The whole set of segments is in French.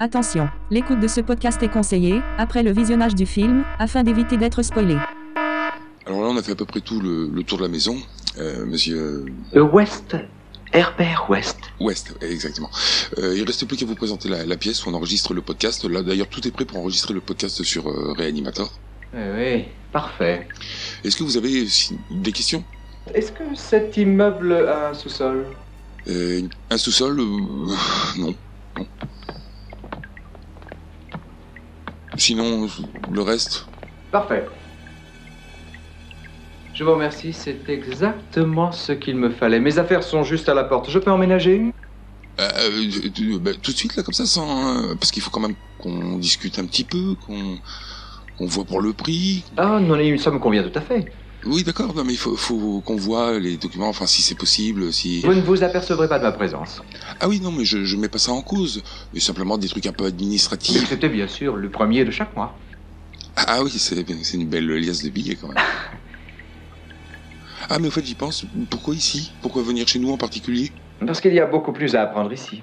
Attention, l'écoute de ce podcast est conseillée, après le visionnage du film, afin d'éviter d'être spoilé. Alors là, on a fait à peu près tout le, le tour de la maison. Euh, monsieur Euh, West, Herbert West. West, exactement. Euh, il reste plus qu'à vous présenter la, la pièce où on enregistre le podcast. Là, d'ailleurs, tout est prêt pour enregistrer le podcast sur euh, Reanimator. Eh oui, parfait. Est-ce que vous avez si- des questions Est-ce que cet immeuble a un sous-sol Euh, Un sous-sol euh, Non. Non. Sinon, le reste Parfait. Je vous remercie, c'est exactement ce qu'il me fallait. Mes affaires sont juste à la porte. Je peux emménager une Euh, euh, tu- bah, Tout de suite, là, comme ça, sans... euh, parce qu'il faut quand même qu'on discute un petit peu, qu'on qu'on voit pour le prix, Ah, non, mais ça me convient tout à fait. Oui, d'accord, non, mais il faut, faut qu'on voit les documents, enfin, si c'est possible, si... Vous ne vous apercevrez pas de ma présence. Ah oui, non, mais je, je mets pas ça en cause, mais simplement des trucs un peu administratifs. C'était bien sûr le premier de chaque mois. Ah oui, c'est c'est une belle liasse de billets, quand même. Ah, mais en fait, j'y pense, pourquoi ici Pourquoi venir chez nous en particulier Parce qu'il y a beaucoup plus à apprendre ici.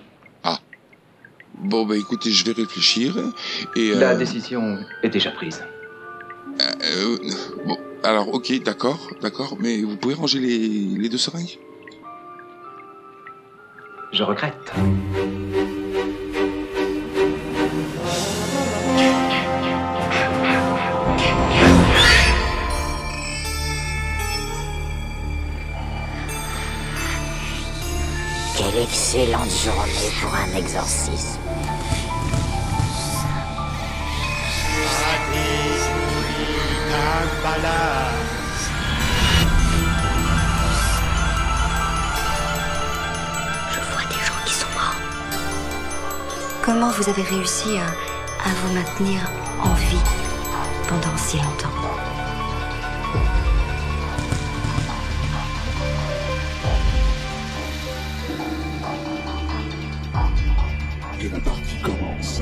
Bon, bah écoutez, je vais réfléchir, et... euh, La décision est déjà prise. euh, bon, alors, ok, d'accord, d'accord, mais vous pouvez ranger les, les deux seringues Je regrette. Quelle excellente journée pour un exorcisme. Je vois des gens qui sont morts. Comment vous avez réussi à, à vous maintenir en vie pendant si longtemps Et la partie commence.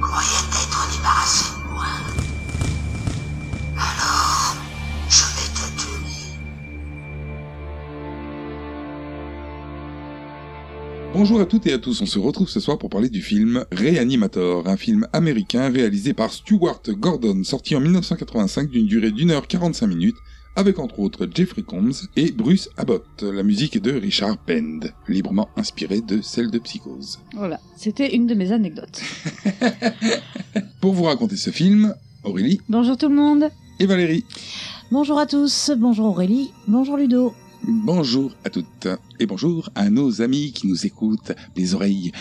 Croyez t'être débarrassé de moi. Alors, je vais te tuer. Bonjour à toutes et à tous, on se retrouve ce soir pour parler du film Reanimator, un film américain réalisé par Stuart Gordon, sorti en 1985 d'une durée d'une heure 45 minutes, avec entre autres Jeffrey Combs et Bruce Abbott. La musique est de Richard Bend, librement inspirée de celle de Psychose. Voilà, c'était une de mes anecdotes. Pour vous raconter ce film, Aurélie Bonjour tout le monde. et Valérie. Bonjour à tous, bonjour Aurélie, bonjour Ludo. Bonjour à toutes et bonjour à nos amis qui nous écoutent, les oreilles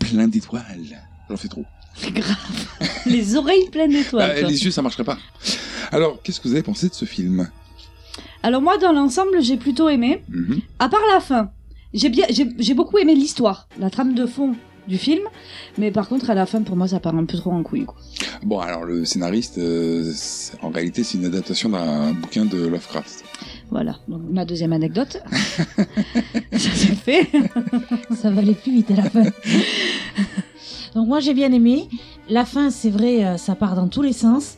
pleines d'étoiles. J'en fais trop. C'est grave. Les oreilles pleines d'étoiles. Ah, quoi. les yeux, ça marcherait pas. Alors, qu'est-ce que vous avez pensé de ce film Alors moi, dans l'ensemble, j'ai plutôt aimé, Mhm. à part la fin. J'ai bien, j'ai j'ai beaucoup aimé l'histoire, la trame de fond du film, mais par contre, à la fin, pour moi, ça part un peu trop en couille. quoi. Bon, alors le scénariste, euh, c'est- en réalité, c'est une adaptation d'un bouquin de Lovecraft. Voilà, donc ma deuxième anecdote. ça c'est fait. Ça va aller plus vite à la fin. Donc moi j'ai bien aimé. La fin, c'est vrai, euh, ça part dans tous les sens.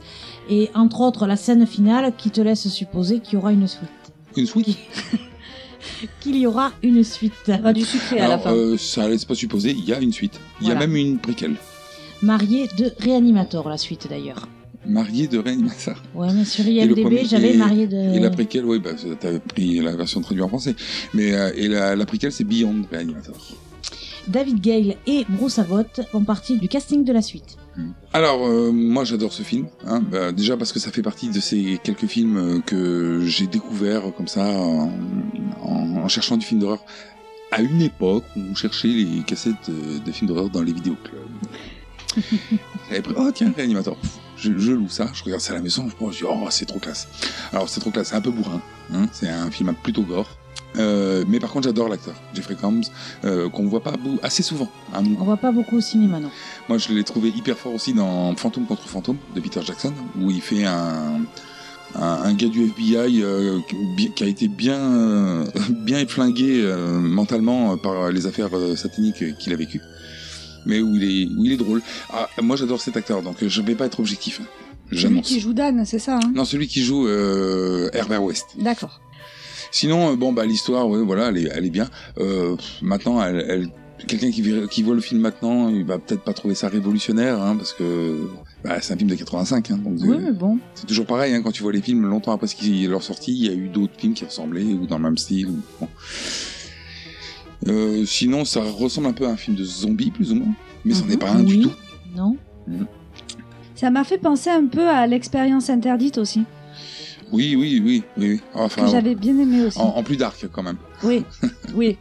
Et entre autres, la scène finale qui te laisse supposer qu'il y aura une suite. Une suite Qu'il y aura une suite. Il y aura du sucré à la Alors, fin. euh, ça laisse pas supposer, il y a une suite. Il y a Voilà. même une préquelle. Marié de Réanimator, la suite d'ailleurs. Marié de Reanimator. Ouais, mais sur le premier- IMDB, j'avais et- marié de... Et Euh. la préquelle, oui, bah, t'avais pris la version traduite en français. Mais euh, et la, la préquelle, c'est Beyond Reanimator. David Gale et Bruce Abbott font partie du casting de la suite. Alors, euh, moi j'adore ce film, hein, bah, déjà parce que ça fait partie de ces quelques films euh, que j'ai découvert euh, comme ça en, en- en cherchant du film d'horreur. À une époque où on cherchait les cassettes euh, de films d'horreur dans les vidéoclubs. J'avais pris, oh tiens, réanimateur. Pff, Je, je loue ça, je regarde ça à la maison, je prends, je dis, oh c'est trop classe. Alors c'est trop classe, c'est un peu bourrin, hein, c'est un film plutôt gore. Euh, mais par contre j'adore l'acteur, Jeffrey Combs, euh, qu'on voit pas beau- assez souvent hein. à mon On voit pas beaucoup au cinéma, non moi, je l'ai trouvé hyper fort aussi dans Fantôme contre Fantôme de Peter Jackson, où il fait un, un, un gars du FBI euh, qui- bi- qui a été bien, euh, bien efflingué euh, mentalement euh, par les affaires euh, sataniques euh, qu'il a vécues. Mais où il est, où il est drôle. Ah, moi, j'adore cet acteur, donc euh, je vais pas être objectif. hein. Celui J'annonce. qui joue Dan, c'est ça. hein Non, celui qui joue euh, Herbert West. D'accord. Sinon, euh, bon, bah, l'histoire, ouais, voilà, elle est, elle est bien. Euh, pff, maintenant, elle, elle quelqu'un qui, verrait- qui voit le film maintenant, il va peut-être pas trouver ça révolutionnaire, hein, parce que bah, c'est un film de 85. Hein, donc, Oui, euh, mais bon. C'est toujours pareil, hein, quand tu vois les films longtemps après ce qu'ils- leur sortie, il y a eu d'autres films qui ressemblaient ou dans le même style. ou- bon. Euh, sinon, ça ressemble un peu à un film de zombie, plus ou moins, mais c'en Mhm. est Ah, pas un du Oui. tout. Non Ça m'a fait penser un peu à l'expérience interdite aussi, Oui, oui, oui, oui. oui. que Enfin, j'avais bien aimé aussi. en, en plus dark quand même. Oui, oui.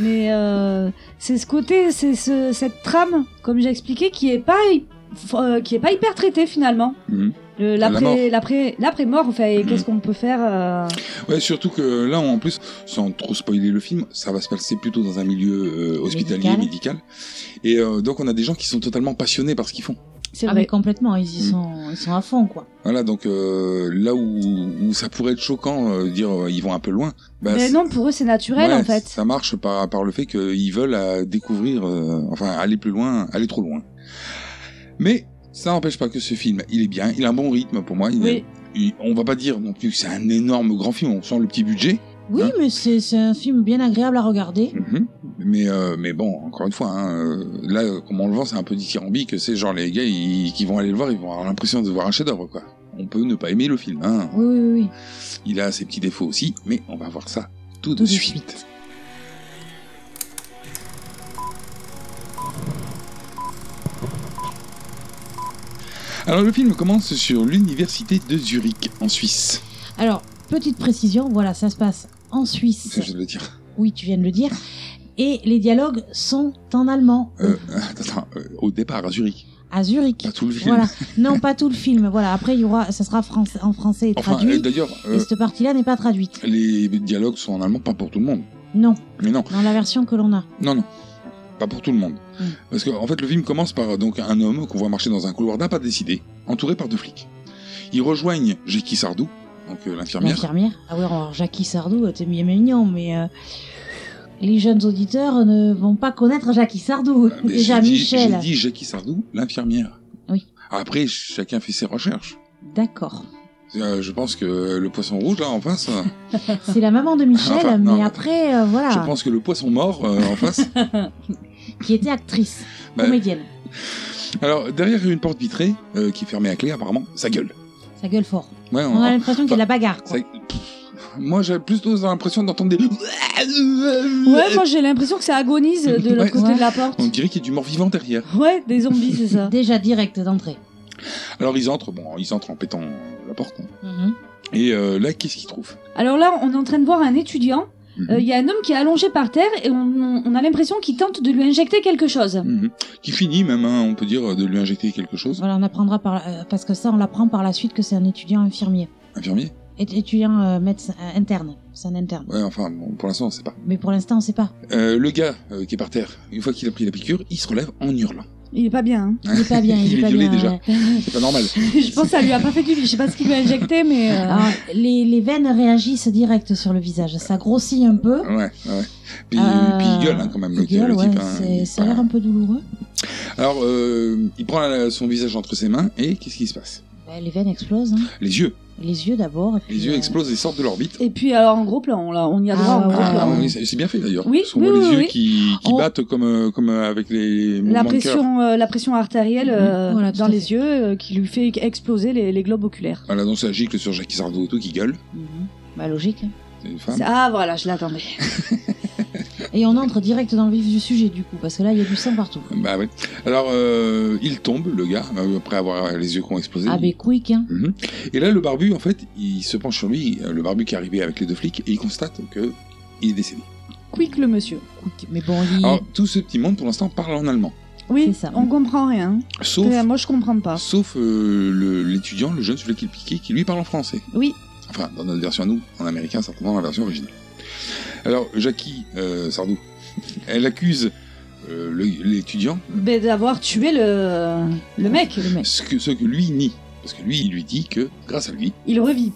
Mais euh, c'est ce côté, c'est ce- cette trame, comme j'ai expliqué, qui est pas, hy- f- euh, qui est pas hyper traitée finalement. Mhm. Le- mort. L'après, l'après, l'après mort. Enfin, et Mhm. qu'est-ce qu'on peut faire euh, Ouais, surtout que là, en plus, sans trop spoiler le film, ça va se passer plutôt dans un milieu euh, hospitalier, médical. Médical. Et euh, donc, on a des gens qui sont totalement passionnés par ce qu'ils font. C'est Ah, vrai. mais complètement, ils y Mm. sont, ils sont à fond, quoi. Voilà, donc euh, là où, où ça pourrait être choquant, euh, dire euh, ils vont un peu loin. bah, Mais c'est- non, pour eux, c'est naturel ouais, en fait. Ça marche par, par le fait qu'ils veulent euh, découvrir, euh, enfin aller plus loin, aller trop loin. Mais ça n'empêche pas que ce film, il est bien, il a un bon rythme pour moi. Il Oui. il- on va pas dire non plus que c'est un énorme grand film, on sent le petit budget. Oui, Hein mais c'est c'est un film bien agréable à regarder. Mhm. Mais, euh, mais bon, encore une fois, hein, euh, là, euh, comme on le vend, c'est un peu dithyrambique. C'est genre les gars ils- qui vont aller le voir, ils vont avoir l'impression de voir un chef-d'œuvre, quoi. On peut ne pas aimer le film. Hein. Oui, oui, oui. oui. Il a ses petits défauts aussi, mais on va voir ça tout, de de suite. Alors le film commence sur l'université de Zurich, en Suisse. Alors, petite précision, voilà, ça se passe en Ça, Suisse. je vais le dire. Oui, tu viens de le dire. Et les dialogues sont en allemand. Euh, attends, attends, euh, au départ, à Zurich. À Zurich. Pas tout le film. Voilà. Non, pas tout le film. Voilà. Après, il y aura, ça sera français- en français et Enfin, euh, traduit. d'ailleurs, et euh, cette partie-là n'est pas traduite. les dialogues sont en allemand, pas pour tout le monde. Non, Mais non, dans la version que l'on a. Non, non. Pas pour tout le monde. Mm. Parce que, en fait, le film commence par euh, donc un homme qu'on voit marcher dans un couloir d'un pas décidé, entouré par deux flics. Ils rejoignent Jackie Sardou, donc euh, l'infirmière. L'infirmière. Ah oui, alors Jackie Sardou, euh, t'es bien mignon, mais euh, les jeunes auditeurs ne vont pas connaître Jackie Sardou. Ah, Mais Déjà j'ai dit- Michel. J'ai dit Jackie Sardou, l'infirmière. Oui. Après, chacun fait ses recherches. D'accord. Euh, je pense que le poisson rouge, là, en face, euh, C'est la maman de Michel, Enfin, mais non, mais- après, euh, je voilà, pense que le poisson mort, euh, en face. qui était actrice, Bah, comédienne. alors, derrière une porte vitrée, euh, qui est fermée à clé, apparemment, ça gueule. Sa gueule fort. Ouais, On a l'impression qu'il y a de la bagarre, quoi. ça- Pff, Moi, j'avais plutôt l'impression d'entendre des. Ouais, moi j'ai l'impression que ça agonise de l'autre Ouais. côté de la porte. On dirait qu'il y a du mort-vivant derrière. Ouais, des zombies, c'est ça. Déjà direct d'entrée. Alors ils entrent, bon, ils entrent en pétant la porte. hein. Mhm. Et euh, là, qu'est-ce qu'ils trouvent Alors là, on est en train de voir un étudiant. Mhm. Euh, Il y a un homme qui est allongé par terre et on, on- on a l'impression qu'il tente de lui injecter quelque chose. Mhm. Qui finit même, hein, on peut dire, de lui injecter quelque chose. Voilà, on apprendra par la- euh, parce que ça, on l'apprend par la suite que c'est un étudiant infirmier, Infirmier Et- étudiant euh, médecin euh, interne, c'est un interne. Ouais, enfin, bon, pour l'instant, on sait pas. Mais pour l'instant, on sait pas. Euh, le gars euh, qui est par terre, une fois qu'il a pris la piqûre, il se relève en hurlant. Il est pas bien. hein. Il est pas bien, il, Il est est pas violé bien. euh, déjà. ouais. C'est pas normal. je pense que ça lui a pas fait du bien. Je sais pas ce qu'il lui a injecté, mais. euh, Alors, les, les veines réagissent direct sur le visage. Ça grossit un peu. Ouais, ouais. Ah, Puis, Euh, puis il gueule hein, quand même, le, il gueule, le ouais, type. hein, c'est- il est ça a pas- l'air un peu douloureux. Alors, euh, il prend la- son visage entre ses mains et qu'est-ce qui se passe Bah, les veines explosent. hein. Les yeux. Les yeux d'abord. et puis, Les yeux euh, explosent et sortent de l'orbite. Et puis alors en gros plan, là, on y a Ah, droit en ouais, gros ouais, plan. Ah, ouais. oui, c'est c'est bien fait d'ailleurs. Oui, Parce qu'on oui, voit les oui, yeux oui. qui, qui On- battent comme, euh, comme avec les mouvements La de cœur. pression, euh, la pression artérielle euh, Mhm. Voilà, tout dans à les fait. yeux euh, qui lui fait exploser les, les globes oculaires. Voilà, donc ça gicle sur Jackie Sardo et tout, qui gueule. mhm. Bah, logique. hein. C'est une femme. C'est- Ah voilà, je l'attendais. Et on entre direct dans le vif du sujet, du coup, parce que là, il y a du sang partout. Bah ouais. Alors, euh, il tombe, le gars, euh, après avoir les yeux qui ont explosé. Ah, ben, quick, hein. Mhm. Et là, le barbu, en fait, il se penche sur lui, euh, le barbu qui est arrivé avec les deux flics, et il constate que il est décédé. Quick le monsieur. Quick. Mais bon, il... Alors, tout ce petit monde, pour l'instant, parle en allemand. Oui, C'est ça. on comprend rien. Sauf, Euh, Moi je comprends pas. sauf euh, le- l'étudiant, le jeune, celui qui le piquait, qui lui parle en français. Oui, Enfin, dans notre version à nous, en américain, certainement dans la version originale. Alors, Jackie euh, Sardou, elle accuse euh, le- l'étudiant ben, d'avoir tué le le mec. le mec. ce que, ce que lui nie. Parce que lui, il lui dit que, grâce à lui, Il revit.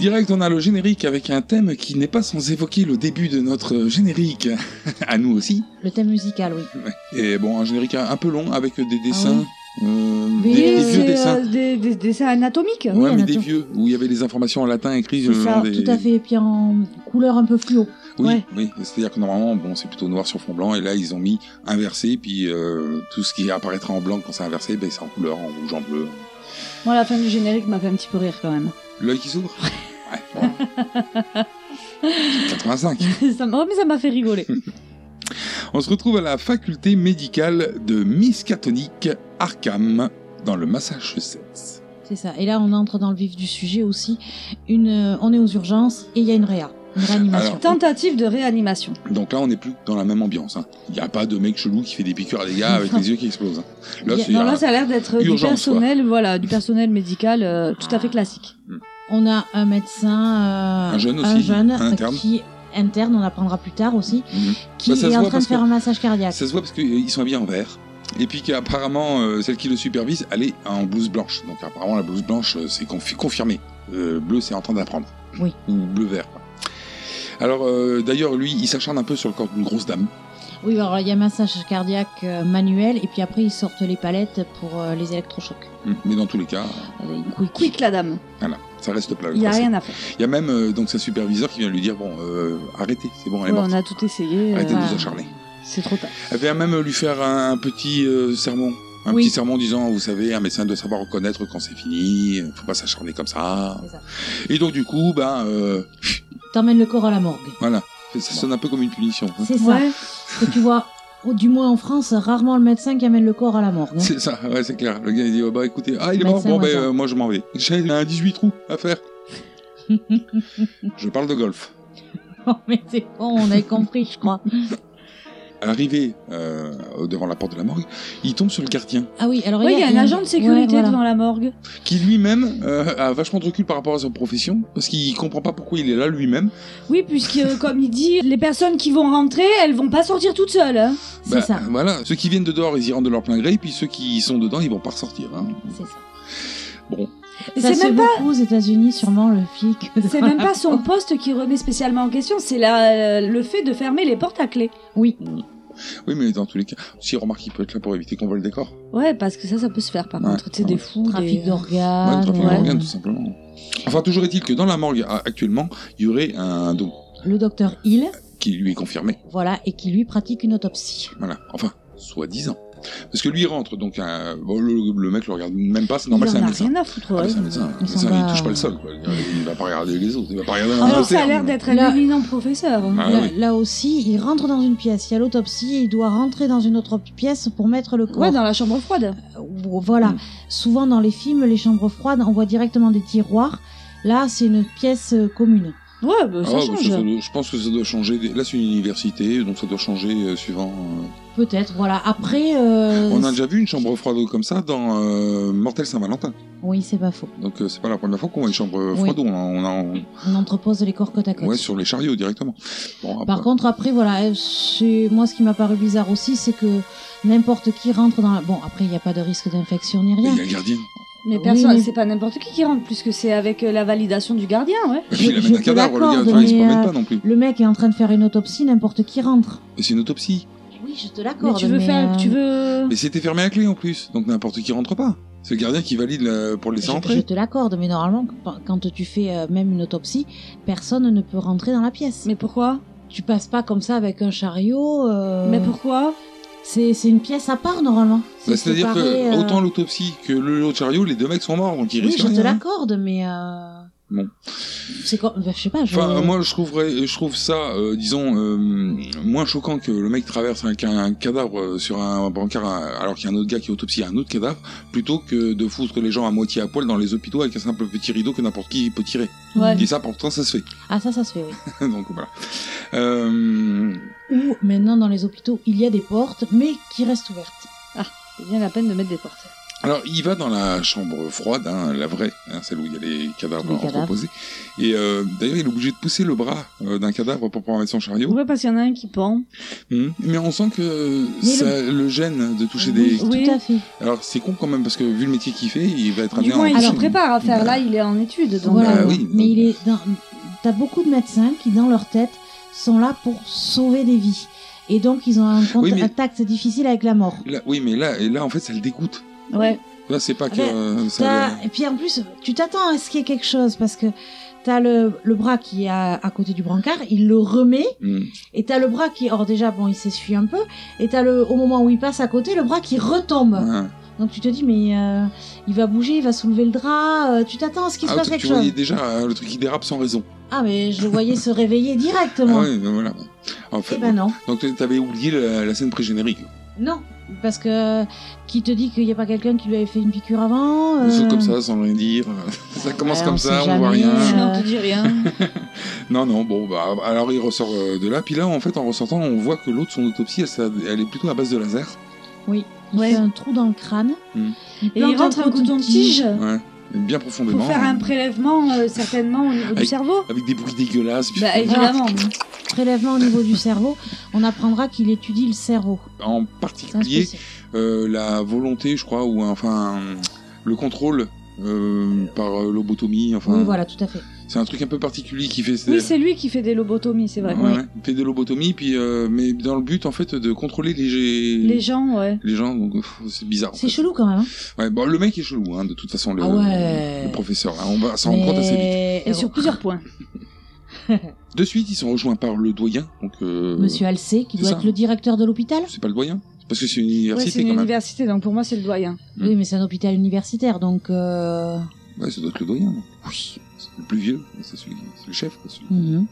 direct on a le générique avec un thème qui n'est pas sans évoquer le début de notre générique, à nous aussi. Le thème musical, oui. Et bon, un générique un un peu long avec des dessins Euh, des, Mais des Et Ah c'est, vieux c'est, dessins. euh, des, des dessins anatomiques. oui, ouais, mais Anatole. des vieux, où il y avait les informations en latin écrites. C'est le ça, long des- tout à fait. Et puis en couleur un peu fluo. Oui, Ouais. oui. C'est-à-dire que normalement, bon, c'est plutôt noir sur fond blanc, et là, ils ont mis inversé, puis euh, tout ce qui apparaîtra en blanc quand c'est inversé, ben, c'est en couleur, en rouge, en bleu. Moi, la fin du générique m'a fait un petit peu rire quand même. L'œil qui s'ouvre Ouais, bon. 85. ça m'a- oh, mais ça m'a fait rigoler. On se retrouve à la faculté médicale de Miskatonic, Arkham, dans le Massachusetts. C'est ça. Et là, on entre dans le vif du sujet aussi. Une, euh, on est aux urgences et il y a une réa, une réanimation. Tentative de réanimation. Donc là, on n'est plus dans la même ambiance. hein. Il n'y a pas de mec chelou qui fait des piqûres à des gars avec les yeux qui explosent. hein. Là, Il y a- c'est Non, un- là, ça a l'air d'être du Urgence, personnel, voilà, du personnel médical euh, tout à fait classique. On a un médecin, euh, Un jeune aussi, jeune, un euh, interne. qui interne, on apprendra plus tard aussi, Mhm. qui Bah, ça se est en voit train de parce faire que- un massage cardiaque. Ça se voit parce qu'ils sont habillés en vert. Et puis qu'apparemment, euh, celle qui le supervise, elle est en blouse blanche. Donc apparemment, la blouse blanche, euh, c'est confi- confirmé. Euh, bleu, c'est en train d'apprendre. Oui. Ou bleu-vert. quoi. Alors, euh, d'ailleurs, lui, il s'acharne un peu sur le corps d'une grosse dame. Oui, alors il y a un massage cardiaque euh, manuel et puis après ils sortent les palettes pour euh, les électrochocs. Mm. Mais dans tous les cas, Euh, quick. Quick, la dame. voilà, ça reste plat. le Il n'y a principe. rien à faire. Il y a même euh, donc sa superviseur qui vient lui dire bon euh, arrêtez c'est bon elle est Ouais, morte on a tout essayé. arrêtez de euh, vous acharner c'est trop tard. elle vient même lui faire un, un petit euh, sermon un Oui. petit sermon disant vous savez un médecin doit savoir reconnaître quand c'est fini euh, faut pas s'acharner comme ça C'est ça. et donc du coup ben euh, T'emmènes le corps à la morgue. voilà ça sonne un peu comme une punition hein. C'est ça. Ouais. Parce que tu vois, au- du moins en France, rarement le médecin qui amène le corps à la morgue. hein. c'est ça ouais c'est clair le gars il dit oh, bah écoutez ah il est mort Médecin, bon ben médecin. euh, moi je m'en vais j'ai un 18 trous à faire je parle de golf Non, mais c'est bon, on avait compris, je crois. arrivé euh, devant la porte de la morgue il tombe sur le gardien Ah oui, alors Ouais, il y a un agent de sécurité Ouais, voilà. devant la morgue. qui lui-même euh, a vachement de recul par rapport à sa profession, parce qu'il comprend pas pourquoi il est là lui-même. Oui, puisque, euh, comme il dit, les personnes qui vont rentrer, elles vont pas sortir toutes seules. hein. C'est ça, Bah, Voilà, ceux qui viennent de dehors, ils y rentrent de leur plein gré, puis ceux qui sont dedans, ils vont pas ressortir. hein. c'est ça. Bon, Et Ça C'est se même, beaucoup aux États-Unis, sûrement le flic. pas- c'est même pas son poste qui remet spécialement en question, c'est la- euh, le fait de fermer les portes à clé. Oui, oui, mais dans tous les cas, si remarque, il peut être là pour éviter qu'on vole le décor. Ouais, parce que ça, ça peut se faire par Ouais. contre. Tu sais, des fous. trafic des... Ouais, le d'organes. trafic euh, d'organes, tout simplement. Enfin, toujours est-il que dans la morgue a- actuellement, il y aurait un don Le docteur Hill, qui lui est confirmé. voilà, et qui lui pratique une autopsie. Voilà, enfin, soi-disant. Parce que lui il rentre, donc un- bon, le, le mec le regarde même pas, c'est normal, il c'est en un a médecin. rien à foutre. Ah, ouais. mais c'est un médecin, Ils Un sont médecin, il pas- touche pas le sol, quoi. Il va pas regarder les autres, il va pas regarder un Alors, Ah Oh, ça a interne. l'air d'être un Là- éminent professeur. Ah, là, oui. là aussi, il rentre dans une pièce, il y a l'autopsie, et il doit rentrer dans une autre pièce pour mettre le corps. Oh. Ouais, dans la chambre froide. Euh, Voilà. Mm. Souvent dans les films, les chambres froides, on voit directement des tiroirs. Là, c'est une pièce euh, commune. Ouais, bah, Ah ça ouais, change. ça doit- je pense que ça doit changer. des- Là, c'est une université, donc ça doit changer euh, suivant. euh. Peut-être, voilà. Après, euh, On a déjà vu une chambre froide comme ça dans euh, Mortel Saint-Valentin. oui, c'est pas froid. Donc, euh, c'est pas la première fois qu'on voit une chambre froide. où On, a- on a- On entrepose les corps côte à côte. ouais, sur les chariots directement. Bon, après- Par contre, après, voilà, euh, c'est- moi, ce qui m'a paru bizarre aussi, c'est que n'importe qui rentre dans la... Bon, après, il n'y a pas de risque d'infection ni Mais rien. il y a le gardien. Mais Oui, Ah personne, mais- c'est pas n'importe qui qui rentre, puisque c'est avec euh, la validation du gardien, ouais. Et puis, il je amène un te cadavre, le gars. l'accorde, Enfin, il se mais, promène euh, pas non plus. Le mec est en train de faire une autopsie, n'importe qui rentre. Et c'est une autopsie. Oui, je te Mais l'accorde. tu veux mais, faire, euh, tu veux. Mais c'était fermé à clé en plus. Donc, n'importe qui rentre pas. C'est le gardien qui valide la- pour le laisser Je, je entrer. Bah, te l'accorde, mais normalement, quand- quand tu fais euh, même une autopsie, personne ne peut rentrer dans la pièce. Mais pourquoi Tu passes pas comme ça avec un chariot. euh, Mais pourquoi C'est c'est une pièce à part normalement. C'est Bah, C'est-à-dire séparé, euh, que, autant l'autopsie que le lot de chariot, les deux mecs sont morts, donc ils Oui, risquent je te rien. hein. l'accorde, mais. euh, Bon. C'est comme. bah, je sais pas. Je... Enfin, euh, moi, je trouverais, je trouve ça, euh, disons, euh, moins choquant que le mec traverse avec un, cadavre euh, sur un brancard euh, alors qu'il y a un autre gars qui autopsie un autre cadavre, plutôt que de foutre les gens à moitié à poil dans les hôpitaux avec un simple petit rideau que n'importe qui peut tirer. Ouais. Et ça, pourtant, ça se fait. Ah, ça, ça se fait, oui. Donc voilà. Euh, Ou maintenant, dans les hôpitaux, il y a des portes, mais qui restent ouvertes. C'est bien la peine de mettre des portes. alors, il va dans la chambre froide, hein, la vraie, hein, celle où il y a les cadavres Les cadavres. entreposés. Et euh, d'ailleurs, il est obligé de pousser le bras euh, d'un cadavre pour pouvoir mettre son chariot. Ouais, parce qu'il y en a un qui pend. Mhm. Mais on sent que Mais ça le... gêne de toucher des. Oui, tout à fait. Alors c'est con quand même parce que vu le métier qu'il fait, il va être Du amené moins, à en il se toucher. prépare à faire. Là, il est en étude. Donc, Voilà. Bah oui. Mais il est dans. T'as beaucoup de médecins qui, dans leur tête, sont là pour sauver des vies. Et donc, ils ont un, compte- Oui, mais- un tact difficile avec la mort. Là- oui, mais là, et là en fait, ça le dégoûte. Ouais. Là, c'est pas que. Ouais, euh, ça T'as- le- Et puis en plus, tu t'attends à ce qu'il y ait quelque chose parce que t'as le, le bras qui est à, à côté du brancard, il le remet, Hmm. et t'as le bras qui, or déjà, bon, il s'essuie un peu, et t'as le, au moment où il passe à côté, le bras qui retombe. Ouais. Donc tu te dis, mais euh, il va bouger, il va soulever le drap, euh, tu t'attends à ce qu'il se Ah, passe tu, quelque tu chose. voyais déjà euh, le truc qui dérape sans raison. Ah, mais je le voyais se réveiller directement. Ah ouais, ben voilà. En fait, Eh ben non. donc t'avais oublié la, la scène pré-générique. Non, parce que euh, qui te dit qu'il n'y a pas quelqu'un qui lui avait fait une piqûre avant Des euh, trucs comme ça, sans rien dire. ça ouais, commence on comme sait ça, on voit jamais, rien. euh, Non, on te dit rien. Non, non, bon, bah, alors il ressort euh, de là. Puis là, en fait, en ressortant, on voit que l'autre, son autopsie, elle, s'a- elle est plutôt à base de laser. Oui, il Ouais. fait un trou dans le crâne. Mm. Et il rentre un coton-tige Ouais, bien pour profondément. faire un hein, prélèvement, euh, certainement, au niveau du Aïe. cerveau. Avec des bruits dégueulasses. puis- Bah, évidemment. Prélèvement au niveau du cerveau. On apprendra qu'il étudie le cerveau. En C'est un particulier, spécial. euh, la volonté, je crois, ou enfin, le contrôle euh, par euh, lobotomie. Enfin, Oui, voilà, tout à fait. c'est un truc un peu particulier qui fait. Oui, c'est lui qui fait des lobotomies, c'est vrai. Ouais, ouais. Il fait de lobotomie, puis, euh, mais dans le but, en fait, de contrôler les, Les gens, ouais. les gens. Donc, pff, c'est bizarre. en C'est fait. chelou quand même. hein. Ouais, bon, le mec est chelou, hein, de toute façon, le, Ah ouais. le professeur. hein, on va s'en rendre compte assez vite. Mais- Et sur plusieurs points. De suite, ils sont rejoints par le doyen. Donc, euh, Monsieur Alcé, qui c'est doit ça. être le directeur de l'hôpital. C'est pas le doyen Parce que c'est une Ouais, université c'est une quand même. université, donc pour moi, c'est le doyen. Mm. Oui, mais c'est un hôpital universitaire, donc. euh, Ouais, ça doit être le doyen. non Oui. C'est le plus vieux, c'est celui- c'est le chef. quoi, Mm. celui- mhm.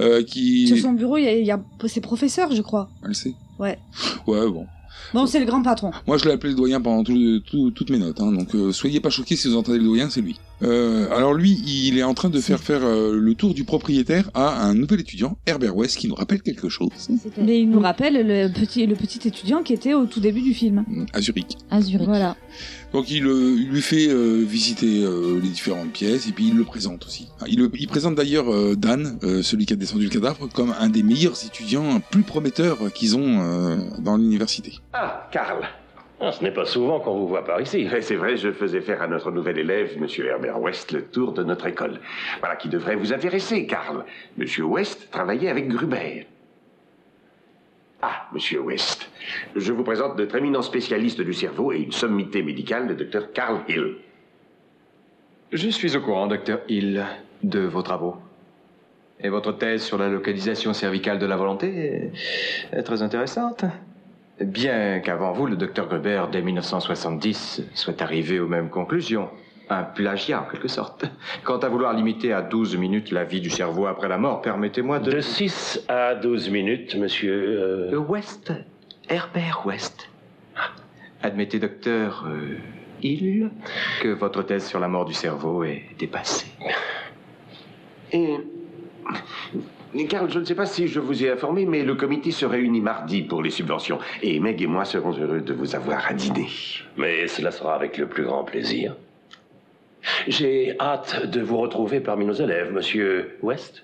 Euh, qui. Sur son bureau, il y a, il y a ses professeurs, je crois. Elle sait Ouais. Ouais, bon. Bon, c'est le grand patron. Moi, je l'ai appelé le doyen pendant tout- tout- toutes mes notes. hein, donc, euh, soyez pas choqués si vous entendez le doyen, c'est lui. Euh, alors, lui, il est en train de faire faire euh, le tour du propriétaire à un nouvel étudiant, Herbert West, qui nous rappelle quelque chose. Mais Mm. il nous rappelle le petit, le petit étudiant qui était au tout début du film. mm, À Zurich. À Zurich. Voilà. Donc il, euh, il lui fait euh, visiter euh, les différentes pièces et puis il le présente aussi. Ah, Il, le- il présente d'ailleurs euh, Dan, euh, celui qui a descendu le cadavre, comme un des meilleurs étudiants plus prometteurs qu'ils ont euh, dans l'université. Ah, Karl Ce n'est pas souvent qu'on vous voit par ici. C'est vrai, je faisais faire à notre nouvel élève, M. Herbert West, le tour de notre école. Voilà qui devrait vous intéresser, Karl. M. West travaillait avec Gruber. Ah, Monsieur West, je vous présente notre éminent spécialiste du cerveau et une sommité médicale, le docteur Karl Hill. Je suis au courant, docteur Hill, de vos travaux. Et votre thèse sur la localisation cervicale de la volonté est- est très intéressante. Bien qu'avant vous, le docteur Gruber, dès 1970, soit arrivé aux mêmes conclusions. Un plagiat, en quelque sorte. Quant à vouloir limiter à 12 minutes la vie du cerveau après la mort, permettez-moi de... De 6 à 12 minutes, monsieur. euh, Le West, Herbert West. Admettez, docteur euh, Hill, que votre thèse sur la mort du cerveau est dépassée. Et. Karl, je ne sais pas si je vous ai informé, mais le comité se réunit mardi pour les subventions. Et Meg et moi serons heureux de vous avoir à dîner. Mais cela sera avec le plus grand plaisir. J'ai hâte de vous retrouver parmi nos élèves, monsieur West.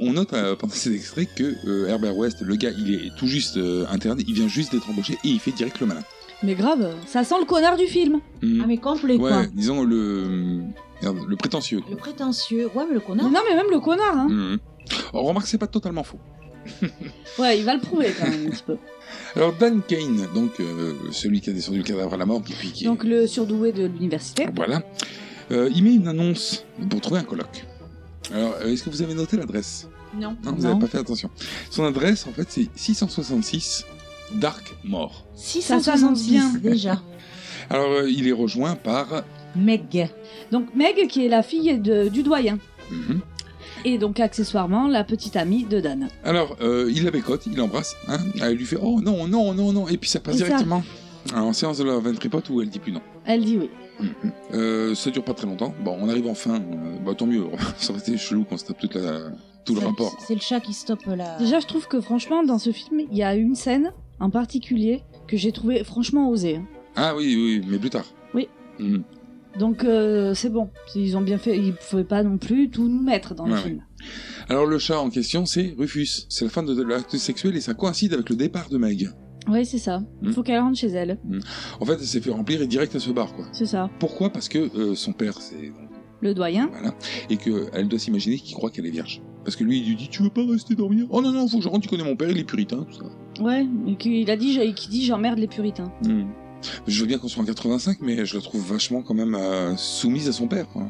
On note euh, pendant cet extrait que euh, Herbert West, le gars, il est tout juste euh, interne, il vient juste d'être embauché et il fait direct le malin. Mais grave, ça sent le connard du film. Hmm. Ah, mais complet, quoi. ouais, disons le, merde, le prétentieux. Le prétentieux. Ouais, mais le connard. Non, mais même le connard, hein. Hmm. Oh, remarque, c'est pas totalement faux. Ouais, il va le prouver quand même un petit peu. Alors Dan Kane, donc euh, celui qui a descendu le cadavre à la mort, puis puis qui est- Donc le surdoué de l'université. Voilà. Euh, il met une annonce pour trouver un colloque. Alors, euh, est-ce que vous avez noté l'adresse Non. Non, vous n'avez pas fait attention. Son adresse, en fait, c'est 666 Dark More. Ça, ça annonce bien. 666 déjà. Alors, euh, il est rejoint par. Meg. Donc Meg, qui est la fille de- du doyen. Mhm. Et donc accessoirement, la petite amie de Dan. Alors, euh, il la bécote, il l'embrasse. Hein elle lui fait Oh non, non, non, non. Et puis ça passe Et ça. directement. Alors, en séance de la ventripote où elle dit plus non. Elle dit oui. Euh, ça dure pas très longtemps. Bon, on arrive enfin. euh, bah, tant mieux. ça aurait été chelou qu'on se tape toute la- tout le C'est- rapport. C'est le chat qui stoppe la. Déjà, je trouve que franchement, dans ce film, il y a une scène en particulier que j'ai trouvé franchement osée. hein. Ah oui, oui, mais plus tard. Oui. Mhm. Donc euh, c'est bon, ils ont bien fait, ils pouvaient pas non plus tout nous mettre dans le Ouais, film. Alors le chat en question, c'est Rufus. C'est la fin de l'acte sexuel et ça coïncide avec le départ de Meg. Ouais, c'est ça. Il Mm. faut qu'elle rentre chez elle, En fait, elle s'est fait remplir et direct à ce bar, quoi. c'est ça. Pourquoi Parce que euh, son père, c'est Le doyen. voilà, et que elle doit s'imaginer qu'il croit qu'elle est vierge. Parce que lui, il lui dit, tu veux pas rester dormir Oh non non, faut que je rentre. Tu connais mon père, il est puritain, tout ça. Ouais, mais qui- il a dit, qui dit j'emmerde les puritains. Hmm. Je veux bien qu'on soit en 85, mais je la trouve vachement quand même euh, soumise à son père. quoi.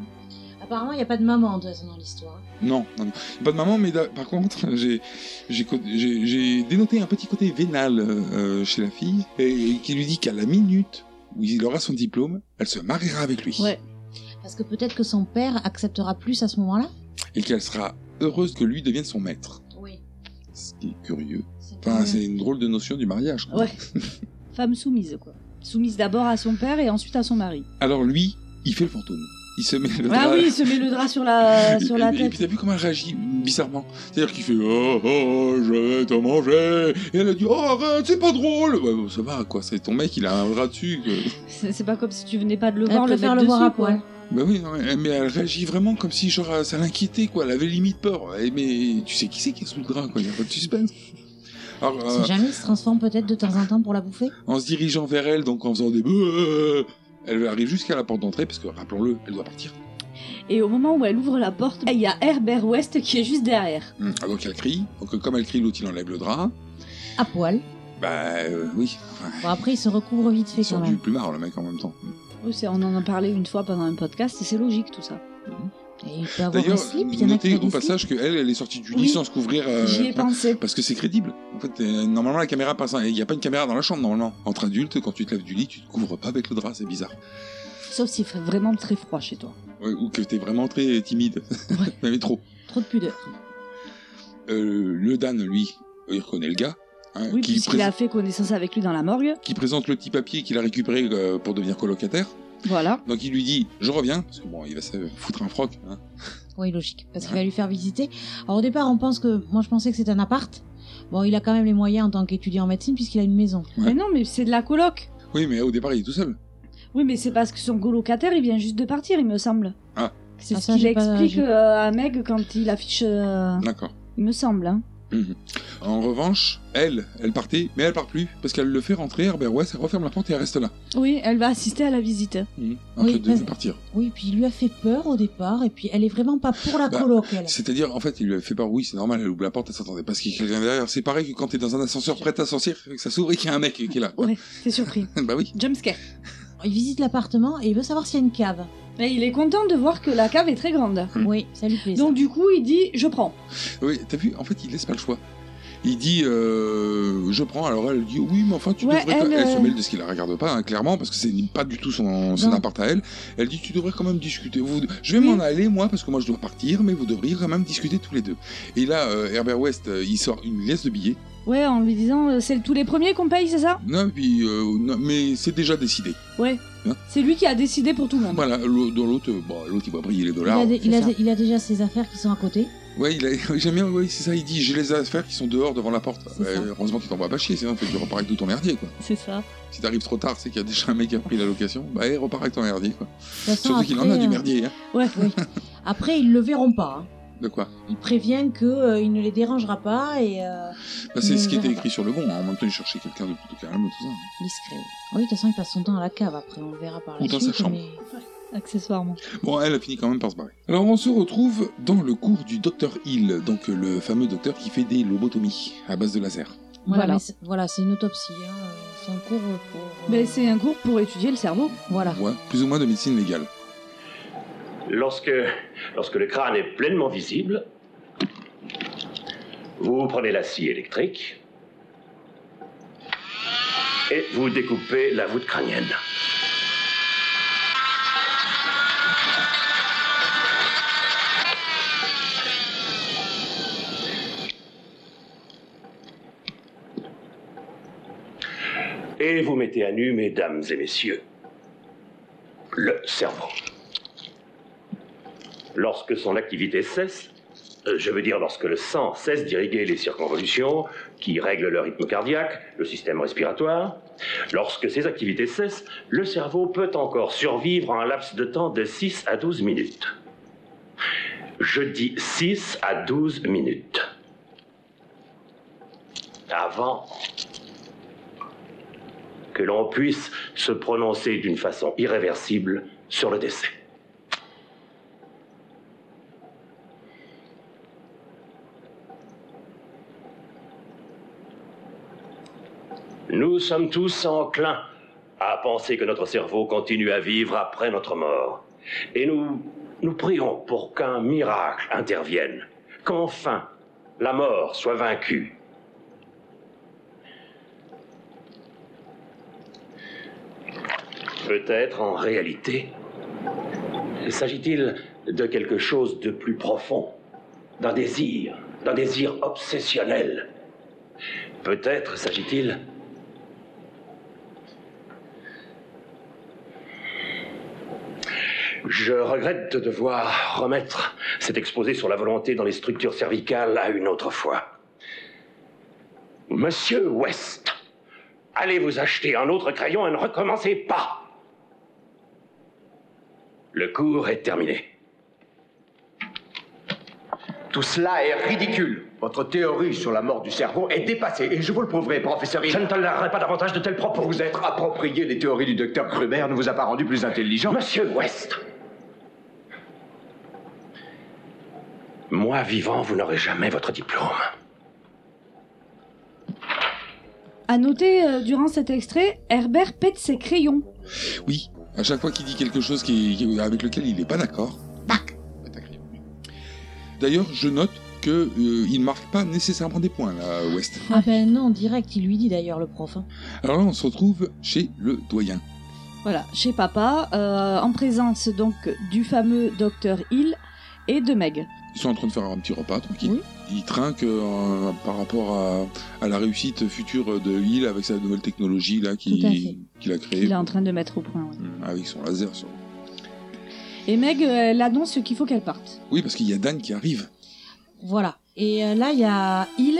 Apparemment, il n'y a pas de maman de toute façon, dans l'histoire. Non, non, non. Pas de maman, mais da- par contre, j'ai j'ai co- j'ai- j'ai dénoté un petit côté vénal euh, chez la fille, et, et qui lui dit qu'à la minute où il aura son diplôme, elle se mariera avec lui. Ouais. Parce que peut-être que son père acceptera plus à ce moment-là. Et qu'elle sera heureuse que lui devienne son maître. Oui. Ce qui est curieux. Enfin, c'est une drôle de notion du mariage. quoi. Ouais. Femme soumise, quoi. Soumise d'abord à son père et ensuite à son mari. Alors lui, il fait le fantôme. Il se met le Ah drap- oui, il se met le drap sur la, sur la Et- Et tête. puis t'as vu comment elle réagit bizarrement C'est-à-dire qu'il fait oh, oh, je vais te manger Et elle a dit Oh arrête, c'est pas drôle Ouais, bon, ça va quoi, c'est ton mec, il a un bras dessus. que- C'est c'est pas comme si tu venais pas de le Elle voir, le préfère mettre le voir dessus, à poil. Bah oui, non, mais- mais elle réagit vraiment comme si genre ça l'inquiétait quoi, elle avait limite peur. Eh, Mais tu sais qui c'est qui est sous le drap quoi, il a pas de suspense. Alors, Si euh, jamais, il se transforme peut-être de temps en temps pour la bouffer. en se dirigeant vers elle, donc en faisant des beuh, elle arrive jusqu'à la porte d'entrée parce que rappelons-le, elle doit partir. Et au moment où elle ouvre la porte, il y a Herbert West qui est juste derrière. Hum, ah, Donc elle crie, donc euh, comme elle crie, l'autre il enlève le drap. À poil. Bah euh, oui, enfin, Bon, après, il se recouvre vite fait quand du même. plus marre le mec en même temps. Oui, c'est- on en a parlé une fois pendant un podcast et c'est logique tout ça. Et il peut avoir un D'ailleurs, slip, il y en a notez qui a au des slips. passage qu'elle, elle est sortie du lit Oui, sans se couvrir. euh, j'y ai pensé. Parce que c'est crédible. En fait, euh, normalement, la caméra passe. Il n'y a pas une caméra dans la chambre, normalement. Entre adultes, quand tu te lèves du lit, tu te couvres pas avec le drap, c'est bizarre. Sauf s'il fait vraiment très froid chez toi. Ouais, ou que t'es vraiment très timide. Mais trop. Trop de pudeur. Euh, le Dan, lui, euh, il reconnaît le gars. hein, Oui, qui, puisqu'il prés- a fait connaissance avec lui dans la morgue. qui présente le petit papier qu'il a récupéré euh, pour devenir colocataire. Voilà. Donc il lui dit Je reviens. Parce que bon, il va se foutre un froc. hein. Oui, logique. Parce qu'il va lui faire visiter. Alors au départ, on pense que. Moi, je pensais que c'était un appart. Bon, il a quand même les moyens en tant qu'étudiant en médecine puisqu'il a une maison. Mais non, mais c'est de la coloc. Oui, mais au départ, il est tout seul. Oui, mais c'est parce que son colocataire, il vient juste de partir, il me semble. Ah, C'est Ah, ce ça, qu'il j'ai pas- explique j'ai- euh, à Meg quand il affiche. euh, d'accord. Il me semble. Hein. Mhm. En revanche, elle, elle partait, mais elle part plus, parce qu'elle le fait rentrer, Herbert West, elle referme la porte et elle reste là. Oui, elle va assister à la visite. Mhm. Un Oui, peu de bah- partir. Oui, puis il lui a fait peur au départ. Et puis, elle est vraiment pas pour la Bah, coloc, elle. C'est-à-dire, en fait, il lui a fait part, oui, c'est normal, elle ouvre la porte, elle s'attendait pas à ce qu'il y ait quelqu'un derrière. C'est pareil que quand t'es dans un ascenseur prêt à sortir, que ça s'ouvre et qu'il y a un mec qui est là. Ouais, t'es surpris. bah oui. Jumpscare. Il visite l'appartement et il veut savoir s'il y a une cave. Mais il est content de voir que la cave est très grande. Hmm. Oui, ça lui plaît. Donc du coup, il dit je prends. Oui, t'as vu, en fait, il laisse pas le choix. Il dit, euh, je prends, alors elle dit, oui, mais enfin, tu Ouais, devrais. elle, elle se euh, mêle de ce qu'il la regarde pas, hein, clairement, parce que c'est pas du tout son, son Non. appart à elle. Elle dit, tu devrais quand même discuter. Vous, je vais Oui. m'en aller, moi, parce que moi, je dois partir, mais vous devriez quand même discuter tous les deux. Et là, euh, Herbert West, euh, il sort une liasse de billets. Ouais, en lui disant euh, c'est tous les premiers qu'on paye, c'est ça Non, et puis, euh, non, mais c'est déjà décidé. Ouais. Hein C'est lui qui a décidé pour tout le monde. Voilà, l'au- dans l'autre, euh, bon, l'autre, il va briller les il, a dollars. dé- il a c'est ça. dé- il a déjà ses affaires qui sont à côté. Ouais, il a... j'aime bien, ouais, c'est ça, il dit, j'ai les affaires qui sont dehors devant la porte. C'est Ouais, ça. heureusement qu'il t'envoie pas chier, sinon, en fait, tu repars avec tout ton merdier, quoi. C'est ça. Si t'arrives trop tard, c'est qu'il y a déjà un mec qui a pris la location, bah, eh, repars avec ton merdier, quoi. De toute façon, Surtout qu'il en après, a du euh, merdier, hein. Ouais. Oui. Après, ils le verront pas. hein. De quoi Ils préviennent que euh, il ne les dérangera pas et euh, Bah, C'est Il ce qui verra était pas. écrit sur le bon, hein. en même temps, il cherchait quelqu'un de plutôt calme, tout ça. hein. discret. Ah oui, de toute façon, il passe son temps à la cave. Après, on le verra par la Ou dans suite. sa chambre. mais- Accessoirement. Bon, elle a fini quand même par se barrer. Alors, on se retrouve dans le cours du docteur Hill, donc le fameux docteur qui fait des lobotomies à base de laser. Voilà, Voilà. mais c'est- voilà, c'est une autopsie. hein, euh, C'est un cours euh, pour. euh, Mais c'est un cours pour étudier le cerveau. Voilà. Ouais, plus ou moins de médecine légale. Lorsque, lorsque le crâne est pleinement visible, vous prenez la scie électrique et vous découpez la voûte crânienne. Et vous mettez à nu, mesdames et messieurs, le cerveau. Lorsque son activité cesse, euh, je veux dire lorsque le sang cesse d'irriguer les circonvolutions qui règlent le rythme cardiaque, le système respiratoire, lorsque ces activités cessent, le cerveau peut encore survivre en un laps de temps de 6 à 12 minutes. Je dis 6 à 12 minutes. Avant que l'on puisse se prononcer d'une façon irréversible sur le décès. Nous sommes tous enclins à penser que notre cerveau continue à vivre après notre mort. Et nous, nous prions pour qu'un miracle intervienne, qu'enfin la mort soit vaincue. Peut-être en réalité, s'agit-il de quelque chose de plus profond, d'un désir, d'un désir obsessionnel. Peut-être s'agit-il Je regrette de devoir remettre cet exposé sur la volonté dans les structures cervicales à une autre fois. Monsieur West, allez vous acheter un autre crayon et ne recommencez pas. Le cours est terminé. Tout cela est ridicule. Votre théorie sur la mort du cerveau est dépassée et je vous le prouverai, professeur. Hill. Je ne tolérerai pas davantage de tels propos. Vous être approprié les théories du docteur Krumer ne vous a pas rendu plus intelligent. Monsieur West Moi vivant, vous n'aurez jamais votre diplôme. À noter, euh, durant cet extrait, Herbert pète ses crayons. Oui, à chaque fois qu'il dit quelque chose qui, qui- avec lequel il n'est pas d'accord, tac, tac. D'ailleurs, je note que euh, il marque pas nécessairement des points là, West. Ah ben non, direct, il lui dit d'ailleurs le prof. hein. Alors là, on se retrouve chez le doyen. Voilà, chez papa, euh, en présence donc du fameux docteur Hill et de Meg. Ils sont en train de faire un petit repas tranquille. Ils trinquent euh, par rapport à, à la réussite future de Hill avec sa nouvelle technologie là qui- Tout à fait. qu'il a créée Mm. Il est en train de mettre au point. ouais. avec son laser. sur- Et Meg, euh, elle annonce qu'il faut qu'elle parte. Oui, parce qu'il y a Dan qui arrive. Voilà. Et euh, là, il y a Hill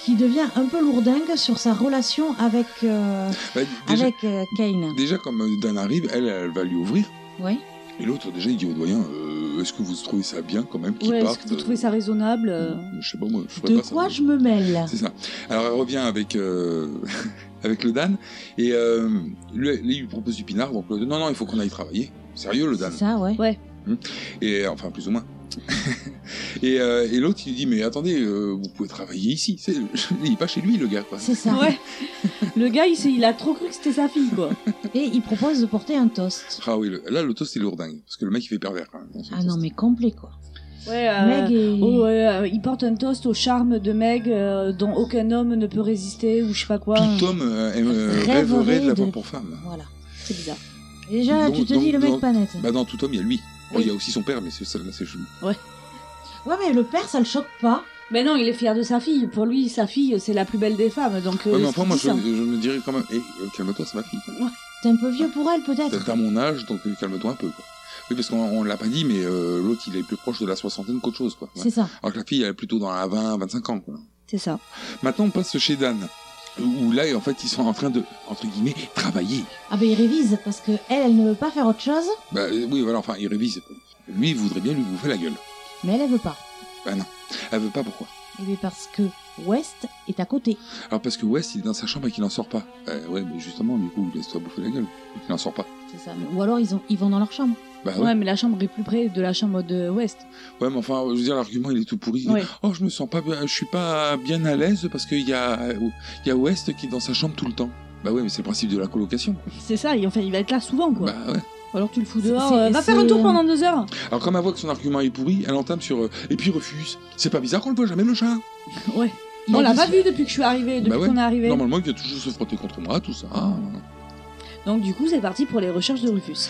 qui devient un peu lourdingue sur sa relation avec, euh, Bah, Ah déjà, avec euh, Kane. déjà, comme euh, Dan arrive, elle, elle va lui ouvrir. Oui. Et l'autre, déjà, il dit au doyen euh, Est-ce que vous trouvez ça bien quand même qu'il Ouais, est-ce parte que vous trouvez ça raisonnable euh Je sais pas, moi, je ferais De pas ça. quoi je me mêle C'est ça. Alors elle revient avec euh, avec le Dan et euh, lui, lui, il lui propose du pinard. Donc le- non non, il faut qu'on aille travailler. Sérieux le Dan. Ça, ouais. Et enfin plus ou moins. et euh, et l'autre il lui dit mais attendez, euh, vous pouvez travailler ici. C'est- il est pas chez lui le gars quoi. C'est ça. Le gars, il, s'est- il a trop cru que c'était sa fille, quoi. Et il propose de porter un toast. Ah oui, le- là le toast est lourdingue parce que le mec il fait pervers. quand même. Ah non, mais complet, quoi. Ouais, euh, Meg est- oh, ouais, euh, il porte un toast au charme de Meg euh, dont aucun homme ne peut résister ou je sais pas quoi. Tout homme euh, aime, euh, Rêverait rêverait de l'avoir de- pour femme. Voilà. C'est bizarre. Déjà, Donc- tu te donc- dis, le mec donc- pas net. Bah dans tout homme il y a lui. Bon, il y a aussi son père mais c'est ça là c'est chelou. Ouais. Ouais, mais le père, ça le choque pas. Mais non, il est fier de sa fille. Pour lui, sa fille, c'est la plus belle des femmes. Donc, euh, Ouais, mais c'est enfin moi tout je, ça. je me dirais quand même Eh, euh, calme-toi c'est ma fille. T'es un peu vieux pour elle, peut-être. T'as mon âge, donc euh, calme-toi un peu. Quoi. Oui, parce qu'on on l'a pas dit, mais euh, l'autre, il est plus proche de la soixantaine qu'autre chose. quoi. C'est ça. Alors que la fille, elle est plutôt dans la 20, 25 ans. Quoi. C'est ça. Ah Maintenant, on passe chez Dan, où là, en fait, ils sont en train de, entre guillemets, travailler. Ah ben, il révise parce que elle, elle ne veut pas faire autre chose, Bah euh, oui, voilà, enfin, ils révisent. Lui, il voudrait bien lui bouffer la gueule. mais elle, elle veut pas. Bah non, elle veut pas, pourquoi Et bien, parce que West est à côté. Alors parce que West, il est dans sa chambre et qu'il en sort pas. Euh, ouais, mais justement, du coup, laisse-toi bouffer la gueule. Il en sort pas. C'est ça. Ou alors, ils, ont... ils vont dans leur chambre. Bah ouais. mais la chambre est plus près de la chambre de West. Ouais, mais enfin, je veux dire, l'argument, il est tout pourri. Ouais. Oh, je me sens pas, bien- je suis pas bien à l'aise parce qu'il y a, euh, il y a West qui est dans sa chambre tout le temps. Bah ouais, mais c'est le principe de la colocation. C'est ça, il, enfin, il va être là souvent, quoi. Bah ouais. Ou Alors tu le fous C'est- dehors. c'est- euh, va c'est- faire un tour pendant deux heures. Alors, comme elle voit que son argument est pourri, elle entame sur euh, et puis refuse. C'est pas bizarre qu'on le voit jamais le chat. Ouais. On Il a l'a dit pas ça. vu depuis que je suis arrivée, depuis bah ouais. qu'on est arrivé. Normalement, il vient toujours se frotter contre moi, tout ça. Ah, Donc du coup, c'est parti pour les recherches de Rufus.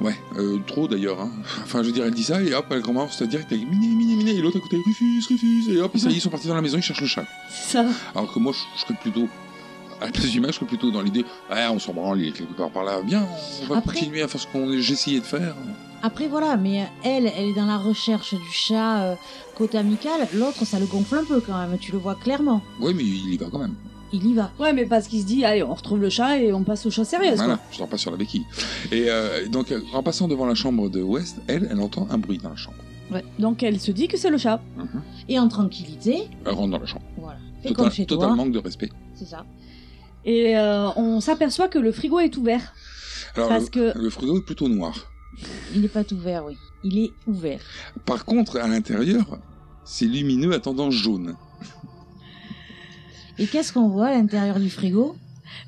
Ouais, euh, trop d'ailleurs. hein. Enfin, je veux dire, elle dit ça et hop, elle commence à dire que miné, miné, miné. Et l'autre à côté, refuse, refuse. Et hop, et ça y est, ils sont partis dans la maison, ils cherchent le chat. C'est ça. Alors que moi, je- je serais plutôt. À la place du match, je serais plutôt dans l'idée, ah, on s'en branle, il est quelque part par là, bien, on va Après- continuer à faire ce qu'on j'essayais de faire. Après, voilà, mais euh, elle, elle est dans la recherche du chat euh, côté amical. L'autre, ça le gonfle un peu quand même, tu le vois clairement. Oui, mais il y va quand même. Il y va. Ouais, mais parce qu'il se dit, allez, on retrouve le chat et on passe aux choses sérieuses. voilà, quoi. je dors pas sur la béquille. Et euh, donc, euh, en passant devant la chambre de West, elle, elle entend un bruit dans la chambre. Ouais. Donc elle se dit que c'est le chat. Mhm. Et en tranquillité, Elle rentre dans la chambre. voilà. Fais comme Total, chez total toi. manque de respect. C'est ça. Et euh, on s'aperçoit que le frigo est ouvert. Alors, Parce le, que- le frigo est plutôt noir. Il n'est pas ouvert, oui. Il est ouvert. Par contre, à l'intérieur, c'est lumineux à tendance jaune. Et qu'est-ce qu'on voit à l'intérieur du frigo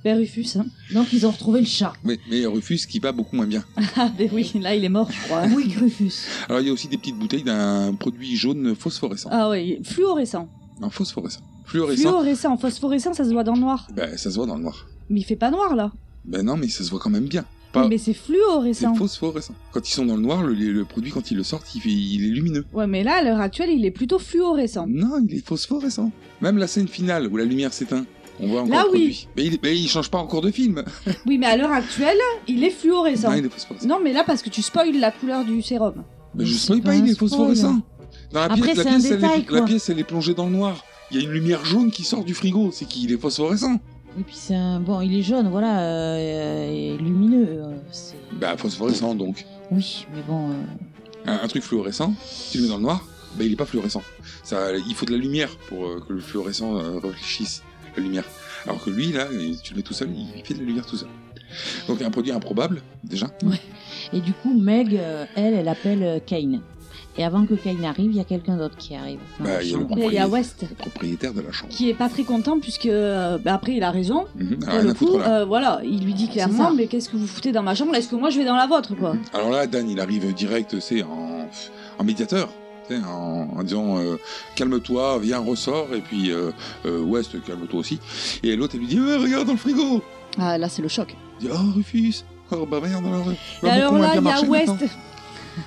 Ben Rufus, hein. Donc ils ont retrouvé le chat. Mais, mais Rufus qui va beaucoup moins bien. Ah ben oui, là il est mort, je crois. Oui, Rufus. Alors il y a aussi des petites bouteilles d'un produit jaune phosphorescent. Ah oui, fluorescent. Un phosphorescent. Fluorescent. Fluorescent, phosphorescent, ça se voit dans le noir. Ben, ça se voit dans le noir. Mais il fait pas noir là. Ben non, mais ça se voit quand même bien. Pas... Mais c'est C'est fluorescent. phosphorescent. Quand ils sont dans le noir, le, le produit, quand ils le sortent, il, fait- il est lumineux. Ouais, mais là à l'heure actuelle, il est plutôt fluorescent. Non, il est phosphorescent. Même la scène finale où la lumière s'éteint, on voit encore Là, le oui. produit. Mais il, mais il change pas encore de film. Oui, mais à l'heure actuelle, il est fluorescent. Non, il est phosphorescent. Non, mais là parce que tu spoiles la couleur du sérum. Mais je spoil pas, il est phosphorescent. Dans la Après, pièce, la, c'est un pièce, elle est- détail, la quoi. pièce, elle est plongée dans le noir. Il y a une lumière jaune qui sort du frigo, c'est qu'il est phosphorescent. Et puis c'est un... Bon, il est jaune, voilà, euh, et lumineux. euh, c'est- Bah, phosphorescent donc. Oui, mais bon... euh, Un, un truc fluorescent, tu le mets dans le noir, bah il est pas fluorescent. Ça, il faut de la lumière pour euh, que le fluorescent euh, réfléchisse la lumière. Alors que lui, là, tu le mets tout seul, il fait de la lumière tout seul. Donc un produit improbable, déjà. Et du coup, Meg, euh, elle, elle appelle euh, Kane. Et avant que Kane arrive, il y a quelqu'un d'autre qui arrive. dans Bah, la il y a le chambre. Ah, Et il y a West propriétaire de la chambre. qui est pas très content puisque euh, bah, après il a raison. Mhm, Pour rien le à foutre, coup, là. euh, voilà, il lui dit clairement, mais qu'est-ce que vous foutez dans ma chambre Est-ce que moi je vais dans la vôtre quoi Alors là, Dan, il arrive direct, c'est en, en médiateur. tu sais, En, en disant euh, calme-toi, viens, ressort, et puis euh, euh, West, calme-toi aussi. Et l'autre, elle lui dit Eh, regarde dans le frigo Ah là c'est le choc. Il dit Oh, Rufus Oh, bah merde, alors. euh, Et va alors beaucoup moins bien là il y a marcher, West. maintenant.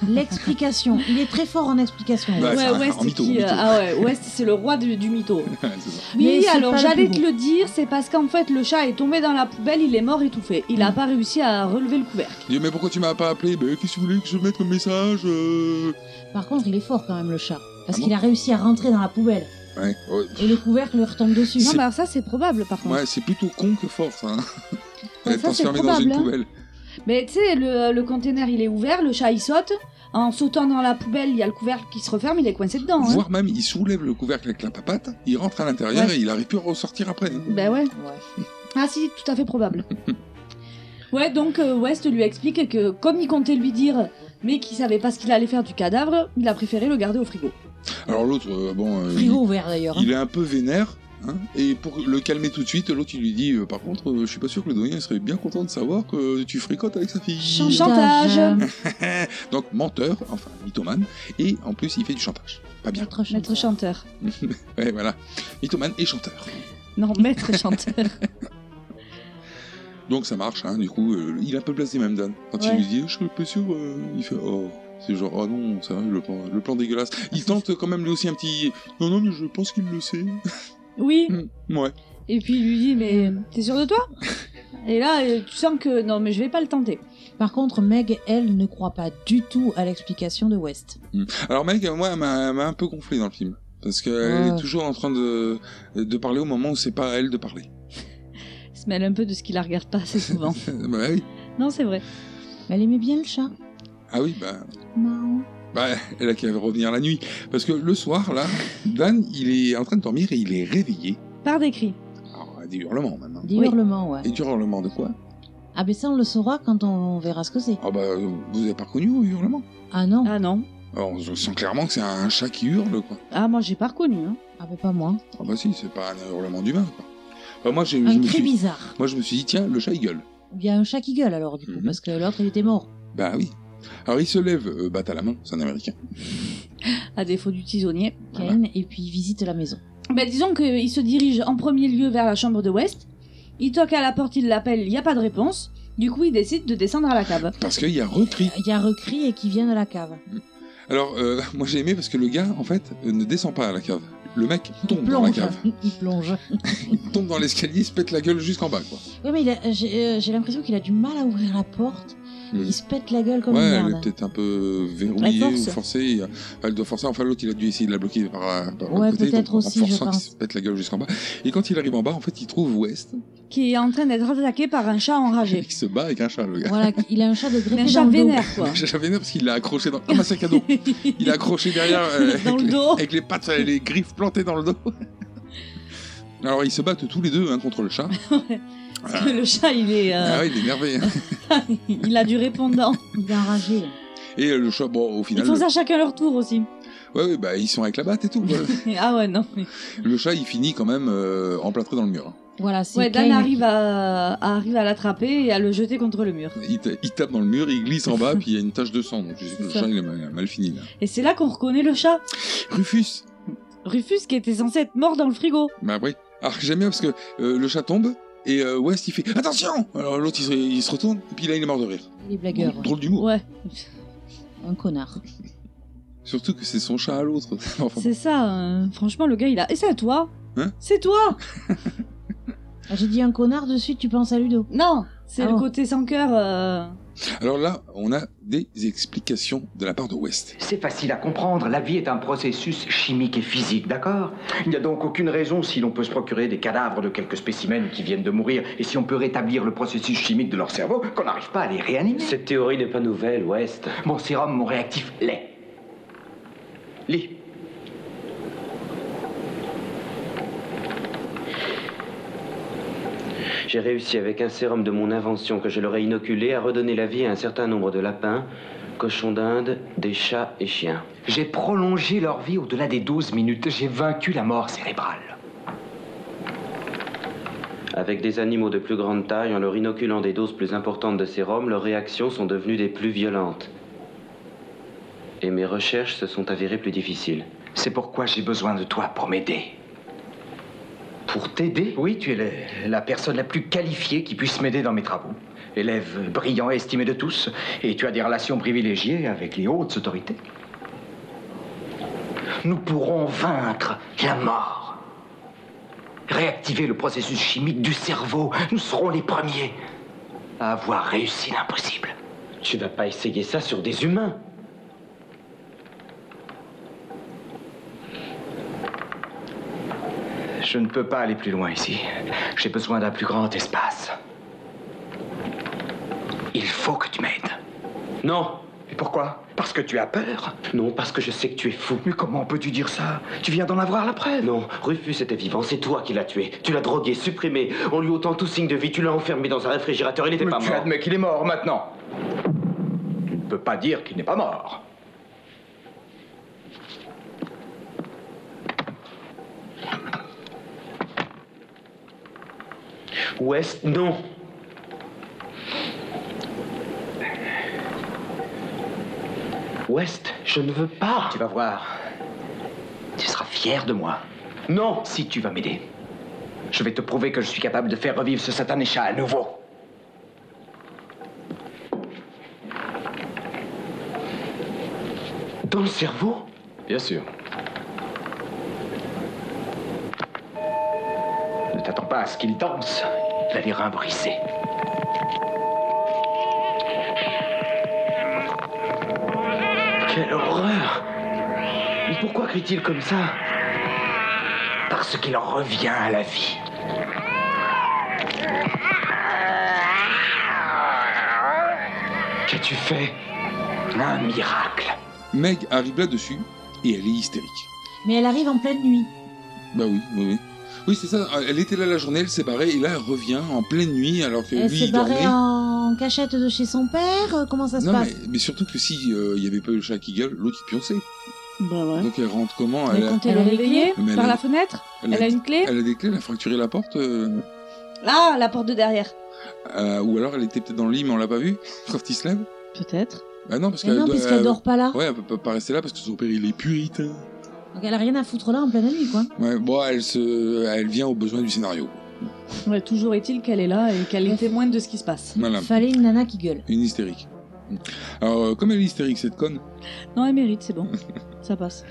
L'explication. Il est très fort en explication. Bah, c'est un- ouais, West en mytho, qui, euh, mytho. ah ouais, West c'est le roi du, du mytho. Ouais, c'est ça. Mais Oui, c'est alors pas le j'allais plus te beau. le dire, c'est parce qu'en fait le chat est tombé dans la poubelle, il est mort étouffé. Il a Mm. pas réussi à relever le couvercle. Il dit Mais pourquoi tu m'as pas appelé Mais qu'est-ce que vous voulez que je mette comme message euh Par contre, il est fort quand même, le chat. Parce Ah qu'il a réussi à rentrer dans la poubelle. Ouais, ouais. Et le couvercle lui retombe dessus. Non, C'est- mais alors bah, ça, c'est probable, par Ouais, c'est plutôt con que fort, ça. hein. Ouais, Elle est ça, c'est enfermée dans probable, une hein. poubelle. Mais tu sais, le, euh, le container il est ouvert, le chat il saute. En sautant dans la poubelle, il y a le couvercle qui se referme, il est coincé dedans. hein. Voire même, il soulève le couvercle avec la papate, il rentre à l'intérieur Ouais. et il arrive plus à ressortir après. Ben ouais. Ah si, tout à fait probable. ouais, donc euh, West lui explique que comme il comptait lui dire, mais qu'il savait pas ce qu'il allait faire du cadavre, il a préféré le garder au frigo. Alors l'autre, euh, bon, euh, Frigo il- ouvert d'ailleurs. il, est un peu vénère. hein, et pour le calmer tout de suite, l'autre il lui dit euh, Par contre, euh, je suis pas sûr que le doyen serait bien content de savoir que tu fricotes avec sa fille. Chantage. Donc menteur, enfin mythomane, et en plus il fait du chantage. Pas bien. Maître chanteur. Maître chanteur. ouais, voilà. Mythomane et chanteur. Non, maître chanteur. Donc ça marche, hein, du coup, euh, il est un peu blasé même Dan. Quand Ouais. il lui dit Je suis pas sûr, euh, il fait Oh. C'est genre, oh non, ça, le plan, le plan dégueulasse. Il tente quand même lui aussi un petit. Non, non, mais je pense qu'il le sait. oui. ouais. Et puis il lui dit, mais t'es sûr de toi Et là, euh, tu sens que non, mais je vais pas le tenter. Par contre, Meg, elle, ne croit pas du tout à l'explication de West. Mm. Alors Meg, moi, elle m'a elle m'a un peu gonflé dans le film. Parce qu'elle Ouais. est toujours en train de, de parler au moment où c'est pas à elle de parler. Il se mêle un peu de ce qu'il la regarde pas assez souvent. bah oui. non, c'est vrai. Elle aimait bien le chat. Ah oui, bah, Non. bah elle a qu'à revenir la nuit. Parce que le soir, là, Dan, il est en train de dormir et il est réveillé. Par des cris. Alors, des hurlements maintenant. Des hurlements, ouais. Et du hurlement de quoi Ah ben ça, on le saura quand on verra ce que c'est. Ah bah, euh, vous avez pas reconnu le hurlement Ah non. Ah non. Alors, on se sent clairement que c'est un chat qui hurle, quoi. Ah, moi, j'ai pas reconnu. Hein. Ah ben pas moi. Ah bah si, c'est pas un hurlement d'humain, quoi. Enfin, moi, j'ai- je Un me cri suis... bizarre. Moi, je me suis dit, tiens, le chat, il gueule. Il y a un chat qui gueule alors, du Mhm. coup, parce que l'autre, il était mort. Bah oui. Alors, il se lève, euh, batte à la main, c'est un américain. À défaut du tisonnier. Ken, et puis il visite la maison. Ben, disons qu'il se dirige en premier lieu vers la chambre de West. Il toque à la porte, il l'appelle, il n'y a pas de réponse. Du coup, il décide de descendre à la cave. Parce qu'il y a recri. Il y a recri et qui vient de la cave. Alors, euh, moi j'ai aimé parce que le gars, en fait, euh, ne descend pas à la cave. Le mec tombe dans la Plonge. cave. Il plonge. Il tombe dans l'escalier, il se pète la gueule jusqu'en bas, quoi. Oui, mais il a- j'ai euh, j'ai l'impression qu'il a du mal à ouvrir la porte. Mm. Il se pète la gueule comme ouais, une elle est merde. peut-être un peu verrouillée Elle ou force. forcée. euh, Elle doit forcer. Enfin, l'autre, il a dû essayer de la bloquer par, euh, par l'autre Ouais, côté. peut-être donc, aussi, En je forçant qu'il pense. se pète la gueule jusqu'en bas. Et quand il arrive en bas, en fait, il trouve West. Qui est en train d'être attaqué par un chat enragé. Il se bat avec un chat, le gars. Voilà, il a un chat de Un greffé chat dans le dos. vénère, quoi. J'ai vénère parce qu'il l'a accroché dans. Comme un sac à dos. Il l'a accroché derrière. euh, Dans avec, le les- dos. avec les pattes, euh, les griffes plantées dans le dos. Alors, ils se battent tous les deux hein, contre le chat. Parce que le chat, il est. euh, Ah ouais, il est énervé. hein. il a du répondant. Il est enragé. Et euh, le chat, bon, au Ils final. font le- ça chacun leur tour aussi. Ouais, ouais, bah ils sont avec la batte et tout. quoi. Ah ouais, non. le chat, il finit quand même euh, emplâtré dans le mur. hein. Voilà, Ouais, Dan Kane. arrive à, arrive à l'attraper et à le jeter contre le mur. Il, ta- il tape dans le mur, il glisse en bas, puis il y a une tache de sang. Donc je sais que le C'est ça. chat, il a mal, mal fini là. Et c'est là qu'on reconnaît le chat. Rufus Rufus qui était censé être mort dans le frigo. Bah oui. Alors que j'aime bien parce que euh, le chat tombe et euh, West il fait attention. Alors l'autre il, se- il se retourne et puis là il est mort de rire. Il est blagueur. Drôle d'humour. Ouais. Un connard. Surtout que c'est son chat à l'autre. Enfin, C'est ça, euh, franchement, le gars il a. Et c'est à toi Hein C'est toi Ah, J'ai dit un connard, de suite tu penses à Ludo. Non, c'est Ah le bon. côté sans cœur. euh, Alors là, on a des explications de la part de West. C'est facile à comprendre, la vie est un processus chimique et physique, d'accord Il n'y a donc aucune raison si l'on peut se procurer des cadavres de quelques spécimens qui viennent de mourir et si on peut rétablir le processus chimique de leur cerveau qu'on n'arrive pas à les réanimer. Cette théorie n'est pas nouvelle, West. Mon sérum, mon réactif, l'est. Lis. J'ai réussi avec un sérum de mon invention que je leur ai inoculé à redonner la vie à un certain nombre de lapins, cochons d'Inde, des chats et chiens. J'ai prolongé leur vie au-delà des 12 minutes. J'ai vaincu la mort cérébrale. Avec des animaux de plus grande taille, en leur inoculant des doses plus importantes de sérum, leurs réactions sont devenues des plus violentes. Et mes recherches se sont avérées plus difficiles. C'est pourquoi j'ai besoin de toi pour m'aider. Pour t'aider Oui, tu es le- la personne la plus qualifiée qui puisse m'aider dans mes travaux. Élève brillant et estimé de tous, et tu as des relations privilégiées avec les hautes autorités. Nous pourrons vaincre la mort. Réactiver le processus chimique du cerveau. Nous serons les premiers à avoir réussi l'impossible. Tu vas pas essayer ça sur des humains Je ne peux pas aller plus loin ici. J'ai besoin d'un plus grand espace. Il faut que tu m'aides. Non Et pourquoi Parce que tu as peur Non, parce que je sais que tu es fou. Mais comment peux-tu dire ça Tu viens d'en avoir la preuve. Non, Rufus était vivant, c'est toi qui l'as tué. Tu l'as drogué, supprimé, en lui ôtant tout signe de vie, tu l'as enfermé dans un réfrigérateur, il n'était Mais pas tu mort. admets qu'il est mort maintenant. Tu ne peux pas dire qu'il n'est pas mort. West, non West, je ne veux pas. Tu vas voir. Tu seras fier de moi. Non Si tu vas m'aider. Je vais te prouver que je suis capable de faire revivre ce satané chat à nouveau. Dans le cerveau Bien sûr. Ne t'attends pas à ce qu'il danse. Il a les reins brisés. Quelle horreur Mais pourquoi crie-t-il comme ça Parce qu'il en revient à la vie. Qu'as-tu fait Un miracle. Meg arrive là-dessus et elle est hystérique. Mais elle arrive en pleine nuit. Bah oui, oui, oui. Oui, c'est ça. Elle était là la journée, elle s'est barrée et là elle revient en pleine nuit alors que elle lui s'est il dormait. barrée en cachette de chez son père. euh, Comment ça se Non, mais, passe mais surtout que si euh, il y avait pas eu le chat qui gueule, l'autre il pionçait. Bah ouais. Donc elle rentre comment Mais elle, a- quand elle est réveillée Mais elle par a- la fenêtre, elle, a une clé. Elle a des clés, elle a fracturé la porte. euh, Ah, la porte de derrière. euh, ou alors elle était peut-être dans le lit mais on l'a pas vue quand il se lève. Peut-être. Bah non, parce Mais qu'elle non, doit- puisqu'elle elle- dort pas là. Ouais, elle peut pas rester là parce que son père il est puritain. Donc elle a rien à foutre là en pleine nuit, quoi. Ouais, bon, elle se, elle vient aux besoins du scénario. Ouais, toujours est-il qu'elle est là et qu'elle est témoin de ce qui se passe. Voilà. Fallait une nana qui gueule. Une hystérique. Alors, euh, comme elle est hystérique, cette conne, Non, elle mérite, c'est bon. Ça passe.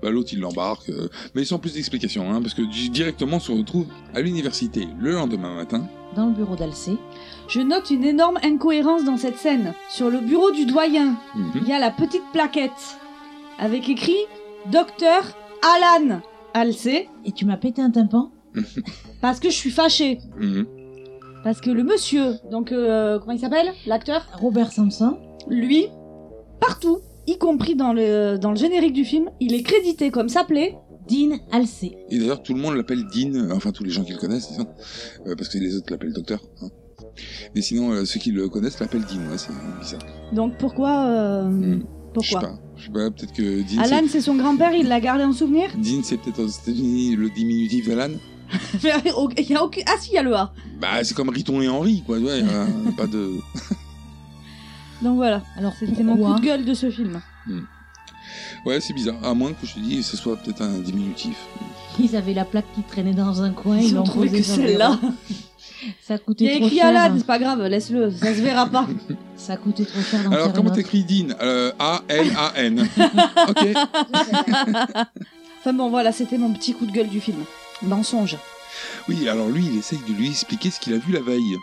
bah, l'autre il l'embarque, euh, mais sans plus d'explications, hein, parce que di- directement on se retrouve à l'université le lendemain matin. Dans le bureau d'Alcé. Je note une énorme incohérence dans cette scène. Sur le bureau du doyen, Mhm, il y a la petite plaquette avec écrit Docteur Alan Alcé Et tu m'as pété un tympan parce que je suis fâchée. Mhm. Parce que le monsieur, donc euh, comment il s'appelle L'acteur Robert Samson. Lui, partout, y compris dans le, dans le générique du film, il est crédité comme s'appelait Dean Alcé. Et d'ailleurs, tout le monde l'appelle Dean, euh, enfin tous les gens qui le connaissent, disons, euh, parce que les autres l'appellent docteur. hein. Mais sinon, euh, ceux qui le connaissent l'appellent Dean, ouais, c'est bizarre. Donc pourquoi euh, Mm. Je sais Pourquoi pas. Je sais pas, peut-être que Dean, Alan, c'est- c'est son grand-père, il l'a gardé en souvenir Dean, c'est peut-être aux États-Unis le diminutif d'Alan. Il y a aucune- Ah si, il y a le A. Bah, c'est comme Riton et Henri, quoi. Ouais, euh, pas de. Donc voilà. Alors c'était mon coup de gueule de ce film. Ouais, c'est bizarre. À moins que je te dise, ce soit peut-être un diminutif. Ils avaient la plaque qui traînait dans un coin, Ils ils ont l'ont trouvé posée que sur le celle-là. bureau. Ça Il y coûtait a trop écrit cher. hein. Alan, c'est pas grave, laisse-le, ça se verra pas. Ça coûtait trop cher. Alors, comment t'écris Dean Euh, A-L-A-N. Enfin bon, voilà, c'était mon petit coup de gueule du film. Mensonge. Oui, alors lui, il essaye de lui expliquer ce qu'il a vu la veille.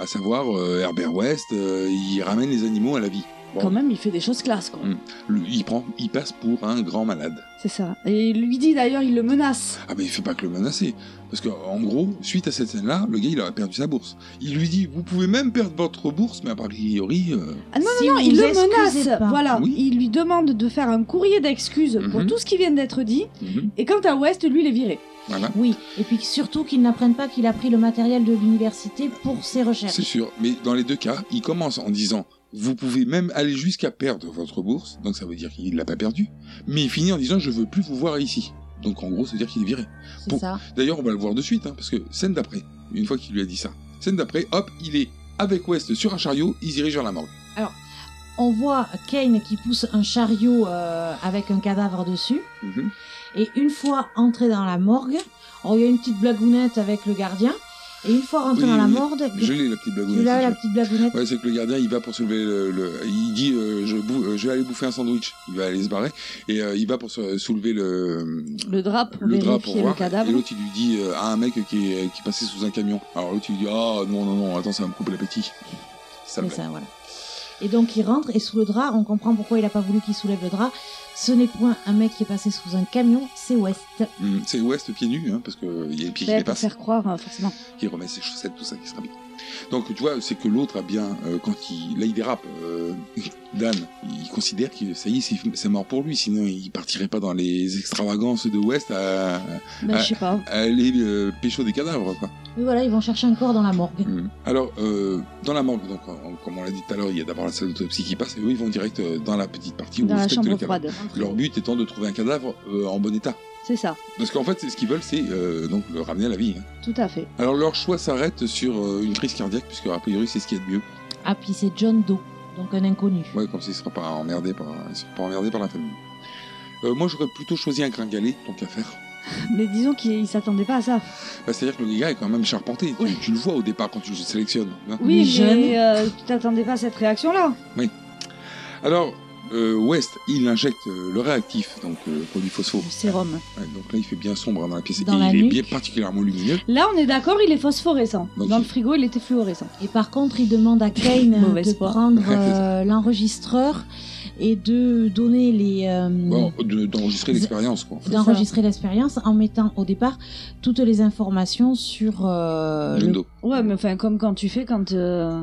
À savoir, euh, Herbert West, euh, il ramène les animaux à la vie. Bon. Quand même, il fait des choses classes, quoi. Mm. Le- il, prend, il passe pour un grand malade. C'est ça. Et il lui dit d'ailleurs, il le menace. Ah, mais il fait pas que le menacer. Parce que, en gros, suite à cette scène-là, le gars, il aurait perdu sa bourse. Il lui dit Vous pouvez même perdre votre bourse, mais a priori. euh, Ah non, Si non, non, vous il le excusez menace. pas. Voilà, Oui. il lui demande de faire un courrier d'excuses pour Mhm. tout ce qui vient d'être dit. Mhm. Et quant à West, lui, il est viré. Voilà. Oui, et puis surtout qu'ils n'apprennent pas qu'il a pris le matériel de l'université pour ses recherches. C'est sûr, mais dans les deux cas, il commence en disant vous pouvez même aller jusqu'à perdre votre bourse, donc ça veut dire qu'il l'a pas perdue, mais il finit en disant je veux plus vous voir ici. Donc en gros, ça veut dire qu'il est viré. C'est ça. D'ailleurs, on va le voir de suite, hein, parce que scène d'après, une fois qu'il lui a dit ça, scène d'après, hop, il est avec West sur un chariot, il se dirige vers la morgue. Alors, on voit Kane qui pousse un chariot euh, avec un cadavre dessus. Mhm. Et une fois entré dans la morgue, oh, il y a une petite blagounette avec le gardien. Et une fois rentré Oui, dans la oui, morgue, Je l'ai, la petite blagounette. tu l'as c'est la sûr. petite blagounette. Ouais, c'est que le gardien, il va pour soulever le. le- il dit euh, je, bou- euh, je vais aller bouffer un sandwich. Il va aller se barrer, et euh, il va pour se- soulever le. Le drap pour le drap vérifier pour le voir. cadavre. et l'autre il lui dit euh, à un mec qui, est, qui passait sous un camion. Alors l'autre il lui dit ah non non non attends ça va me couper l'appétit. Ça me C'est plaît. ça, voilà. Et donc il rentre et sous le drap, on comprend pourquoi il a pas voulu qu'il soulève le drap. Ce n'est point un mec qui est passé sous un camion, c'est West. Mm, c'est West pieds nus hein, parce que euh, il y a les pieds qui Ouais, pour dépassent, faire croire, euh, forcément. qui remet ses chaussettes tout ça qui se rhabille. Donc tu vois c'est que l'autre a bien euh, quand il là il dérape euh, Dan il considère que ça y est c'est, c'est mort pour lui sinon il partirait pas dans les extravagances de West à, Bah, Ben, à- je sais pas. à aller euh, pécho des cadavres quoi. Et voilà, ils vont chercher un corps dans la morgue. Mm. Alors, euh, dans la morgue, donc, on- comme on l'a dit tout à l'heure, il y a d'abord la salle d'autopsie qui passe, et eux, ils vont direct euh, dans la petite partie où Dans ils la collectent chambre le cadavre. froide. Leur but étant de trouver un cadavre euh, en bon état. C'est ça, Parce qu'en fait, c'est- ce qu'ils veulent, c'est euh, donc le ramener à la vie. hein. tout à fait. Alors, leur choix s'arrête sur euh, une crise cardiaque, puisque a priori, c'est ce qu'il y a de mieux. Ah, puis c'est John Doe, donc un inconnu. Ouais, comme ça, ils ne pas emmerdés par, ils seront pas emmerdés par la famille. Euh, moi, j'aurais plutôt choisi un gringalet, tant qu'à faire. Mais disons qu'il il s'attendait pas à ça. Bah, C'est-à-dire que le gars est quand même charpenté. Tu, tu le vois au départ quand tu le sélectionnes. hein. Oui, mais euh, tu t'attendais pas à cette réaction-là. Oui. Alors, euh, West, il injecte euh, le réactif, donc euh, le produit phospho. Le sérum. donc là, il fait bien sombre hein, dans la pièce. Dans et la il nuque. est bien particulièrement lumineux. Là, on est d'accord, il est phosphorescent. Donc, Dans il- le frigo, il était fluorescent. Et par contre, il demande à Kane euh, Mauvaise de foi. prendre Ouais, c'est euh, l'enregistreur et de donner les euh, Bon, de- D'enregistrer l'expérience, quoi. d'enregistrer l'expérience en mettant au départ toutes les informations sur euh, Le le- dos. Ouais, mais enfin, comme quand tu fais quand. euh,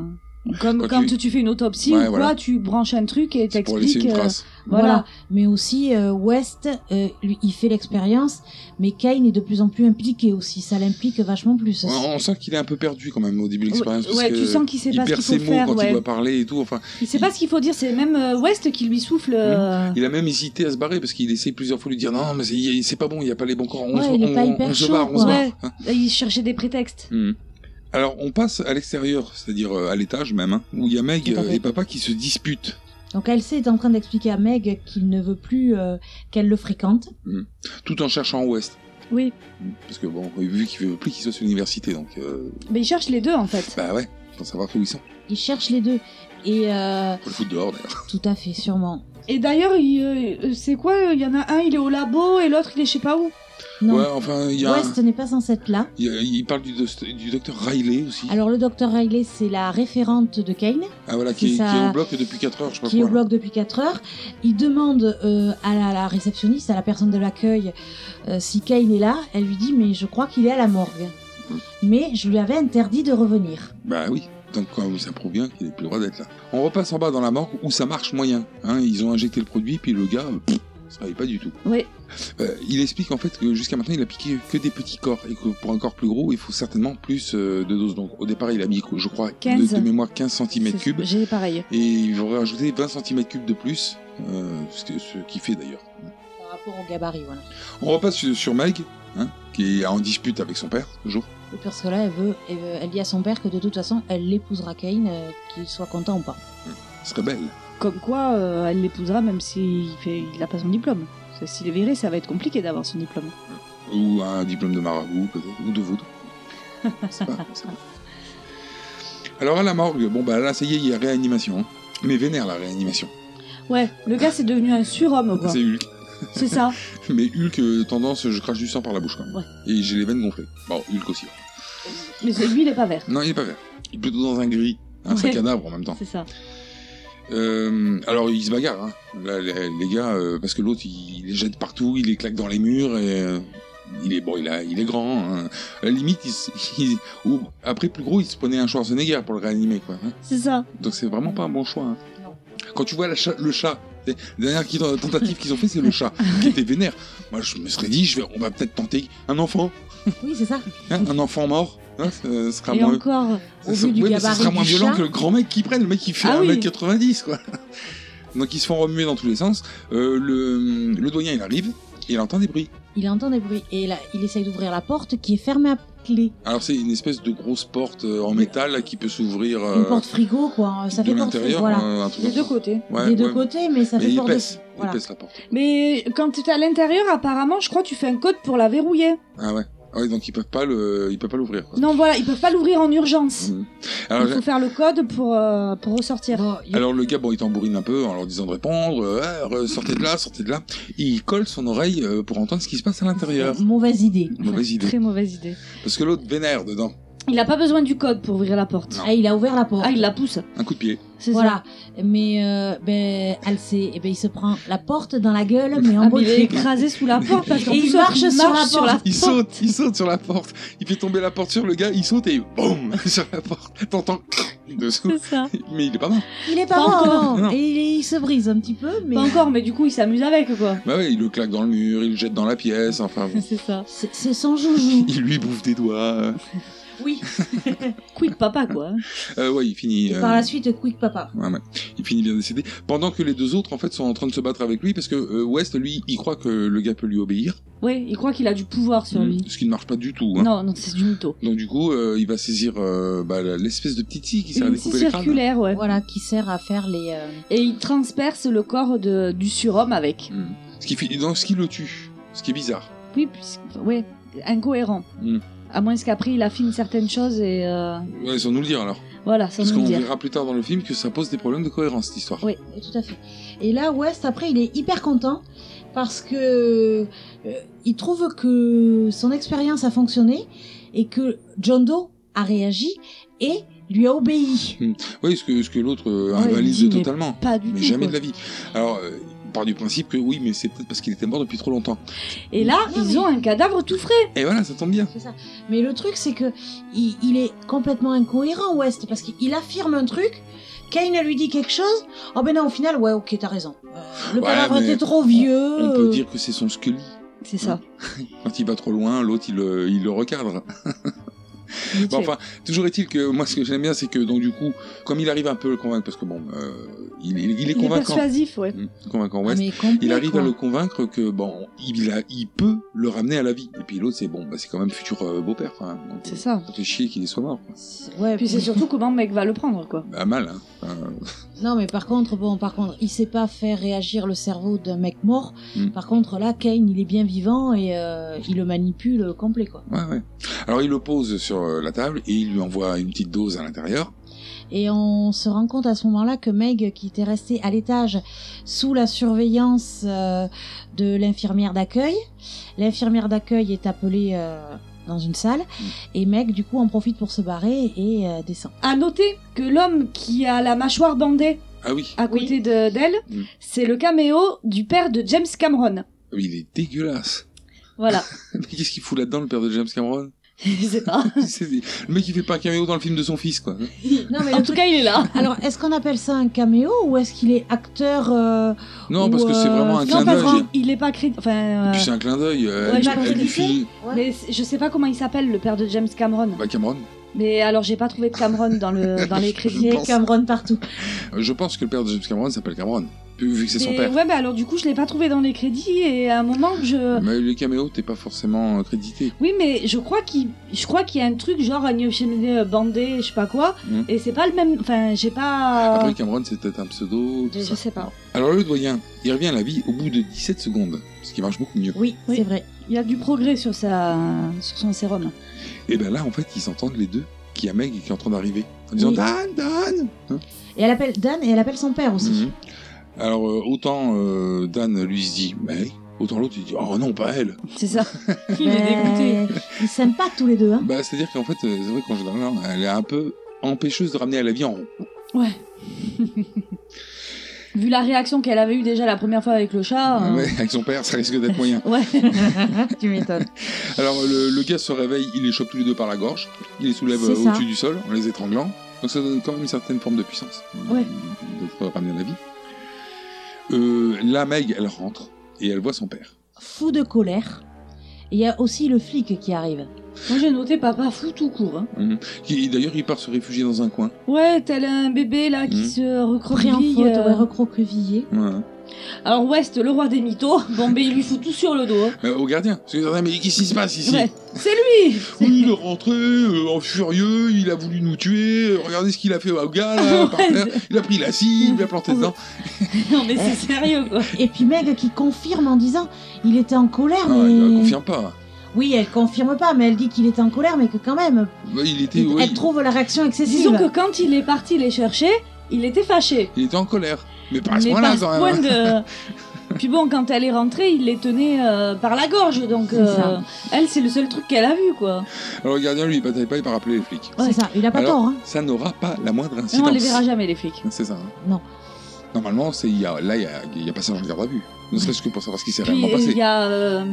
Comme Quand quand, tu- tu... fais une autopsie Ouais, ou quoi, voilà. tu branches un truc et pour t'expliques. laisser une euh, trace. voilà. Voilà. Mais aussi, euh, West, euh, lui, il fait l'expérience, mais Kane est de plus en plus impliqué aussi. Ça l'implique vachement plus. On on sent qu'il est un peu perdu quand même au début de l'expérience. euh, Ouais, parce ouais, que tu sens qu'il sait il pas ce perd qu'il faut ses mots faire, quand il ouais. doit parler et tout. Enfin, Il sait pas ce qu'il faut dire, c'est même euh, West qui lui souffle. euh, il a même hésité à se barrer parce qu'il essaie plusieurs fois de lui dire non, mais c'est c'est pas bon, il n'y a pas les bons corps. On, ouais, se- il est on- pas hyper on chaud. se barre, on se quoi. barre. Ouais, il cherchait des prétextes. Mhm. Alors, on passe à l'extérieur, c'est-à-dire euh, à, l'étage même, hein, où il y a Meg Tout à euh, fait. et papa qui se disputent. Donc, Elsie est en train d'expliquer à Meg qu'il ne veut plus euh, qu'elle le fréquente. Mhm. Tout en cherchant West. Oui, Parce que bon, vu qu'il veut plus qu'il soit sur l'université, donc. euh, mais il cherche les deux en fait. bah ouais, faut savoir où ils sont. Il cherche les deux. Et. euh, Faut le foutre dehors d'ailleurs. Tout à fait, sûrement. Et d'ailleurs, il, euh, euh, c'est quoi euh, Il y en a un, il est au labo et l'autre, il est je sais pas où. Non. Ouais, enfin, il y a. un- West n'est pas censé être là. Il, y a- il parle du, dost- du docteur Riley aussi. Alors, le docteur Riley, c'est la référente de Kane. ah voilà, c'est qui, est- sa- qui est au bloc depuis 4 heures, je sais pas qui est quoi. au bloc depuis 4 heures. Il demande euh, à la, la réceptionniste, à la personne de l'accueil, euh, si Kane est là. Elle lui dit, mais je crois qu'il est à la morgue. Mm. Mais je lui avais interdit de revenir. Bah oui. Donc quand ça prouve bien qu'il est plus le droit d'être là. On repasse en bas dans la morgue où ça marche moyen. hein. ils ont injecté le produit, puis le gars, euh, pff, ça travaille pas du tout. Oui. Euh, il explique en fait que jusqu'à maintenant il a piqué que des petits corps et que pour un corps plus gros il faut certainement plus euh, de doses. Donc au départ il a mis, je crois, de- 15. de, mémoire 15 cm3 J'ai pareil. et il va rajouter 20 cm3 de plus euh, ce que- ce qu'il fait d'ailleurs. Par rapport au gabarit, voilà. On repasse sur, sur Meg, hein, qui est en dispute avec son père, toujours. Et Parce que là, elle, veut, elle, veut- elle dit à son père que de toute façon, elle l'épousera Kane, euh, qu'il soit content ou pas. Ce serait belle. Comme quoi, euh, elle l'épousera même s'il fait... il a pas son diplôme. Parce que S'il est viré, ça va être compliqué d'avoir son diplôme. Ou un diplôme de marabout, peut-être, ou de voodoo. C'est pas- c'est pas- Alors à la morgue, bon bah là ça y est, il y a réanimation. hein. Mais vénère la réanimation. Ouais, le gars c'est devenu un surhomme quoi. C'est Hulk. C'est ça. Mais Hulk, euh, tendance, je crache du sang par la bouche quand même. Ouais. Et j'ai les veines gonflées. Bon, Hulk aussi. hein. Mais c'est- lui il est pas vert. Non, il est pas vert. Il est plutôt dans un gris. Hein, C'est un Ouais. cadavre en même temps. C'est ça. Euh, alors ils se bagarrent, hein. Là, les, les gars, euh, parce que l'autre il, il les jette partout, il les claque dans les murs et euh, il est bon, il, a, il est grand. hein. À la limite, il, se- il- ou, après plus gros, il se prenait un Schwarzenegger pour le réanimer quoi. hein. C'est ça. Donc c'est vraiment pas un bon choix. hein. Quand tu vois la cha- le chat, c'est- la dernière qui- tentative qu'ils ont fait, c'est le chat qui était vénère. Moi je me serais dit, je vais, on va peut-être tenter un enfant, Oui, c'est ça. hein, un enfant mort. Hein, ce sera Et moins... encore, au Ça- vu du ouais, mais ça gabarit sera du moins violent chat. que le grand mec qui prennent, le mec qui fait Ah oui. 1m90 quoi. Donc ils se font remuer dans tous les sens. Euh, le, le doyen il arrive et il entend des bruits. Il entend des bruits et là, il essaye d'ouvrir la porte qui est fermée à clé. Alors c'est une espèce de grosse porte euh, en métal là, qui peut s'ouvrir euh, Une porte frigo, quoi. hein. Ça de fait porte frigo, l'intérieur. voilà. euh, un truc comme ça. côtés. Ouais, Des deux ouais. côtés, mais ça Mais fait porte de- épaisse, voilà. épaisse la porte. Mais quand tu es à l'intérieur, apparemment, je crois que tu fais un code pour la verrouiller. Ah ouais. Ah ouais, donc ils peuvent pas le, ils peuvent pas l'ouvrir. quoi. Non, voilà, ils peuvent pas l'ouvrir en urgence. Mhm. Alors, il faut faire le code pour, euh, pour ressortir. Alors le gars, bon, il tambourine un peu en leur disant de répondre, euh, Ah, re- sortez de là, sortez de là. Et il colle son oreille euh, pour entendre ce qui se passe à l'intérieur. Mauvaise idée. Mauvaise idée. Très mauvaise idée. Parce que l'autre vénère dedans. Il a pas besoin du code pour ouvrir la porte. Ah, il a ouvert la porte. Ah, il la pousse. Un coup de pied. Voilà. Mais euh, ben, elle sait, eh ben, il se prend la porte dans la gueule, mais en Ah, mode mais il est frigo. écrasé sous la porte, parce qu'en Et il plus, marche, il marche sur la porte. Oh. Il saute, il saute sur la porte. Il fait tomber la porte sur le gars, il saute et boum sur la porte. T'entends dessous. C'est ça. Mais il est pas mort. Il est pas, Pas mort. encore. Et il, est- il se brise un petit peu, mais. Pas encore, mais du coup, il s'amuse avec, quoi. Bah ouais, il le claque dans le mur, il le jette dans la pièce, enfin bon. C'est ça. C'est son joujou. Il lui bouffe des doigts. euh. Oui. Quid papa, quoi. Euh, ouais, il finit. Et euh, par la suite, Quick Papa. ouais, ouais. Il finit bien décédé. Pendant que les deux autres, en fait, sont en train de se battre avec lui, parce que euh, West, lui, il croit que le gars peut lui obéir, Oui, il croit qu'il a du pouvoir sur lui. ce qui ne marche pas du tout. hein. Non, non, c'est du mytho. Donc du coup, euh, il va saisir euh, bah, la- l'espèce de petite scie qui sert à Une découper scie les crânes. circulaire, ouais. Voilà, qui sert à faire les. euh, Et il transperce le corps de, du surhomme avec. Hmm. Ce qui, fi- non, ce qui le tue, ce qui est bizarre. Oui, puisque. Ouais, incohérent. Hmm. À moins qu'après, il affine certaines choses et. euh, Ouais, sans nous le dire alors. Voilà, sans Parce nous qu'on le dire. verra plus tard dans le film que ça pose des problèmes de cohérence cette histoire. Oui, tout à fait. Et là, West, après, il est hyper content parce que euh, il trouve que son expérience a fonctionné et que John Doe a réagi et lui a obéi. Hmm. Oui, ce que, ce que l'autre euh, Ouais, invalide il dit, mais totalement. pas du mais tout, jamais quoi. de la vie. Alors, euh, il part du principe que oui, mais c'est peut-être parce qu'il était mort depuis trop longtemps. Et là, ils ont un cadavre tout frais. Et voilà, ça tombe bien. C'est ça. Mais le truc, c'est que il, il est complètement incohérent, West, parce qu'il affirme un truc. Kane lui dit quelque chose. Oh ben non, au final, ouais, ok, t'as raison. Euh, le Ouais, cadavre mais était trop on- vieux. On peut dire que c'est son squelette. C'est ça. Quand il va trop loin, l'autre il, le- il le recadre. bon, enfin, toujours est-il que moi ce que j'aime bien, c'est que donc du coup, comme il arrive un peu à le convaincre, parce que bon, euh, il, il- il est Il est convaincant. Mmh. persuasif, ouais. convaincant Ah, West, mais complet, il arrive quoi. à le convaincre que bon, il, a- il peut le ramener à la vie. Et puis l'autre, c'est bon, bah, c'est quand même futur euh, beau-père. quoi. Donc, C'est ça. Ça fait chier qu'il soit mort. quoi. Ouais, Puis c'est surtout comment le mec va le prendre, quoi. Bah, mal, hein. Enfin, Non, mais par contre, bon, par contre, il sait pas faire réagir le cerveau d'un mec mort. Par contre, là, Kane, il est bien vivant et euh, il le manipule complet, quoi. ouais, ouais. Alors il le pose sur euh, la table et il lui envoie une petite dose à l'intérieur. Et on se rend compte à ce moment-là que Meg, qui était restée à l'étage sous la surveillance euh, de l'infirmière d'accueil, l'infirmière d'accueil est appelée euh, dans une salle et Meg, du coup, en profite pour se barrer et euh, descend. À noter que l'homme qui a la mâchoire bandée Ah oui. à côté de- d'elle, Mm. c'est le caméo du père de James Cameron. Mais Ah il est dégueulasse. Voilà. Mais qu'est-ce qu'il fout là-dedans, le père de James Cameron Je sais pas. C'est- Le mec, il fait pas un caméo dans le film de son fils, quoi. Non, mais En tout cas, il est là. Alors, est-ce qu'on appelle ça un caméo ou est-ce qu'il est acteur euh, Non, ou, parce que c'est euh, vraiment un Non, clin parce d'œil. qu'il il est pas crédit. Enfin, euh, Puis c'est un clin d'œil. euh, ouais, elle- il est pas elle lui crédité. file- Mais c'est- je sais pas comment il s'appelle le père de James Cameron. Bah, Cameron. Mais alors, j'ai pas trouvé de Cameron dans, le, dans les crédits. Je pense. Cameron partout. Euh, Je pense que le père de James Cameron s'appelle Cameron, vu que c'est son Mais père. Ouais, mais alors, du coup, je l'ai pas trouvé dans les crédits et à un moment, je. Mais les caméos, t'es pas forcément euh, crédité. Oui, mais je crois qu'il, je crois qu'il y a un truc genre un cheminée bandé, je sais pas quoi, Mm. Ah, et c'est pas le même. Enfin, j'ai pas. Après, Cameron, c'est peut-être un pseudo. tout Ah. je, je ça. sais pas. Alors, le doyen, il revient à la vie au bout de 17 secondes, ce qui marche beaucoup mieux. Oui, c'est vrai. Il y a du progrès sur sa, sur son sérum. Et ben là, en fait, ils s'entendent les deux, qui a Meg et qui est en train d'arriver, en disant Dan Dan Et elle appelle Dan et elle appelle son père aussi. Mhm. Alors, euh, autant euh, Dan lui se dit Meg, autant l'autre il dit Oh non, pas elle C'est ça. Il est dégoûté. Ben, Ils s'aiment pas tous les deux. Hein. Bah, c'est-à-dire qu'en fait, euh, c'est vrai qu'en général, elle est un peu empêcheuse de ramener à la vie en rond. Ouais. Vu la réaction qu'elle avait eue déjà la première fois avec le chat. euh, Ouais, avec son père, ça risque d'être moyen. Ouais. tu m'étonnes. Alors, le, le gars se réveille, il les chope tous les deux par la gorge, il les soulève C'est euh, ça. au-dessus du sol en les étranglant. Donc, ça donne quand même une certaine forme de puissance euh, Ouais. d'être ramené à la vie. Euh, la Meg, elle rentre et elle voit son père. Fou de colère. Et Il y a aussi le flic qui arrive. Moi, j'ai noté papa fou tout court. hein. Mhm. Qui- D'ailleurs, il part se réfugier dans un coin. Ouais, t'as un bébé là qui Mm. se Pris en recroqueville. faute, euh. ouais, recroquevillé. Ouais. Alors West, le roi des mythos. Bon, ben il lui fout tout sur le dos. hein. Mais Euh, au gardien, parce que, ah, mais qu'est-ce qui se passe ici Ouais. C'est lui. Oui, il est rentré euh, en furieux, il a voulu nous tuer, euh, regardez ce qu'il a fait au gars, là, Euh, par terre. il a pris la cible, il a planté dedans. non mais c'est Euh. sérieux quoi. Et puis Meg qui confirme en disant il était en colère Ah, mais il ne confirme pas. oui elle confirme pas mais elle dit qu'il était en colère mais que quand même Bah, il, était, ouais, elle trouve la réaction excessive. Disons que quand il est parti les chercher, il était fâché. il était en colère, mais pas à ce Mais point-là par quand point même. de- Puis bon, quand elle est rentrée, il les tenait euh, par la gorge, donc euh, ça. elle, c'est le seul truc qu'elle a vu, quoi. hein. Alors le gardien, lui, il bataille pas, il va rappeler les flics. c'est ça il a pas Alors, tort hein. Ça n'aura pas la moindre Mais incidence. on les verra jamais, les flics. C'est ça. hein. Non. Normalement, c'est, il y a, là, il y a, il y a passage en garde à vue. Ne serait-ce que pour savoir ce qui s'est Puis réellement il passé. y a. euh,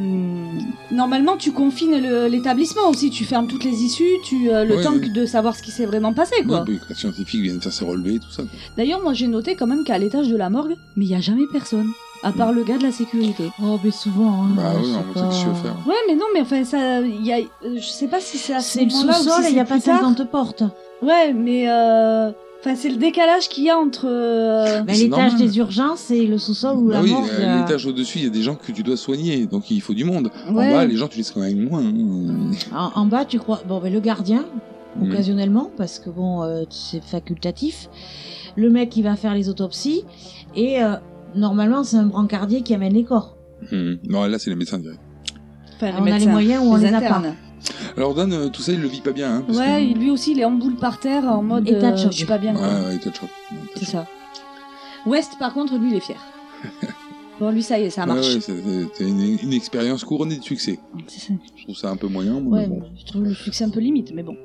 normalement, tu confines le- l'établissement aussi, tu fermes toutes les issues, tu euh, le Ouais, temps ouais. que de savoir ce qui s'est vraiment passé, Oui, quoi. puis que la scientifique vient de faire ses relevés, tout ça. quoi. D'ailleurs, moi j'ai noté quand même qu'à l'étage de la morgue, mais il y a jamais personne, à part le gars de la sécurité. Oh, mais souvent. Hein, Bah ouais, oui, c'est non, mais qu'est-ce que tu veux faire Ouais, mais non, mais enfin, ça. il Y a, euh, je sais pas si c'est à ce C'est le moment-là ou sous-sol si et il n'y a c'est pas plus tard. 50 portes. Ouais, mais euh, enfin, c'est le décalage qu'il y a entre. euh, Mais l'étage des urgences c'est le sous-sol ou Bah la oui, morgue. euh, euh, l'étage au-dessus, il y a des gens que tu dois soigner, donc il faut du monde. En Ouais. bas, les gens, tu les soignes moins. hein. En, en bas, tu crois. Bon, ben, le gardien, Mm. occasionnellement, parce que bon, euh, c'est facultatif. Le mec qui va faire les autopsies. Et euh, normalement, c'est un brancardier qui amène les corps. Hmm. Non, là, c'est les médecins directs. enfin, on a les médecins, moyens ou on les a pas. internes. Alors, Dan, euh, tout ça, il le vit pas bien. Hein, parce Ouais, que- lui aussi, il est en boule par terre en mode. État de euh, choc. je suis pas bien. quoi. Ouais, ouais, il te choque. C'est ça. West, par contre, lui, il est fier. bon, lui, ça y est, ça marche. Ouais, ouais, c'est- c'est- c'est une, une expérience couronnée de succès. C'est ça. Je trouve ça un peu moyen. moi, Ouais, mais bon. je trouve le succès un peu limite, mais bon.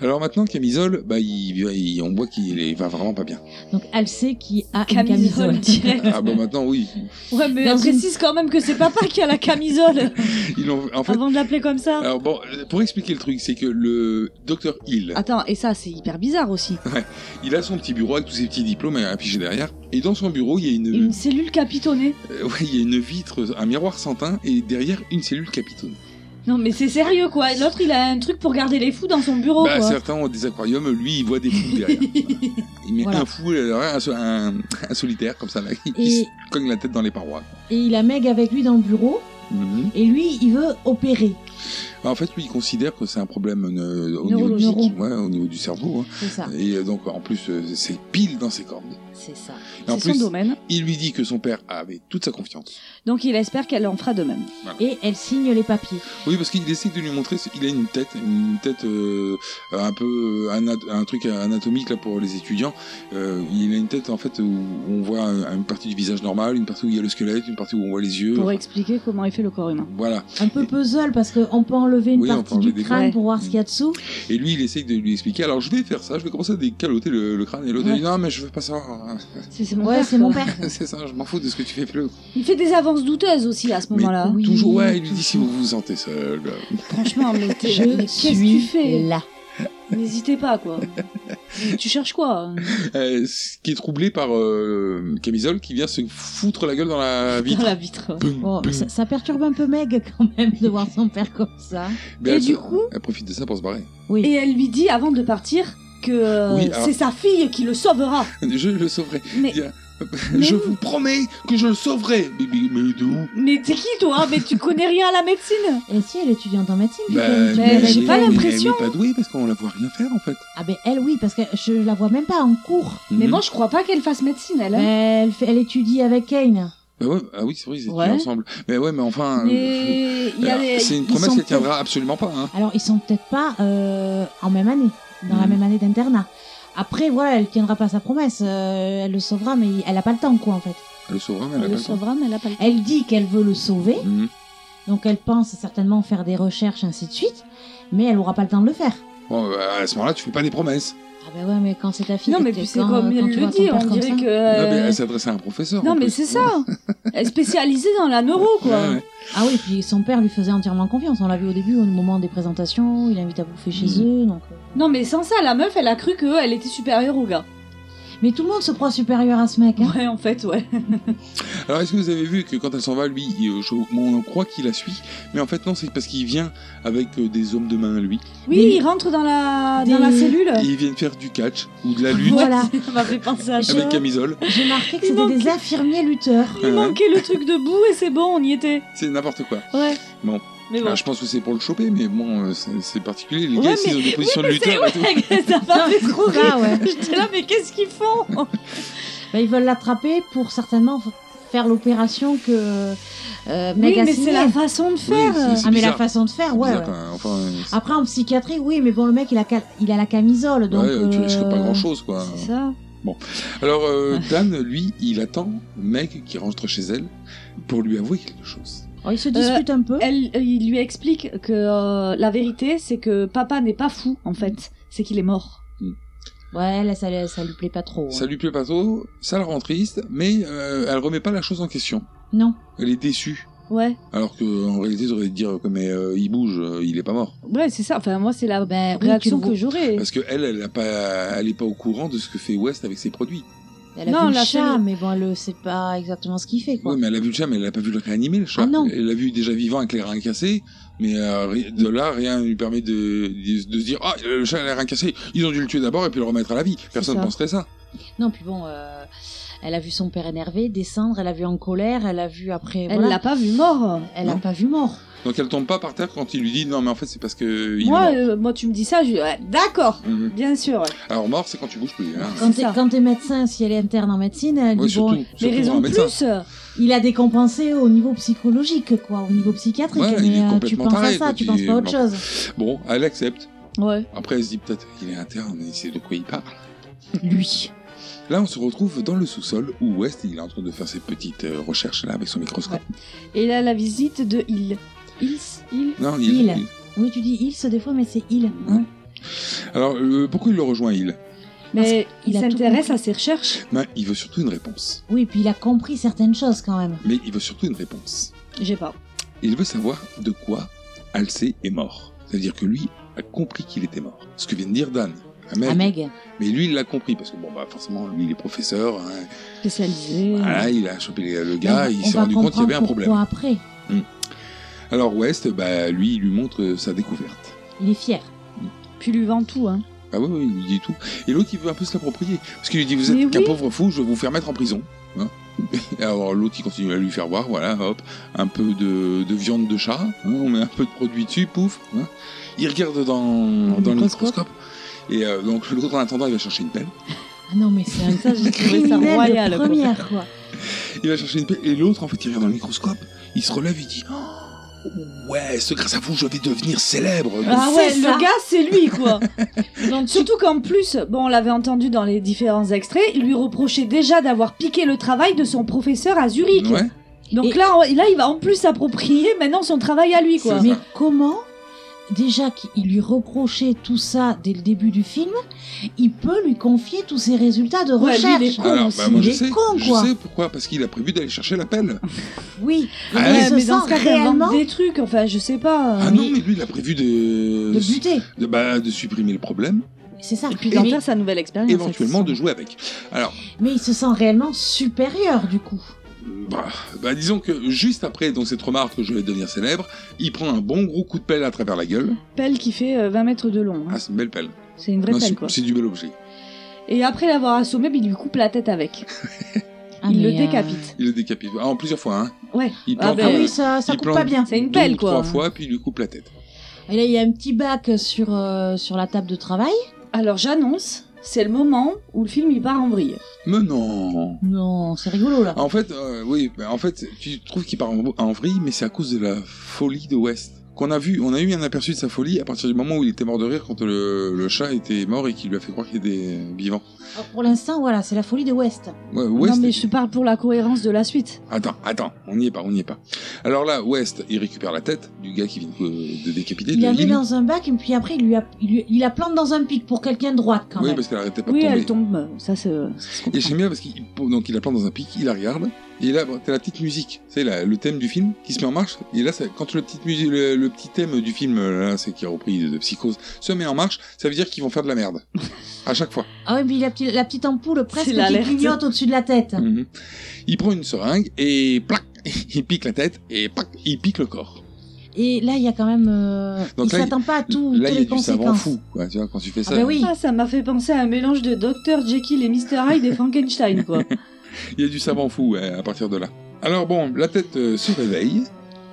Alors maintenant, Camisole, bah, il, il- on voit qu'il est- va vraiment pas bien. Donc, elle sait qui a Camisole une camisole. direct. ah bah maintenant, oui. Ouais, mais Dans on une- précise quand même que c'est papa qui a la camisole Ils l'ont- en fait, avant de l'appeler comme ça. alors bon, euh, pour expliquer le truc, c'est que le docteur Hill, Attends, et ça, c'est hyper bizarre aussi. ouais, il a son petit bureau avec tous ses petits diplômes affichés derrière. Et dans son bureau, il y a une, Mm. Une cellule capitonnée. euh, ouais, il y a une vitre, un miroir sans teint, et derrière, une cellule capitone. Non, mais c'est sérieux quoi. L'autre, il a un truc pour garder les fous dans son Oh, bureau bah, quoi. certains ont des aquariums, lui, il voit des fous derrière. il met Voilà. un fou, derrière, un, so- un- un solitaire comme ça, là, qui Et- se cogne la tête dans les parois. Et il a Meg avec lui dans le bureau. Mhm. Et lui, il veut opérer. Bah, En fait, lui, il considère que c'est un problème euh, au, niveau du, Neurologique. ouais, au niveau du cerveau. hein. C'est ça. Et euh, donc, en plus, euh, c'est pile dans ses cordes. Ah. C'est ça. Et en C'est son plus, domaine. Il lui dit que son père avait toute sa confiance. Donc il espère qu'elle en fera de même. Voilà. Et elle signe les papiers. Oui, parce qu'il essaie de lui montrer, il a une tête, une tête euh, un peu un, at- un truc anatomique là pour les étudiants. Euh, il a une tête en fait où on voit un- une partie du visage normal, une partie où il y a le squelette, une partie où on voit les yeux. Pour expliquer comment est fait le corps humain. Voilà. Un peu puzzle parce qu'on peut enlever une Oui, on peut partie enlever du des crâne bras. pour voir ce qu'il y a dessous. Et lui, il essaye de lui expliquer. Alors, je vais faire ça. Je vais commencer à décaloter le, le crâne. Et l'autre Ouais. il dit non, mais je veux pas ça. C'est mon, Ouais, père, c'est quoi. mon père. c'est ça. Je m'en fous de ce que tu fais plus. Il fait des avances douteuses aussi à ce Mais moment-là. toujours, ouais, il lui dit si vous vous sentez seul. Franchement, mais, t'es- Je mais qu'est-ce que tu suis fais là. N'hésitez pas quoi. Mais tu cherches quoi hein, Euh, ce qui est troublé par euh, Camisole qui vient se foutre la gueule dans la vitre. la vitre. Bon, Oh, ça, ça perturbe un peu Meg quand même de voir son père comme ça. Mais elle, du se- elle profite de ça pour se barrer. Et elle lui dit avant de partir que euh, Oui, alors- c'est sa fille qui le sauvera. Je le sauverai. Mais- Il y a- Je vous promets que je le sauverai. Mais, mais, mais de où Mais t'es qui toi Mais tu connais rien à la médecine Et si elle est étudiante en médecine du coup, Bah, tu mais vois, elle j'ai est- pas mais l'impression. Elle est pas douée parce qu'on la voit rien faire en fait. Ah ben elle oui parce que je la vois même pas en cours. Mais Mhm. moi, je crois pas qu'elle fasse médecine elle. hein. Elle, fait, elle étudie avec Kane. Bah ouais, ah oui, c'est vrai, ils étaient Ouais. ensemble. Mais ouais, mais enfin. Mais euh, il y a alors, les- C'est une ils promesse sont qu'elle tiendra absolument pas. Hein. Alors ils sont peut-être pas euh, en même année, dans la même année d'internat. Après voilà elle tiendra pas sa promesse, euh, elle le sauvera mais elle a pas le temps quoi en fait. Elle le sauvera, mais elle a Elle pas le le temps. sauvera, Elle dit qu'elle veut le sauver, Mhm. donc elle pense certainement faire des recherches ainsi de suite, mais elle aura pas le temps de le faire. Bon, bah, à ce moment-là, tu fais pas des promesses. Ah ben ouais mais quand c'est ta fille. Non, mais t'es- puis c'est quand- euh, comme quand elle tu le vois ton dit, père on comme dirait ça. que. euh, Non, mais elle s'adresse à un professeur. Non, en mais plus. c'est ça Elle est spécialisée dans la neuro, quoi Ouais, ouais. Ah oui, puis son père lui faisait entièrement confiance. On l'a vu au début, au moment des présentations, il invite à bouffer Mm. chez eux. Donc... euh. Non, mais sans ça, la meuf, elle a cru qu'elle était supérieure au gars. Mais tout le monde se croit supérieur à ce mec. hein. Ouais, en fait, ouais. Alors, est-ce que vous avez vu que quand elle s'en va, lui, il- euh, je- on croit qu'il la suit, mais en fait, non, c'est parce qu'il vient avec euh, des hommes de main, lui. Oui, il rentre dans la, dans la Des- cellule. Et ils viennent faire du catch ou Ah, de la lutte Voilà. Ça m'a fait penser à avec ça. camisole. J'ai marqué que c'était des infirmiers lutteurs. Ouais. Il manquait le truc debout et c'est bon, on y était. C'est n'importe quoi. Ouais. Bon. Mais bon. Alors, je pense que c'est pour le choper, mais bon, euh, c'est c'est particulier. Les Ouais, gars, ils mais- ont des positions oui, de mais c'est- lutteurs et tout. ouais, ça m'a fait trop Ça, rire. Ah ouais. J'étais là, mais qu'est-ce qu'ils font Bah, ils veulent l'attraper pour certainement f- faire l'opération que euh, Oui, Meg a mais c'est signée. la façon de faire. c'est- c'est ah, mais bizarre. la façon de faire, C'est ouais. bizarre, ouais. quand même. Enfin, euh, c'est- Après, en psychiatrie, oui, mais bon, le mec, il a, ca- il a la camisole, donc... ouais, tu risques pas euh, grand chose, quoi. c'est ça. Bon. Alors, euh, Dan, lui, il attend Meg qui rentre chez elle pour lui avouer quelque chose. ils oh, se disputent un peu. Elle, euh, il lui explique que euh, la vérité, c'est que papa n'est pas fou, en fait. C'est qu'il est mort. Ouais, là, ça, ça lui plaît pas trop. hein. Ça lui plaît pas trop, ça la rend triste, mais euh, elle remet pas la chose en question. Non. Elle est déçue. Ouais. Alors que en réalité, tu aurais dire que mais euh, il bouge, euh, il est pas mort. Ouais, c'est ça. Enfin, moi, c'est la oui, réaction tu le que vois. j'aurais. Parce que elle, elle a pas, elle est pas au courant de ce que fait West avec ses produits. Elle a Non, vu la le chat, cellule- mais bon, elle sait pas exactement ce qu'il fait, quoi. Oui, mais elle a vu le chat, mais elle a pas vu le réanimer le chat. Ah non. Elle l'a vu déjà vivant avec les reins cassés, mais euh, ri- de là, rien ne lui permet de, de, de se dire ah le chat a les reins cassés, ils ont dû le tuer d'abord et puis le remettre à la vie. Personne ça. penserait ça. Non, puis bon, euh, elle a vu son père énervé descendre, elle a vu en colère, elle a vu après... Elle l'a pas vu mort. Elle Non. l'a pas vu mort. Donc elle tombe pas par terre quand il lui dit non mais en fait c'est parce que il est Moi, mort. euh, moi, tu me dis ça, je dis, ouais, d'accord, Mhm. bien sûr. Alors mort c'est quand tu bouges plus. hein. Quand t'es- quand t'es médecin, si elle est interne en médecine, elle Ouais, dit, surtout- bon, Mais surtout raison un médecin. plus. Il a décompensé au niveau psychologique, quoi, au niveau psychiatrique. Ouais, il mais est euh, tu complètement penses taré, à ça, quoi, tu puis- penses pas à autre bon. chose. Bon, elle accepte. Ouais. Après elle se dit peut-être il est interne, il sait de quoi il parle. Lui. Là on se retrouve dans le sous-sol où West il est en train de faire ses petites euh, recherches là avec son microscope. Et là, la visite de Il. Il, il. Non, il- il. Oui, tu dis il se des fois, mais c'est il. hein. Alors euh, pourquoi il le rejoint il Mais il a tout s'intéresse compris. à ses recherches. Ben, il veut surtout une réponse. Oui, puis il a compris certaines choses quand même. Mais il veut surtout une réponse. J'ai pas. Il veut savoir de quoi Alcé est mort. C'est-à-dire que lui a compris qu'il était mort. Ce que vient de dire Dan. à Meg. À Meg. Mais lui, il l'a compris parce que bon, bah forcément, lui, il est professeur. hein. Spécialisé. Voilà, il a chopé les- le gars, On- il on s'est va rendu compte qu'il y avait un comprendre problème. Pourquoi après Alors West, bah lui, il lui montre euh, sa découverte. Il est fier. Puis lui vend tout, hein. Ah oui, oui, il lui dit tout. Et l'autre, il veut un peu se l'approprier parce qu'il lui dit vous êtes Mais qu'un oui. pauvre fou, je vais vous faire mettre en prison. Hein. Et Alors l'autre, il continue à lui faire voir, voilà, hop, un peu de, de viande de chat, hein, on met un peu de produit dessus, pouf. hein. Il regarde dans, dans le microscope. Et euh, donc l'autre, en attendant, il va chercher une pelle. Ah non, mais c'est un Ça, j'ai trouvé ça criminel royal, de quoi. première, quoi. Il va chercher une pelle. Et l'autre, en fait, il regarde dans le microscope, il se relève, il dit Oh, Ouais, ce grâce à vous, je vais devenir célèbre. Ah ouais, le gars, c'est lui, quoi. Donc, surtout qu'en plus, bon, on l'avait entendu dans les différents extraits, il lui reprochait déjà d'avoir piqué le travail de son professeur à Zurich. Ouais. Donc là, on- là, il va en plus s'approprier maintenant son travail à lui, quoi. Mais comment Déjà qu'il lui reprochait tout ça dès le début du film, il peut lui confier tous ses résultats de Ouais, lui, recherche. Ah, il est con Alors, bah, moi, oh, Il je est sais, con, je quoi. sais pourquoi, parce qu'il a prévu d'aller chercher la pelle. Oui, Ah mais ouais, il se mais dans ce sent cas, réellement réellement... des trucs, enfin, je sais pas. Ah non, mais lui, il a prévu de. de buter. de, bah, de supprimer le problème. C'est ça. Et puis d'en sa nouvelle expérience. éventuellement de jouer avec. Alors, Mais il se sent réellement supérieur du coup. bah, bah, disons que juste après donc cette remarque que je vais devenir célèbre, il prend un bon gros coup de pelle à travers la gueule. Pelle qui fait euh, 20 mètres de long. hein. Ah, c'est une belle pelle. C'est une vraie Non, pelle, c'est- quoi. C'est du bel objet. Et après l'avoir assommé, bah, il lui coupe la tête avec. Ah, il euh, le décapite. Il le décapite. Ah, en plusieurs fois, hein. Ouais. Il Ah plante- ben- Ah oui, bah ça- ça il coupe plante pas bien. C'est une deux pelle, ou quoi. Trois fois, puis il lui coupe la tête. Et là, il y a un petit bac sur, euh, sur la table de travail. Alors j'annonce, c'est le moment où le film il part en vrille. Mais non Non, c'est rigolo Oh. là. En fait, euh, oui, bah, en fait, tu trouves qu'il part en, en vrille, mais c'est à cause de la folie de West. Qu'on a vu, on a eu un aperçu de sa folie à partir du moment où il était mort de rire quand le, le chat était mort et qu'il lui a fait croire qu'il était vivant. Alors, pour l'instant, voilà, c'est la folie de West. Ouais, West Non mais je te parle pour la cohérence de la suite. Attends, attends, on n'y est pas, on n'y est pas. Alors là, West, il récupère la tête du gars qui vient de, de décapiter. Il de la met Lynn. dans un bac et puis après, il, lui a, il, lui- il la plante dans un pic pour quelqu'un de droite quand Oui, même. parce qu'elle arrêtait pas de Oui, tomber. elle tombe, euh, ça c'est. Et j'aime bien parce qu'il donc il la plante dans un pic, il la regarde, et là bon, t'as la petite musique, c'est la- le thème du film qui se met en marche. Et là, ça- quand le petit, musi- le, le petit thème du film, euh, là, c'est qui est repris de, de Psychose, se met en marche, ça veut dire qu'ils vont faire de la merde à chaque fois. Ah oui, puis la, petite- la petite ampoule presque qui l'alerte. clignote au-dessus de la tête. Mhm. Il prend une seringue et plac, il pique la tête et plac, il pique le corps. Et là, il y a quand même. euh, Donc il là, s'attend pas à tout, Là, toutes il y a les du savant conséquences. bah fou, quoi, tu vois, quand tu fais ça. Ah, ça m'a fait penser à un mélange de Dr Jekyll et Mr Hyde et Frankenstein quoi. Il y a du savant fou ouais, à partir de là. Alors bon, la tête euh, se réveille.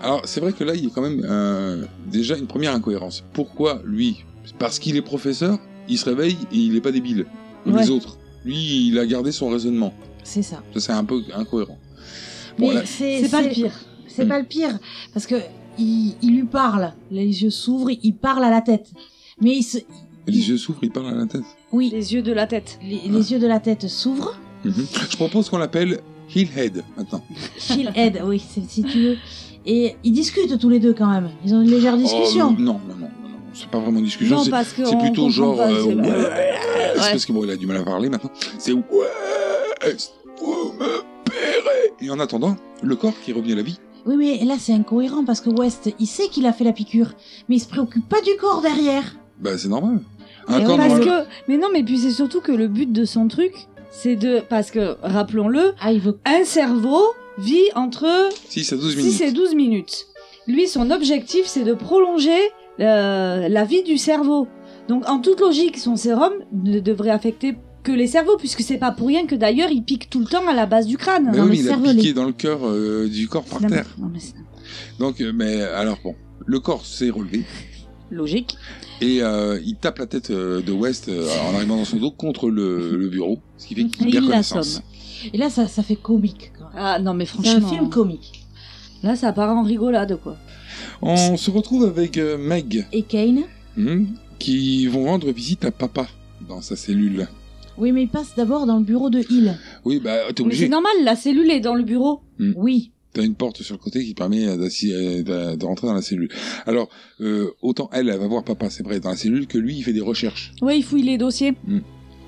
Alors c'est vrai que là, il y a quand même euh, déjà une première incohérence. Pourquoi lui Parce qu'il est professeur, il se réveille et il n'est pas débile comme les Ouais. autres. Lui, il a gardé son raisonnement. C'est ça. Ça, c'est un peu incohérent. Bon, Mais là- c'est pas le pire. C'est pas le pire parce que il, il lui parle, les yeux s'ouvrent, il parle à la tête. Mais il se, Mm. les yeux s'ouvrent, il parle à la tête. oui. Les yeux de la tête. Les, yeux de la tête s'ouvrent. Mhm. Je propose qu'on l'appelle Hillhead maintenant. Phil aide, oui, c'est- si tu veux. Et ils discutent tous les deux quand même. Ils ont une légère discussion. Oh, non, non, non, non, non, c'est pas vraiment une discussion. Non, c'est- parce que c'est on plutôt comprend genre. pas, euh, c'est là. ouais, c'est Ouais. parce que bon, il a du mal à parler maintenant. C'est ouais, vous me paierez. Et en attendant, le corps qui revient à la vie. Oui, mais là c'est incohérent parce que West, il sait qu'il a fait la piqûre, mais il se préoccupe pas du corps derrière. Bah, c'est normal. Un Mais, corps parce dans le- que... mais non, mais puis c'est surtout que le but de son truc, c'est de. Parce que, rappelons-le, Ah, un cerveau vit entre 6 à 12 minutes. 6 et 12 minutes. Lui, son objectif, c'est de prolonger euh, la vie du cerveau. Donc, en toute logique, son sérum ne devrait affecter que les cerveaux, puisque c'est pas pour rien que d'ailleurs, il pique tout le temps à la base du crâne. Mais Bah oui, mais il a piqué dans le cœur euh, du corps par Non, mais- terre. non, mais c'est- Donc, euh, mais alors bon, le corps s'est relevé. Logique. Et euh, il tape la tête euh, de West euh, en arrivant dans son dos contre le, le bureau, ce qui fait qu'il Et perd il connaissance. l'assomme. Et là ça, ça fait comique. Ah non, mais C'est un franchement. film comique. Là, ça part en rigolade, quoi. On se retrouve avec euh, Meg, Et Kane hmm, qui vont rendre visite à papa dans sa cellule. Oui, mais il passe d'abord dans le bureau de Hill. Oui, bah, t'es Mais c'est obligé. normal, la cellule est dans le bureau. Oui. T'as une porte sur le côté qui permet euh, d'assi- euh, d'a- de rentrer dans la cellule. Alors, euh, autant elle, elle va voir papa, c'est vrai, dans la cellule, que lui, il fait des recherches. Ouais, il fouille les dossiers. Hmm.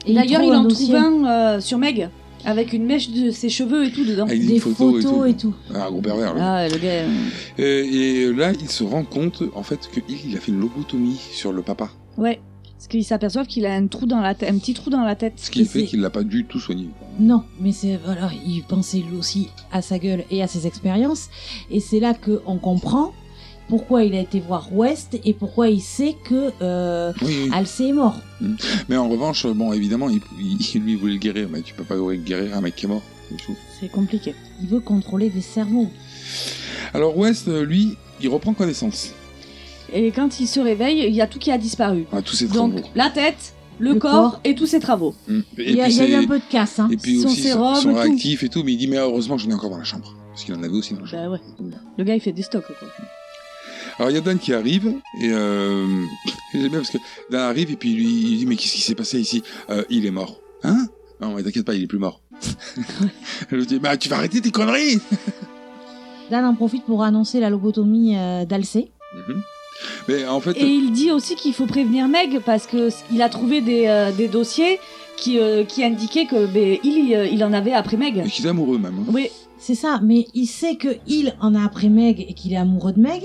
Et D'ailleurs, il il, trouve un en dossier. trouve un euh, sur Meg, avec une mèche de ses cheveux et tout dedans. Avec des Des photos et photos tout. Ah, un gros pervers, là. Ah, le gars. Euh, Et, là, il se rend compte, en fait, que il, il a fait une lobotomie sur le papa. Ouais, parce qu'ils s'aperçoivent qu'il a un trou dans la tête, un petit trou dans la tête. Ce qui fait qu'il l'a pas du tout soigné. Non, mais c'est voilà, il pensait lui aussi à sa gueule et à ses expériences, et c'est là que on comprend pourquoi il a été voir West et pourquoi il sait que euh, Oui, oui. Ah. Halsey est mort. Mm. Mais en revanche, bon, évidemment, il, il- lui, il voulait le guérir, mais tu peux pas guérir un mec qui est mort. c'est tout. C'est compliqué. Il veut contrôler des cerveaux. Alors, West, euh, lui, il reprend connaissance. Et quand il se réveille, il y a tout qui a disparu. à Ah, tous ses Donc, travaux. la tête, le, corps, et tous ses travaux. Mm. Et puis c'est- de casse. hein. Et puis Son aussi sérum, son tout. réactif et tout, mais il dit mais heureusement j'en ai encore dans la chambre. Parce qu'il en avait aussi dans la chambre. Bah ouais. Le gars, il fait des stocks, quoi. Alors il y a Dan qui arrive, et euh, j'aime bien parce que Dan arrive et puis lui, il dit mais qu'est-ce qui s'est passé ici Euh, Il est mort. Hein Non mais t'inquiète pas, il est plus mort. Je lui dis bah tu vas arrêter tes conneries Dan en profite pour annoncer la lobotomie euh, d'Halsey. Mhm. Mais en fait, Et il dit aussi qu'il faut prévenir Meg parce que s- il a trouvé des, euh, des dossiers qui, euh, qui indiquaient que ben, il, euh, il en avait après Meg. il est amoureux même. hein. Oui. C'est ça, mais il sait que il en a après Meg et qu'il est amoureux de Meg,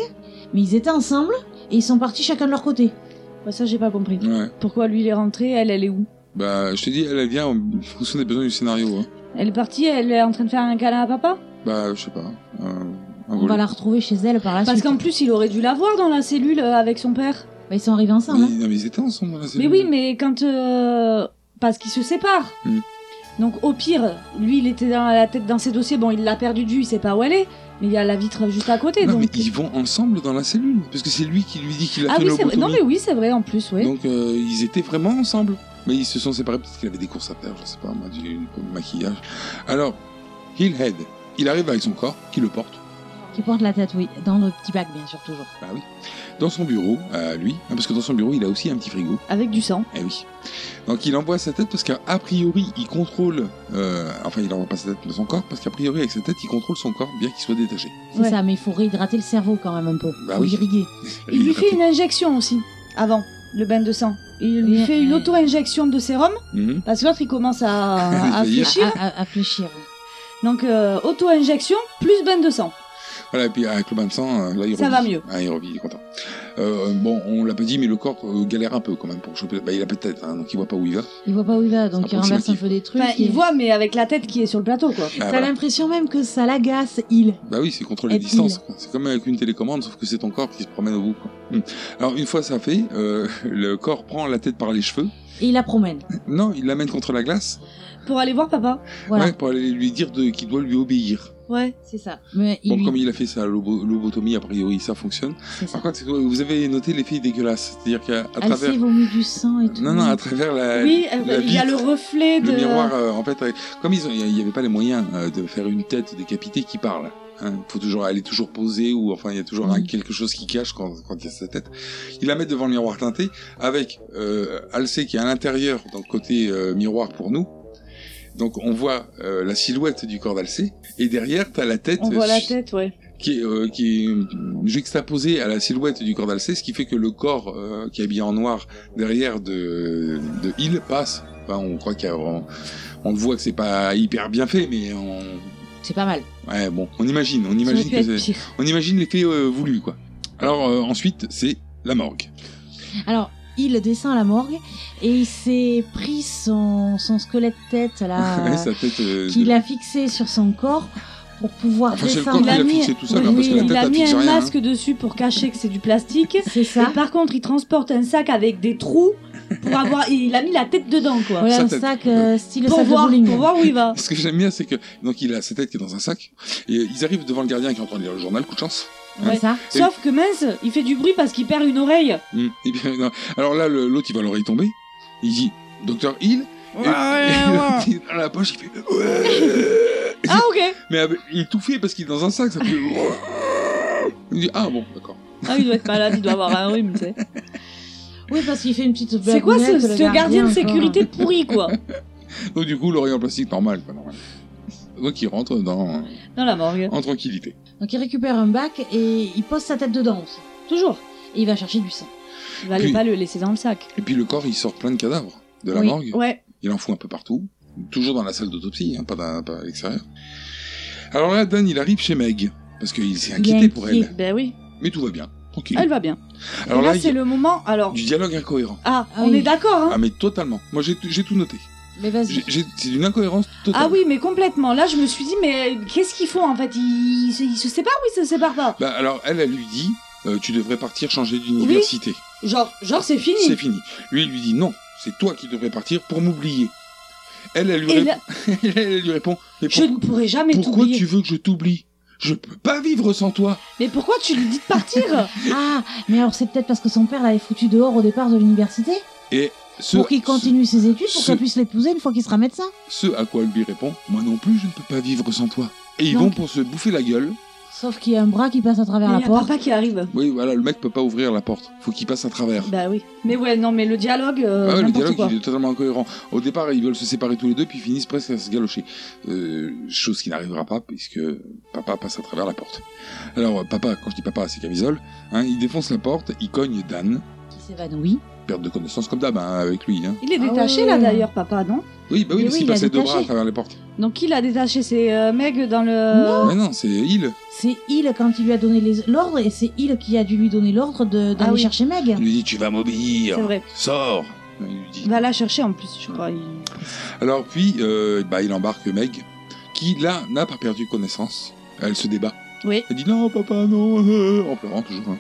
mais ils étaient ensemble et ils sont partis chacun de leur côté. Bah, ça, j'ai pas compris. Ouais. Pourquoi lui, il est rentré Elle, elle est où Bah, je te dis, elle, elle vient en fonction des besoins du scénario. hein. Elle est partie, elle est en train de faire un câlin à papa Bah, je sais pas. euh, un On va volet. la retrouver chez elle par la Parce suite. Bah, qu'en plus, il aurait dû la voir dans la cellule euh, avec son père. ils sont arrivés ensemble. Mais, non, mais ils étaient ensemble. Là, c'est Mais le- oui, mais quand. euh, parce qu'ils se séparent. Hmm. Donc au pire, lui, il était dans la tête dans ses dossiers. Bon, il l'a perdu du, il sait pas où elle est. Mais il y a la vitre juste à côté. Non, donc... euh. mais ils vont ensemble dans la cellule. Parce que c'est lui qui lui dit qu'il a Ah fait oui, c'est vrai. lobotomie. Non, mais oui, c'est vrai en plus, oui. Donc, euh, ils étaient vraiment ensemble. Mais ils se sont séparés. Peut-être qu'il avait des courses à faire, je sais pas, moi, du du maquillage. Alors, Hillhead, il arrive avec son corps, qui le porte. hein. Qui porte la tête, oui. Dans le petit bac, bien sûr, toujours. Bah oui. Dans son bureau, à lui, hein, parce que dans son bureau, il a aussi un petit frigo. Avec du sang. Eh oui. Donc il envoie sa tête parce qu'a a priori, il contrôle. euh, enfin, il envoie pas sa tête, mais son corps, parce qu'a priori, avec sa tête, il contrôle son corps, bien qu'il soit détaché. C'est ça, mais il faut réhydrater le cerveau quand même un peu. Bah Faut oui. l'irriguer. Il lui fait une injection aussi, avant le bain de sang. Il lui fait une auto-injection de sérum, Mhm. parce que l'autre il commence à, à Ça y est. fléchir. À, fléchir. Donc euh, auto-injection plus bain de sang. Voilà, et puis avec le bain de sang, euh, là, il Ça revit. va mieux. Ah, il revit, il est content. Euh, bon, on l'a pas dit, mais le corps euh, galère un peu quand même pour choper. Bah, il a peut-être, hein, donc il voit pas où il va. Il voit pas où il va, donc C'est il renverse un approximatif. peu des trucs. Enfin, et- Bah, il voit, mais avec la tête qui est sur le plateau, quoi. Ah, T'as voilà. l'impression même que ça l'agace, il. Bah oui, c'est contrôler les Est-il distances. quoi. C'est comme avec une télécommande, sauf que c'est ton corps qui se promène au bout. quoi. Hmm. Alors une fois ça fait, euh, le corps prend la tête par les cheveux. Et il la promène. Non, il l'amène contre la glace. Pour aller voir papa. Ouais, pour aller lui dire de- qu'il doit lui obéir. Ouais, c'est ça. Mais il Bon, lui- comme il a fait sa lobo- lobotomie, a priori ça fonctionne. Par contre, c'est- vous avez noté l'effet dégueulasse. C'est-à-dire qu'à à elle travers. s'est vomi du sang et tout. Non, non, à travers la. Ah, oui, la euh, il y a le vitre, reflet de. le miroir, euh, en fait, avec- comme ils ont- il n'y avait pas les moyens euh, de faire une tête décapitée qui parle. Hein, faut toujours, elle est toujours posée ou enfin il y a toujours Mm. un- quelque chose qui cache quand, quand il y a sa tête. Il la met devant le miroir teinté avec euh, Alcé qui est à l'intérieur, donc côté euh, miroir pour nous. Donc on voit euh, la silhouette du corps d'Alcé et derrière t'as la tête, On voit la euh, tête, ouais. qui est, euh, qui est euh, juxtaposée à la silhouette du corps d'Alcé, ce qui fait que le corps euh, qui est habillé en noir derrière de, de Hill passe. Enfin, on croit qu'il y a- on, on voit que c'est pas hyper bien fait, mais on, C'est pas mal. ouais, bon, on imagine, on imagine aurait pu que être c'est- pire. on imagine l'effet euh, voulu, quoi. Alors euh, ensuite, c'est la morgue. Alors, il descend à la morgue et il s'est pris son, son squelette tête là. Ouais, sa tête, euh, qu'il de- a fixé sur son corps pour pouvoir Enfin, c'est le descendre. corps qu'il Il a a mis- fixé tout seul, hein, parce que la il tête, a elle mis fixe un rien, hein. masque dessus pour cacher que c'est du plastique. C'est ça. Et par contre, il transporte un sac avec des trous pour avoir. Il a mis la tête dedans, quoi. Ouais, Sa un tête. sac, euh, style pour sac de voir, bowling. Pour voir où il va. Ce que j'aime bien, c'est que donc il a sa tête qui est dans un sac. Et euh, ils arrivent devant le gardien qui est en train de lire le journal. Coup de chance. Ouais. Hein. Et- Sauf que mince, il fait du bruit parce qu'il perd une oreille. Hmm. Eh bien, non. Alors là, le- l'autre, il va l'oreille tomber. Il dit, docteur Hill. Et- et l'autre, il est dans la poche, il fait. Ouais. Ah, ok. Mais avec- il est tout fait parce qu'il est dans un sac, ça fait. Il dit, ah bon, d'accord. Ah, il doit être malade, il doit avoir un rhume, tu sais. Oui, parce qu'il fait une petite. C'est quoi ce, blagounette, le ce gardien de encore. sécurité pourri, quoi Donc du coup, l'oreille en plastique, normal, pas normal. Donc il rentre dans, Dans la morgue. en tranquillité. Donc il récupère un bac et il pose sa tête dedans aussi. Toujours. Et il va chercher du sang. Il valait Puis- pas le laisser dans le sac. Et puis le corps, il sort plein de cadavres de la Oui, morgue. ouais. Il en fout un peu partout. Toujours dans la salle d'autopsie, hein, pas, dans- pas à l'extérieur. Alors là, Dan, il arrive chez Meg. Parce qu'il s'est inquiété pour elle. Ben oui, Mais tout va bien. Tranquille. elle va bien. Alors Et Ah, là, là, il y c'est a- le moment. Alors, Du dialogue incohérent. ah, on est d'accord, hein Ah mais totalement. Moi j'ai tout- j'ai tout noté. Mais J'ai- j'ai- C'est d'une incohérence totale. Ah oui, mais complètement. Là, je me suis dit, mais qu'est-ce qu'ils font en fait ils... se- ils se séparent ou ils se séparent pas Bah alors elle, elle lui dit, euh, tu devrais partir changer d'université. Genre, genre c'est fini. C'est fini. Lui, il lui dit non, c'est toi qui devrais partir pour m'oublier. Elle, elle lui, Et rép- là- elle, elle lui répond, mais Je ne pourrai jamais pourquoi t'oublier. tu veux que je t'oublie Je peux pas vivre sans toi. Mais pourquoi tu lui dis de partir Ah, mais alors c'est peut-être parce que son père l'avait foutu dehors au départ de l'université Et ce, Pour qu'il continue ses études, pour ce- qu'elle puisse l'épouser une fois qu'il sera médecin ce à quoi elle lui répond, moi non plus, je ne peux pas vivre sans toi. Et ils Donc- vont pour se bouffer la gueule. Sauf qu'il y a un bras qui passe à travers Mais la y a porte. papa qui arrive. Oui, voilà, le mec peut pas ouvrir la porte. Faut qu'il passe à travers. Bah oui. Mais ouais, non, mais le dialogue, euh, Ah ouais, le n'importe dialogue quoi. il est totalement incohérent. Au départ, ils veulent se séparer tous les deux, puis ils finissent presque à se galocher. Euh, chose qui n'arrivera pas, puisque papa passe à travers la porte. Alors, euh, papa, quand je dis papa, c'est camisole, hein, il défonce la porte, il cogne Dan. Qui s'évanouit. Perte de connaissance comme d'hab hein, avec lui. Hein. Il est Ah détaché ouais. là d'ailleurs, papa, non Oui, bah oui, parce Mais oui, qu'il il a passait deux détaché. bras à travers les portes. Donc il a détaché ses euh, mecs dans le. Mais non, c'est il. C'est il quand il lui a donné les- l'ordre et c'est il qui a dû lui donner l'ordre de- d'aller Ah oui. chercher Meg. Il lui dit Tu vas m'obéir. C'est vrai. Sors. Va la chercher en plus, je crois. il- Alors puis, euh, bah, il embarque Meg, qui là n'a pas perdu connaissance. Elle se débat. Oui. Elle dit non, papa, non, euh, en pleurant toujours. hein.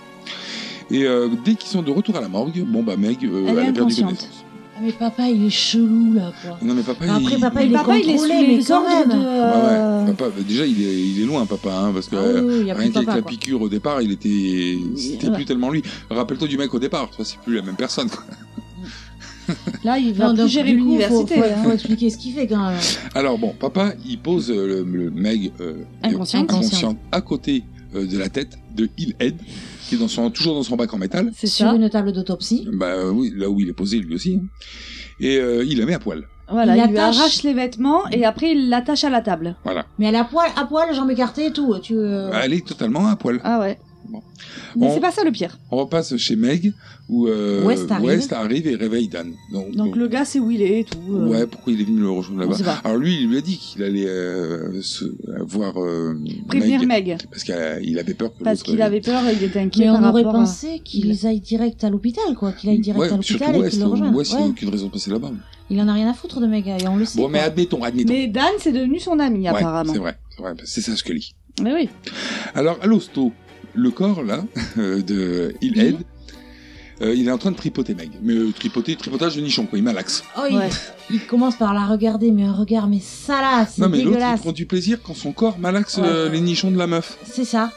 Et euh, dès qu'ils sont de retour à la morgue, bon bah Meg, euh, elle, Elle est a perdu inconsciente. connaissance. Ah, mais papa, il est chelou là, quoi. Non mais papa, Bah, Après, il... papa, il est papa, il est contrôlé, sous les mais quand ordres même. de, Ouais, ouais. Papa, bah, déjà il est, il est loin, papa, hein, parce que Ah oui, oui, il y a euh, plus rien de qu'avec papa, la quoi. piqûre au départ, il était, c'était ouais. plus tellement lui. Rappelle-toi du mec au départ, toi c'est plus la même personne. quoi. Là, il Non, va plus donc, gérer du coup, l'université. Faut, faut- hein. faut expliquer ce qu'il fait quand même. Alors bon, papa, il pose euh, le, le Meg euh, Inconsciente. euh, inconsciente à côté euh, de la tête de Hillhead, qui est dans son, toujours dans son bac en métal. Sur une table d'autopsie. Bah euh, oui, là où il est posé lui aussi. hein. Et euh, il la met à poil. Voilà, Il il, lui attache- arrache les vêtements et après il l'attache à la table. Voilà. Mais elle a poil, à poil, jambes écartées et tout. Tu, euh, Ah, Elle est totalement à poil. Ah ouais. Mais Mais On- c'est c'est pas pas ça le pire. On repasse chez Meg, où euh, West arrive. arrive et réveille Dan. Donc, Donc le gars, c'est où il est et tout. euh. Ouais, pourquoi il est venu le rejoindre On sait là-bas pas. Alors lui, il lui a dit qu'il allait euh, se, euh, voir euh, Prévenir Meg. Parce qu'il avait peur que Parce l'autre- qu'il avait peur et il était inquiet. Mais on par aurait rapport à- pensé qu'ils aillent direct à l'hôpital, quoi. Qu'il aille direct Ouais, à surtout l'hôpital et West. hein. qu'il le rejoigne. West, il n'y Ouais. a aucune raison de passer là-bas. Il en a rien à foutre de méga, et on le sait. Bon, mais quoi. admettons, admettons. Mais Dan, c'est devenu son ami Ouais, apparemment. C'est vrai, c'est vrai, c'est ça ce que lis. Mais oui. Alors, à l'hosto, le corps, là, euh, de il aide, euh, il est en train de tripoter Meg. Mais euh, tripoter, tripotage de nichon, quoi, il malaxe. Oh, il, il commence par la regarder, mais un regard, mais salace, c'est Non, mais l'autre, il dégueulasse. prend du plaisir quand son corps malaxe Ouais. euh, les nichons de la meuf. C'est ça.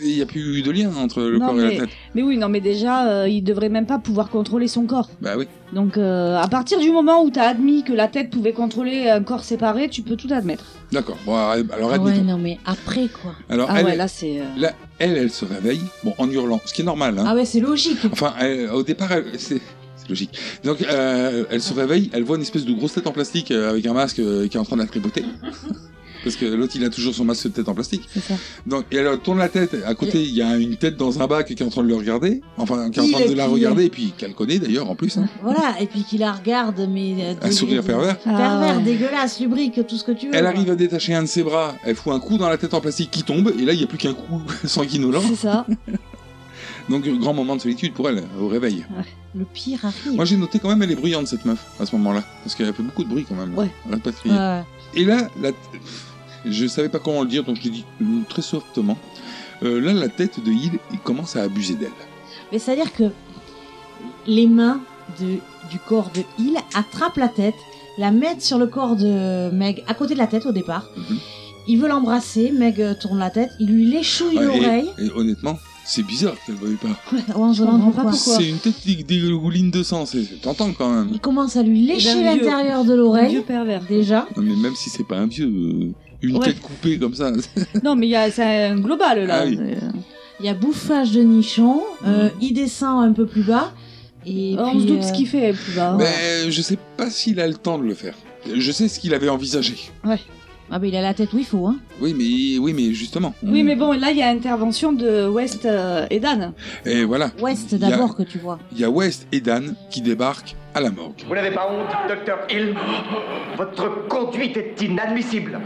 Il n'y a plus de lien entre le Non, corps et mais... la tête. mais oui, non, mais déjà, euh, il devrait même pas pouvoir contrôler son corps. Bah oui. Donc, euh, à partir du moment où t'as admis que la tête pouvait contrôler un corps séparé, tu peux tout admettre. D'accord. Bon, alors, alors, Ah admettons. ouais, non, mais après, quoi. Alors, ah elle, ouais, là, c'est. euh, là, elle, elle se réveille, bon, en hurlant, ce qui est normal. Hein. Ah ouais, c'est logique. Enfin, elle- au départ, elle- c'est c'est logique. Donc, euh, elle se réveille, elle voit une espèce de grosse tête en plastique euh, avec un masque euh, qui est en train de la tripoter. Parce que l'autre, il a toujours son masque de tête en plastique. C'est ça. Donc, et elle tourne la tête. À côté, il y a une tête dans un bac qui est en train de le regarder. Enfin, qui est en Il train de est la qui regarder et puis qu'elle connaît d'ailleurs en plus. hein. Voilà, et puis qu'il la regarde, mais. euh, Un sourire pervers. Pervers, Ah ouais. dégueulasse, lubrique, tout ce que tu veux. Elle quoi. arrive à détacher un de ses bras. Elle fout un coup dans la tête en plastique qui tombe. Et là, il n'y a plus qu'un coup sanguinolent. C'est ça. Donc, grand moment de solitude pour elle au réveil. Le pire arrive. Moi j'ai noté quand même elle est bruyante cette meuf à ce moment-là parce qu'elle fait beaucoup de bruit quand même. là. Ouais. Elle a pas de crier. Ouais. Et là, la t- je savais pas comment le dire donc je l'ai dit euh, très softement. Euh, là la tête de Hill il commence à abuser d'elle. Mais c'est-à-dire que les mains de, du corps de Hill attrapent la tête, la mettent sur le corps de Meg, à côté de la tête au départ. Mhm. Il veut l'embrasser, Meg euh, tourne la tête, il lui léchouille Ah, et- l'oreille. et, honnêtement c'est bizarre qu'elle veuille pas. On se demande pourquoi. C'est une tête qui dégouline de sang, c'est tentant quand même. Il commence à lui lécher D'un vieux- l'intérieur de vieux l'oreille, pervers. déjà. Non, mais même si c'est pas un vieux, euh, une Ouais. tête coupée comme ça. non, mais il y a- c'est un global là. Ah oui. Il y a bouffage de nichon, Mm. euh, il descend un peu plus bas. Et Oh, On puis, se doute euh, ce qu'il fait plus bas. Mais je sais pas s'il a le temps de le faire. Je sais ce qu'il avait envisagé. Ouais. Ah ben il a la tête où il faut, hein. Oui mais oui mais justement. Oui, mais bon, là, il y a intervention de West euh, et Dan. Et voilà. Ouest Il y a- d'abord que tu vois. Il y a West et Dan qui débarquent à la morgue. Vous n'avez pas honte, docteur Hill Votre conduite est inadmissible.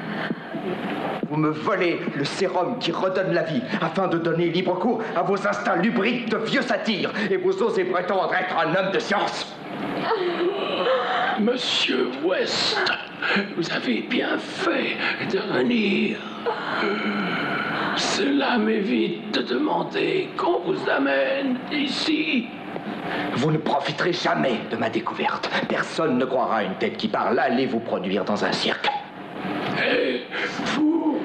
Vous me volez le sérum qui redonne la vie afin de donner libre cours à vos instincts lubriques de vieux satyre et vous osez prétendre être un homme de science. Monsieur West, vous avez bien fait de venir. Cela m'évite de demander qu'on vous amène ici. Vous ne profiterez jamais de ma découverte. Personne ne croira à une tête qui parle. Allez vous produire dans un cirque. Et vous,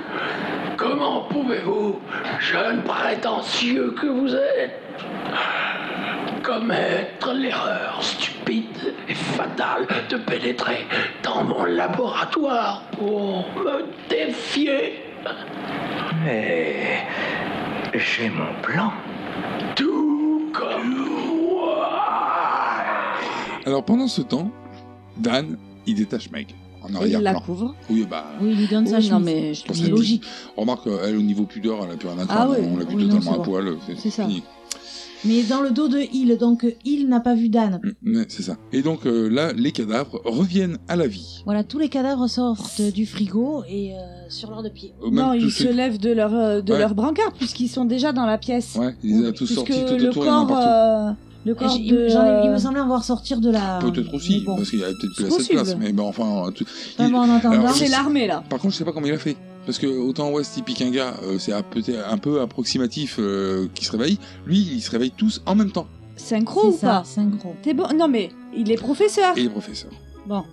comment pouvez-vous, jeune prétentieux que vous êtes, commettre l'erreur stupide et fatale de pénétrer dans mon laboratoire pour me défier Mais j'ai mon plan. Tout comme moi. Alors pendant ce temps, Dan, il détache Meg. En Et il la arrière-plan. couvre. Oui, bah. Oui, il lui donne sa Oui, non, chemise. mais je pour trouve sa logique. tête. Remarque, euh, elle, au niveau pudeur, elle a plus rien à Ah faire. ouais. On l'a vu Oui, non, totalement c'est à bon. poil. C'est ça. fini. Mais dans le dos de Hill, donc euh, Hill n'a pas vu Dan. Ouais, Mm, c'est ça. Et donc euh, là, les cadavres reviennent à la vie. Voilà, tous les cadavres sortent du frigo et euh, sur leurs deux pieds. Euh, même non, tous ils ceux se qui- lèvent de leur, euh, de Ouais. leur brancard puisqu'ils sont déjà dans la pièce. Ouais, ils les a tous Puisque sortis tout le autour et non corps, partout. euh, le corps J'ai- il me- de, j'en ai- il me euh, semblait en voir sortir de la. Peut-être aussi, parce qu'il y avait peut-être plus C'est assez de possible. place. Mais ben, enfin, tout- Enfin, il- bon, en attendant- Alors, je C'est sais- l'armée là. Par contre, je sais pas comment il a fait. Parce que autant West il pique un gars, euh, c'est un- peut-être un peu approximatif euh, qui se réveille. Lui, il se réveille tous en même temps. Synchro ou C'est ça, pas Synchro. T'es bon Non mais il est professeur. Et les professeurs. Bon.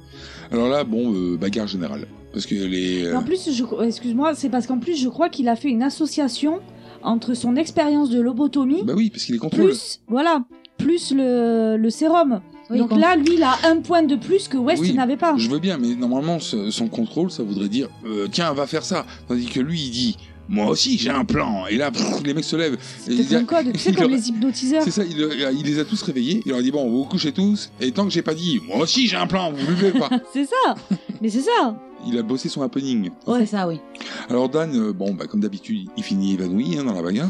Alors là, bon, euh, bagarre générale. Parce que les. euh, En plus, je... excuse-moi, c'est parce qu'en plus je crois qu'il a fait une association entre son expérience de lobotomie, Bah oui, parce qu'il les contrôle. voilà, plus le, le sérum. Oui, Donc quand- là, lui, il a un point de plus que West Oui, n'avait pas. Je veux bien, mais normalement, ce- son contrôle, ça voudrait dire euh, tiens, va faire ça. Tandis que lui, il dit moi aussi, j'ai un plan. Et là, pff, les mecs se lèvent. Et il C'est dit- un code, tu sais, il comme leur- les hypnotiseurs. C'est ça, il, euh, il les a tous réveillés. Il leur a dit bon, vous vous couchez tous. Et tant que j'ai pas dit moi aussi, j'ai un plan, vous buvez pas. C'est ça. Mais c'est ça. il a bossé son happening. C'est ça, oui. Alors Dan, euh, bon, bah, comme d'habitude, il finit évanoui hein, dans la bagarre.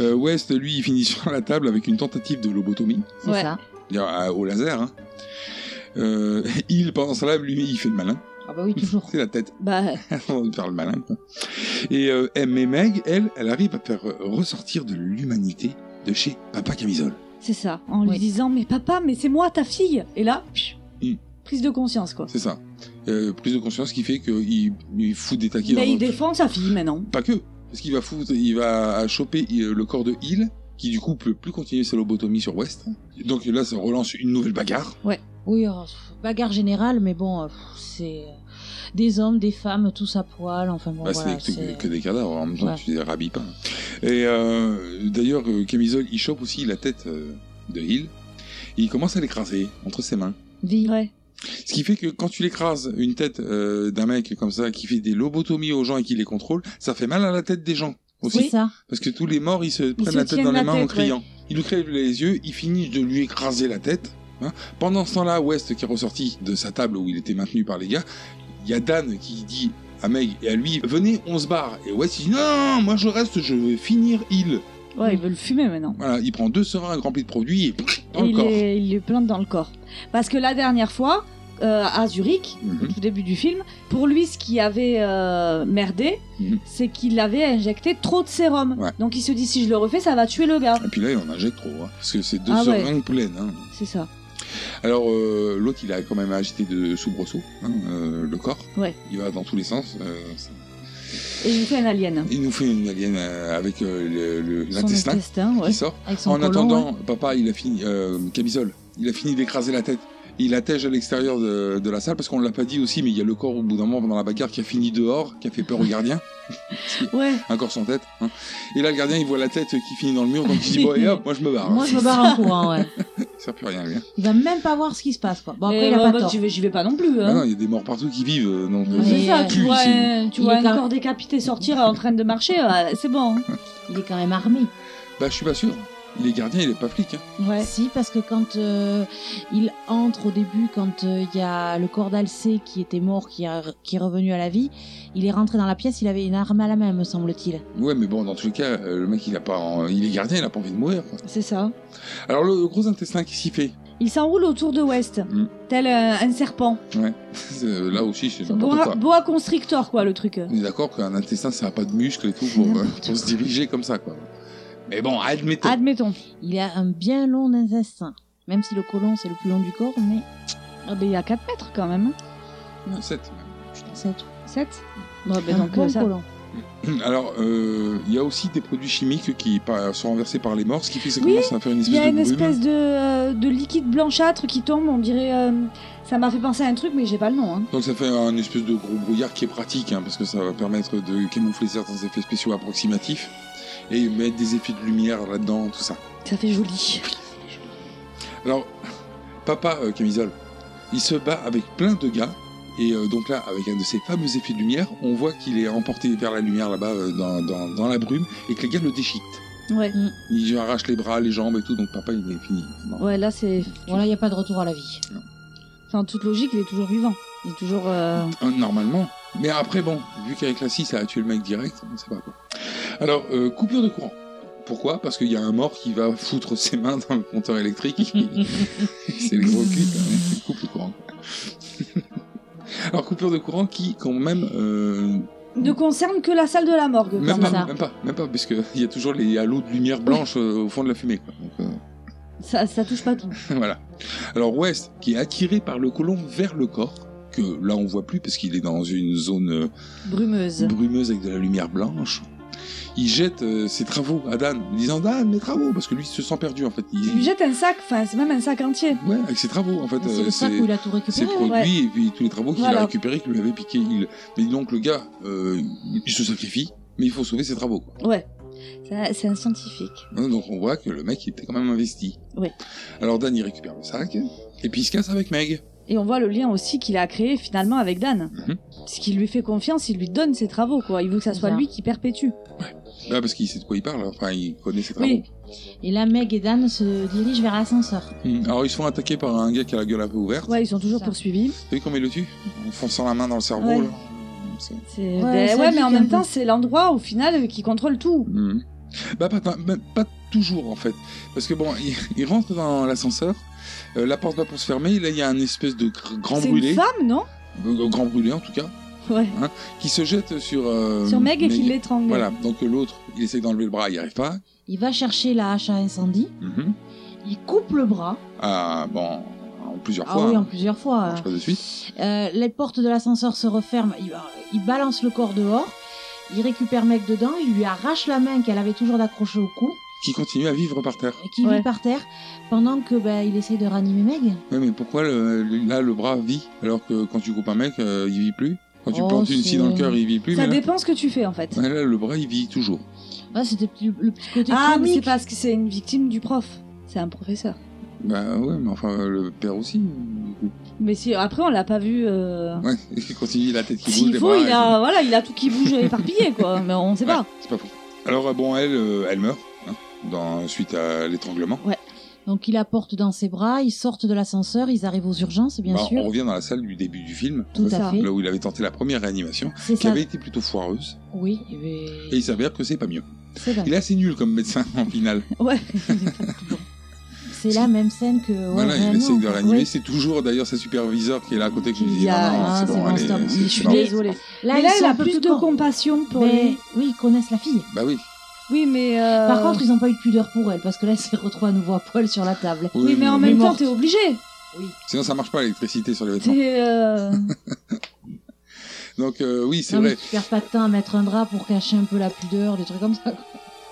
Euh, West, lui, il finit sur la table avec une tentative de lobotomie. C'est ça. C'est-à-dire, à- au laser. Hein. Euh, il, pendant sa lave, lui, il fait le malin. Ah bah oui, toujours. C'est la tête. Bah. de faire le malin. quoi. Et euh, M et Meg, elle, elle arrive à faire euh, ressortir de l'humanité de chez Papa Camisole. C'est ça. En lui disant, mais papa, mais c'est moi ta fille. Et là, pfiou, Hmm. prise de conscience quoi. C'est ça. Euh, prise de conscience qui fait qu'il il fout des taquets. Bah, dans- il défend sa fille maintenant. Pas que. Parce qu'il va foutre, il va choper euh, le corps de Hill, qui du coup peut plus continuer sa lobotomie sur West. Donc là, ça relance une nouvelle bagarre. Ouais. Oui, alors, pff, bagarre générale, mais bon, euh, pff, c'est euh, des hommes, des femmes, tous à poil, enfin bon, Bah, c'est voilà. des- c'est- que, que des cadavres, en même temps Ouais. tu les rhabilles pas. Et euh, d'ailleurs, euh, Camisole, il chope aussi la tête euh, de Hill, et il commence à l'écraser entre ses mains. Ouais. Ce qui fait que quand tu l'écrases, une tête euh, d'un mec comme ça, qui fait des lobotomies aux gens et qui les contrôle, ça fait mal à la tête des gens aussi. C'est ça. Parce que tous les morts, ils se prennent se la tête tiennent dans les la mains en tête, criant. ouais. Il lui crève les yeux, il finit de lui écraser la tête. hein. Pendant ce temps-là, West qui est ressorti de sa table où il était maintenu par les gars, il y a Dan qui dit à Meg et à lui Venez, on se barre. Et West il dit Non, non, non, moi je reste, je vais finir il. Mm. Ouais, ils veulent le fumer maintenant. Voilà, il prend deux seringues remplies de produits et pff, dans le il, corps. les, il les plante dans le corps. Parce que la dernière fois, euh, à Zurich, Mhm. au tout début du film, pour lui, ce qui avait euh, merdé, Mhm. c'est qu'il avait injecté trop de sérum. Ouais. Donc il se dit, si je le refais, ça va tuer le gars. Et puis là, il en injecte trop, hein, parce que c'est deux Ah ouais. seringues pleines. hein. C'est ça. Alors, euh, l'autre, il a quand même agité de soubresaut hein, euh, le corps. Ouais. Il va dans tous les sens. euh, c'est- Et il nous fait un alien. Il nous fait une alien euh, avec euh, le- le- Son l'intestin intestin, ouais. qui sort. Avec son en côlon, attendant, ouais. papa, il a fini, euh, camisole, il a fini d'écraser la tête. Il attège à l'extérieur de, de la salle parce qu'on l'a pas dit aussi, mais il y a le corps au bout d'un moment pendant la bagarre qui a fini dehors, qui a fait peur au gardien. ouais. Un corps sans tête. hein. Et là, le gardien, il voit la tête qui finit dans le mur, donc il dit bon, et hop, moi je me barre. Moi, je me barre en courant, ouais. Ça sert plus à rien, lui. hein. Il va même pas voir ce qui se passe, quoi. Bon, après, Et il a ouais, pas bah, tort. j'y vais- j'y vais pas non plus. Ah hein. non, il y a des morts partout qui vivent, euh, donc. euh, C'est ça, pue tu vois, ici. un, tu Il vois Mm. est un quand- corps décapité sortir en train de marcher, euh, c'est bon. Il est quand même armé. Bah, je suis pas sûr. Il est gardien, il est pas flic. hein. Si, parce que quand euh, il entre au début, quand euh, il y a le corps d'Alcé qui était mort, qui, a- qui est revenu à la vie, il est rentré dans la pièce, il avait une arme à la main, me semble-t-il. Ouais, mais bon, dans tous les cas, euh, le mec, il a pas, en- il est gardien, il a pas envie de mourir. quoi. C'est ça. Alors le, le gros intestin qui s'y fait. Il s'enroule autour de West, Mm. tel un, un serpent. Ouais. C'est- euh, Là aussi, c'est n'importe Boa, quoi. boa constrictor, quoi, le truc. On est d'accord qu'un intestin, ça n'a pas de muscles et tout pour, euh, pour se diriger comme ça, quoi. Mais bon, admettons. Admettons. Il a un bien long intestin. Même si le côlon, c'est le plus long du corps, mais. Ah, ben, il y a 4 mètres quand même. hein. Ouais, sept. 7. 7 Ouais, ben, Un donc, bon euh, ça- collant. Alors, euh, il y a aussi des produits chimiques qui par- sont renversés par les morts, ce qui fait que ça Oui, commence à faire une Il y espèce a de une brume. espèce de, euh, de liquide blanchâtre qui tombe, on dirait. euh, ça m'a fait penser à un truc, mais j'ai pas le nom. hein. Donc ça fait un espèce de gros brouillard qui est pratique, hein, parce que ça va permettre de camoufler certains effets spéciaux approximatifs et mettre des effets de lumière là-dedans, tout ça. Ça fait joli. Alors, papa euh, Camisole, il se bat avec plein de gars. Et euh, donc là, avec un de ces fameux effets de lumière, on voit qu'il est emporté vers la lumière là-bas euh, dans, dans- dans la brume et que les gars le déchiquent. Ouais. Mm. Ils lui arrachent les bras, les jambes et tout, donc papa il est fini. Non. Ouais, là, c'est. Voilà, il n'y a pas de retour à la vie. Enfin, en toute logique, il est toujours vivant. Il est toujours. euh, Euh, Normalement. Mais après, bon, vu qu'avec la scie, ça a tué le mec direct, on ne sait pas quoi. Alors, euh, coupure de courant. Pourquoi Parce qu'il y a un mort qui va foutre ses mains dans le compteur électrique. C'est le gros cul, quoi. Il coupe le courant. Alors, coupure de courant qui, quand même, euh, Ne concerne que la salle de la morgue. même, comme pas, ça. même pas, même pas, puisqu'il y a toujours les halos de lumière blanche euh, au fond de la fumée. quoi. Donc, euh, ça. Ça touche pas tout. voilà. Alors West, qui est attiré par le colon vers le corps, que là on voit plus parce qu'il est dans une zone euh, Brumeuse. brumeuse avec de la lumière blanche, il jette euh, ses travaux à Dan, en disant Dan, mes travaux, parce que lui il se sent perdu en fait. Il- Il lui jette un sac, enfin, c'est même un sac entier. Ouais, avec ses travaux en fait. C'est le euh, sac ses- où il a tout récupéré, Ses produits ouais. et puis tous les travaux qu'il Voilà. a récupérés, qu'il lui avait piqué. Il... Mais donc le gars, euh, il se sacrifie, mais il faut sauver ses travaux. quoi. Ouais. Ça, C'est un scientifique. Hein, Donc on voit que le mec il était quand même investi. Ouais. Alors Dan il récupère le sac et puis il se casse avec Meg. Et on voit le lien aussi qu'il a créé finalement avec Dan. Mhm. Parce qu'il lui fait confiance, il lui donne ses travaux, quoi. Il veut que ça soit ça. lui qui perpétue. Là, Bah, parce qu'il sait de quoi il parle, enfin, il connaît ses travaux. Oui. Et là, Meg et Dan se dirigent vers l'ascenseur. Hmm. Alors, ils se font attaquer par un gars qui a la gueule un peu ouverte. Ouais, ils sont toujours poursuivis. T'as vu comment il le tue En fonçant la main dans le cerveau, Ouais. là. C'est- Ouais, ça ouais, mais en pique un même peu. temps, c'est l'endroit au final qui contrôle tout. Hmm. Bah, pas, pas- même pas toujours, en fait. Parce que bon, il, il rentre dans l'ascenseur, euh, la porte va pour se fermer, là, il y a un espèce de gr- grand C'est brûlé. une femme, non Euh, grand brûlé, en tout cas. Ouais. hein, qui se jette sur. euh, Sur Meg et qui l'étrangle. Voilà, donc euh, l'autre, il essaie d'enlever le bras, il n'y arrive pas. Il va chercher la hache à incendie. Mhm. Il coupe le bras. Ah, bon, en plusieurs Ah fois. oui, hein. en plusieurs fois. Marche pas de suite. Euh, les portes de l'ascenseur se referment. Il, euh, il balance le corps dehors. Il récupère Meg dedans. Il lui arrache la main qu'elle avait toujours d'accrocher au cou, Qui continue à vivre par terre. qui vit par terre, pendant que bah, il essaye de ranimer Meg. Ouais, mais pourquoi le- le- là le bras vit alors que quand tu coupes un mec, euh, il vit plus Quand tu Oh, plantes une scie dans le c'est- cœur, il vit plus. ça mais là- dépend ce que tu fais en fait. Ouais, là, le bras, il vit toujours. Ah, c'était le petit côté Ah, mais comique. c'est parce que c'est une victime du prof. C'est un professeur. Bah ouais, mais enfin, le père aussi. du coup. Mais si, après, on l'a pas vu. euh, Ah. Ouais, il continue, la tête qui bouge. S'il les faut, bras, il et a, voilà, il a tout qui bouge éparpillé, quoi. Mais on sait tout. Ouais, pas. C'est pas faux. Alors, euh, bon, elle, euh, elle meurt hein, dans, suite à l'étranglement. Ouais. Donc il la porte dans ses bras. Ils sortent de l'ascenseur. Ils arrivent aux urgences, bien Bah, sûr. On revient dans la salle du début du film, Tout à Ça. fait. là où il avait tenté la première réanimation, C'est qui ça. avait été plutôt foireuse, Oui, mais et il s'avère que c'est pas mieux. c'est pas- Il est assez nul comme médecin en finale. Ouais. c'est la même scène que. ouais, Voilà, il vraiment, essaie de quoi. réanimer. Ouais. C'est toujours d'ailleurs sa superviseur qui est là à côté qui lui Il dit y a- Non, non, Ah, c'est c'est bon, bon, allez, stop. c'est- Je c'est suis parti. désolée. mais là, ils sont il a un peu plus de con- compassion pour Mais lui. oui, ils connaissent la fille. Bah oui. Oui, mais. euh, Par contre, ils n'ont pas eu de pudeur pour elle, parce que là, elle s'est retrouvée à nouveau à poil sur la table. Oui, Oui, mais en mais- même temps, morte. t'es obligé. Sinon, ça marche pas l'électricité sur les vêtements. T'es. euh, Donc, euh, oui, c'est Non, mais vrai. tu perds pas de temps à mettre un drap pour cacher un peu la pudeur, des trucs comme ça. quoi.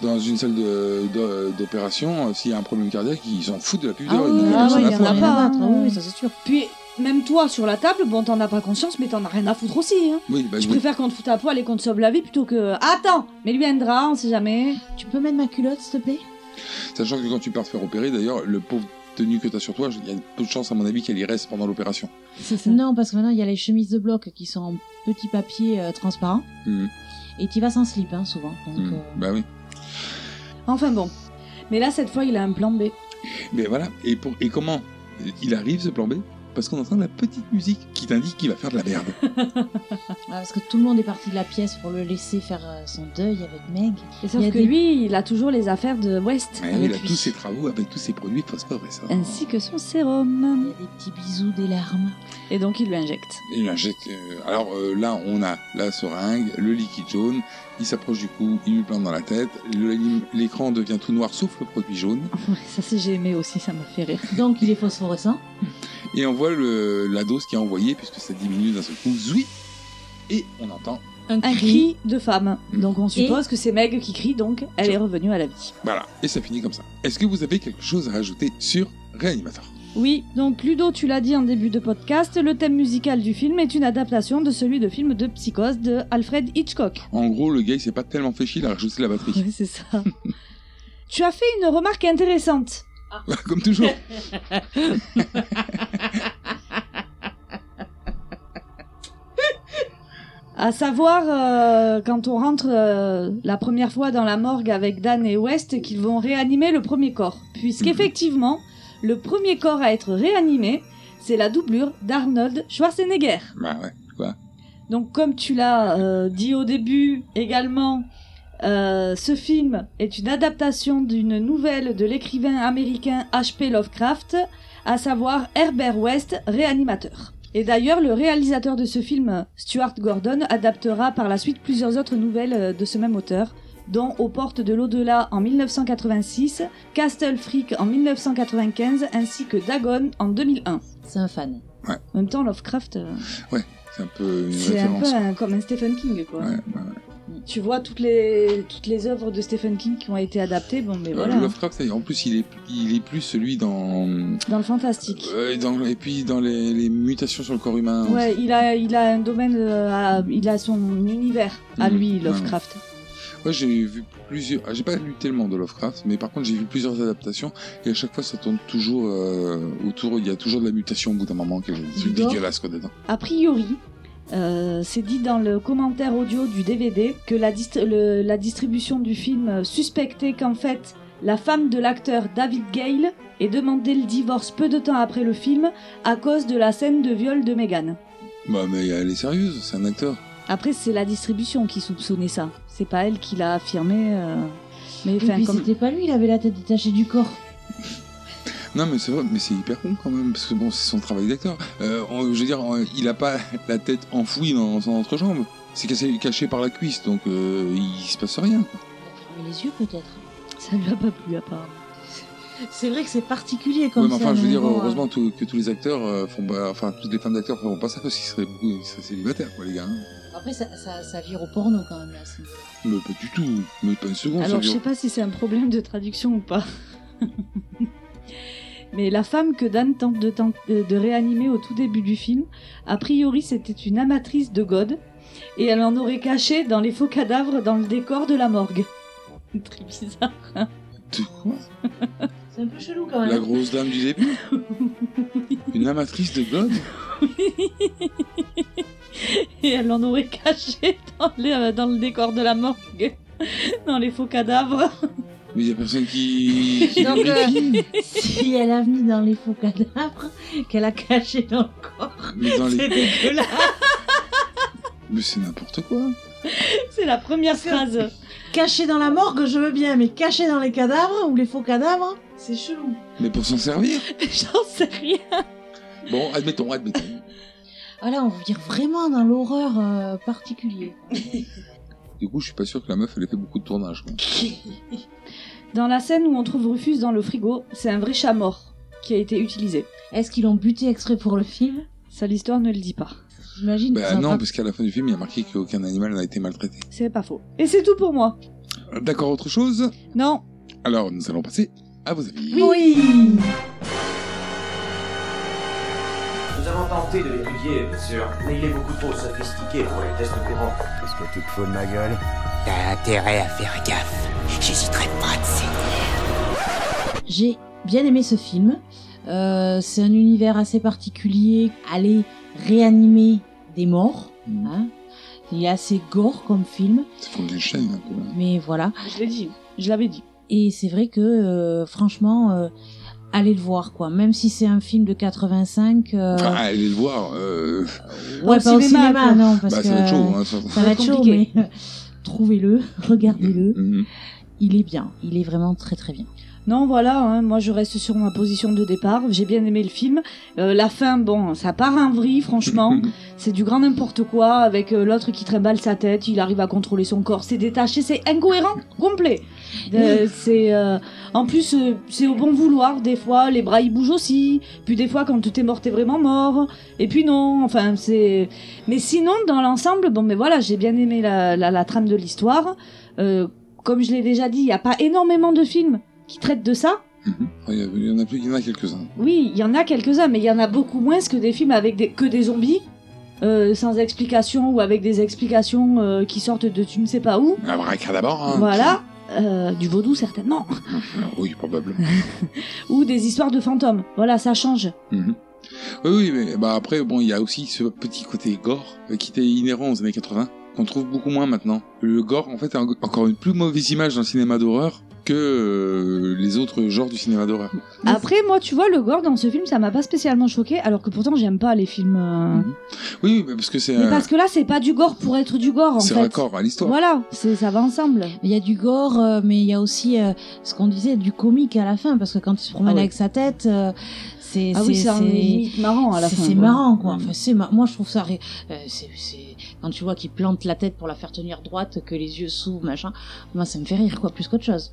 Dans une salle de- de- d'opération, euh, s'il y a un problème cardiaque, ils s'en foutent de la pudeur. oui, ils vont ah faire ça ouais, la il y en fois. a pas. hein. Ah oui, ça, c'est sûr. Puis, même toi, sur la table, bon, t'en as pas conscience, mais t'en as rien à foutre aussi. Hein. Oui, bah, Je oui. préfère qu'on te foute à poil et qu'on te sauve la vie plutôt que. Attends, mais lui, un drap, on sait jamais. Tu peux mettre ma culotte, s'il te plaît Sachant que quand tu pars te faire opérer, d'ailleurs, le pauvre tenue que t'as sur toi, il y a peu de chance, à mon avis, qu'elle y reste pendant l'opération. Non, parce que maintenant, il y a les chemises de bloc qui sont en petit papier euh, transparent, Mhm. et tu vas sans slip, hein, souvent. Donc, Mhm. euh, Bah oui. Enfin bon. Mais là, cette fois, il a un plan B. Mais voilà. Et, pour... et comment il arrive ce plan B Parce qu'on entend la petite musique qui t'indique qu'il va faire de la merde. ah, parce que tout le monde est parti de la pièce pour le laisser faire euh, son deuil avec Meg. Et sauf Il y a que des- lui, il a toujours les affaires de West. Ouais, avec Eh il a lui. tous ses travaux avec tous ses produits de phosphore et ça. Ainsi que son sérum. Il y a des petits bisous, des larmes. Et donc, il lui injecte. Il injecte. euh, alors euh, là, on a la seringue, le liquide jaune. Il s'approche du cou, il lui plante dans la tête. le- L'écran devient tout noir sauf le produit jaune. ça, c'est j'ai aimé aussi, ça m'a fait rire. Donc, il est phosphorescent. Et on voit le, la dose qui est envoyée puisque ça diminue d'un seul coup. Zoui Et on entend. Un cri, de femme. Mm. Donc, on suppose que c'est Meg qui crie, donc elle est revenue à la vie. Voilà. Et ça finit comme ça. Est-ce que vous avez quelque chose à ajouter sur Réanimateur Oui, donc Ludo, tu l'as dit en début de podcast, le thème musical du film est une adaptation de celui de film de Psychose de Alfred Hitchcock. En gros, le gars, il s'est pas tellement fait chier, il a rajouté la batterie. c'est ça. Tu as fait une remarque intéressante. Bah, Comme toujours. À savoir, euh, quand on rentre euh, la première fois dans la morgue avec Dan et West, qu'ils vont réanimer le premier corps. Puisqu'effectivement, le premier corps à être réanimé, c'est la doublure d'Arnold Schwarzenegger. bah ouais. Quoi Donc, comme tu l'as euh, dit au début également, Euh, ce film est une adaptation d'une nouvelle de l'écrivain américain H.P. Lovecraft, à savoir Herbert West, réanimateur. Et d'ailleurs, le réalisateur de ce film, Stuart Gordon, adaptera par la suite plusieurs autres nouvelles euh, de ce même auteur, dont Aux portes de l'au-delà en 1986, Castle Freak en 1995, ainsi que Dagon en 2001. C'est un fan. Ouais. En même temps, Lovecraft, euh, Ouais, c'est un peu une c'est un peu référence. un- comme un Stephen King, quoi. Ouais, ouais, ouais. Tu vois toutes les, toutes les œuvres de Stephen King qui ont été adaptées, bon, mais Euh, voilà. le Lovecraft, en plus, il est, il est plus celui dans. Dans le fantastique. euh, et dans- et puis dans les, les mutations sur le corps humain. Ouais, il a, il a un domaine, euh, à- il a son univers à Mhm. lui, Ouais, Lovecraft. Ouais, j'ai vu plusieurs. ah, J'ai pas lu tellement de Lovecraft, mais par contre j'ai vu plusieurs adaptations et à chaque fois ça tourne toujours euh, autour. Il y a toujours de la mutation au bout d'un moment, quelque chose de truc Gore. dégueulasse quoi dedans. A priori, euh, c'est dit dans le commentaire audio du DVD que la, dist- le- la distribution du film suspectait qu'en fait la femme de l'acteur David Gale ait demandé le divorce peu de temps après le film à cause de la scène de viol de Meghan. Bah mais elle est sérieuse, c'est un acteur. Après, c'est la distribution qui soupçonnait ça. C'est pas elle qui l'a affirmé. euh, Mais Et enfin, puis comme- c'était pas lui, il avait la tête détachée du corps. Non mais c'est vrai, mais c'est hyper con quand même parce que bon c'est son travail d'acteur. Euh, on- je veux dire, on- il a pas la tête enfouie dans son entrejambe. C'est cassé- caché par la cuisse, donc euh, il se passe rien. quoi. Mais les yeux peut-être. Ça ne lui a pas plu apparemment. C'est vrai que c'est particulier comme Ouais, mais ça. enfin, je veux mais dire, bon, heureusement tout- que tous les acteurs euh, font pas, enfin toutes les femmes d'acteurs feront pas ça parce qu'ils seraient, beaucoup- ils seraient célibataires quoi les gars. hein. euh, Après, ça, ça, ça vire au porno quand même. Là, c'est- Mais pas du tout, mais pas une seconde. Alors, ça je dure- sais pas si c'est un problème de traduction ou pas. Mais la femme que Dan tente de, tent- euh, de réanimer au tout début du film, a priori, c'était une amatrice de God, et elle en aurait caché dans les faux cadavres dans le décor de la morgue. Très bizarre. hein. C'est un peu chelou quand même. La grosse dame du début Une amatrice de God et elle en aurait caché dans, les- euh, dans le décor de la morgue, dans les faux cadavres. Mais il y a personne qui. qui Donc, les euh, filme. si elle a mis dans les faux cadavres, qu'elle a caché dans le corps, Mais dans les- c'est dégueulasse. Mais c'est n'importe quoi. C'est la première phrase. Caché dans la morgue, je veux bien, mais caché dans les cadavres ou les faux cadavres, c'est chelou. Mais pour s'en servir J'en sais rien. Bon, admettons, admettons. Ah là, on vire vraiment dans l'horreur euh, particulière. Du coup, je suis pas sûr que la meuf, elle ait fait beaucoup de tournage. quoi. Dans la scène où on trouve Rufus dans le frigo, c'est un vrai chat mort qui a été utilisé. Est-ce qu'ils l'ont buté exprès pour le film Ça, l'histoire ne le dit pas. J'imagine. Bah non, parce qu'à la fin du film, il y a marqué qu'aucun animal n'a été maltraité. C'est pas faux. Et c'est tout pour moi. D'accord, autre chose Non. Alors, nous allons passer à vos avis. Nous avons tenté de l'étudier, bien sûr, mais il est beaucoup trop sophistiqué pour les tests courants. Qu'est-ce que tu te fous de ma gueule T'as intérêt à faire gaffe. J'hésiterai pas de J'ai bien aimé ce film. Euh, c'est un univers assez particulier. Aller réanimer des morts. Mhm. hein. Il est assez gore comme film. C'est comme des chaînes, hein, un peu. Mais voilà. Je l'ai dit, je l'avais dit. Et c'est vrai que, euh, franchement, euh, allez le voir, quoi. Même si c'est un film de 85. euh, Ah, Enfin, Ah, allez le voir. euh, ouais, pas au cinéma, non, parce bah, que ça va être chaud. Hein, ça... ça va être chaud, mais trouvez-le, regardez-le. Mhm. Il est bien, il est vraiment très très bien. Non, voilà, hein, moi je reste sur ma position de départ. J'ai bien aimé le film. Euh, la fin, bon, ça part en vrille, franchement. c'est du grand n'importe quoi avec euh, l'autre qui trimballe sa tête. Il arrive à contrôler son corps. C'est détaché, c'est incohérent, complet. Euh, Oui. c'est euh, en plus euh, c'est au bon vouloir. Des fois, les bras ils bougent aussi. Puis des fois, quand t'es mort, t'es vraiment mort. Et puis non, enfin c'est. Mais sinon, dans l'ensemble, bon, mais voilà, j'ai bien aimé la, la, la trame de l'histoire. Euh, comme je l'ai déjà dit, il n'y a pas énormément de films qui traitent de ça. Il y a- il y en a plus, il y en a quelques-uns. Oui, il y en a quelques-uns, mais il y en a beaucoup moins que des films avec des, que des zombies, euh, sans explication ou avec des explications euh, qui sortent de tu ne sais pas où. Abracadabra. Hein, Voilà, euh, du vaudou certainement, Oui, probablement. ou des histoires de fantômes. Voilà, ça change. Mhm. Oui, oui, mais bah après, bon, il y a aussi ce petit côté gore euh, qui était inhérent aux années 80, qu'on trouve beaucoup moins maintenant. Le gore, en fait, a en- encore une plus mauvaise image dans le cinéma d'horreur que euh, les autres genres du cinéma d'horreur. Après, moi, tu vois, le gore dans ce film, ça m'a pas spécialement choqué, alors que pourtant, j'aime pas les films. euh, Oui, mais parce que c'est Mais un- parce que là, c'est pas du gore pour être du gore, en Euh, c'est fait. raccord à l'histoire. Voilà, c'est ça va ensemble. Il y a du gore, euh, mais il y a aussi euh, ce qu'on disait du comique à la fin, parce que quand il se promène Ah oui. avec sa tête, euh, c'est Ah c'est- oui, c'est un- c'est- limite marrant à la c'est- fin, C'est quoi. marrant, quoi. Enfin, c'est mar- Moi, je trouve ça. ré- euh, c'est- c'est- Quand tu vois qu'il plante la tête pour la faire tenir droite, que les yeux s'ouvrent, machin, moi, ça me fait rire, quoi, plus qu'autre chose.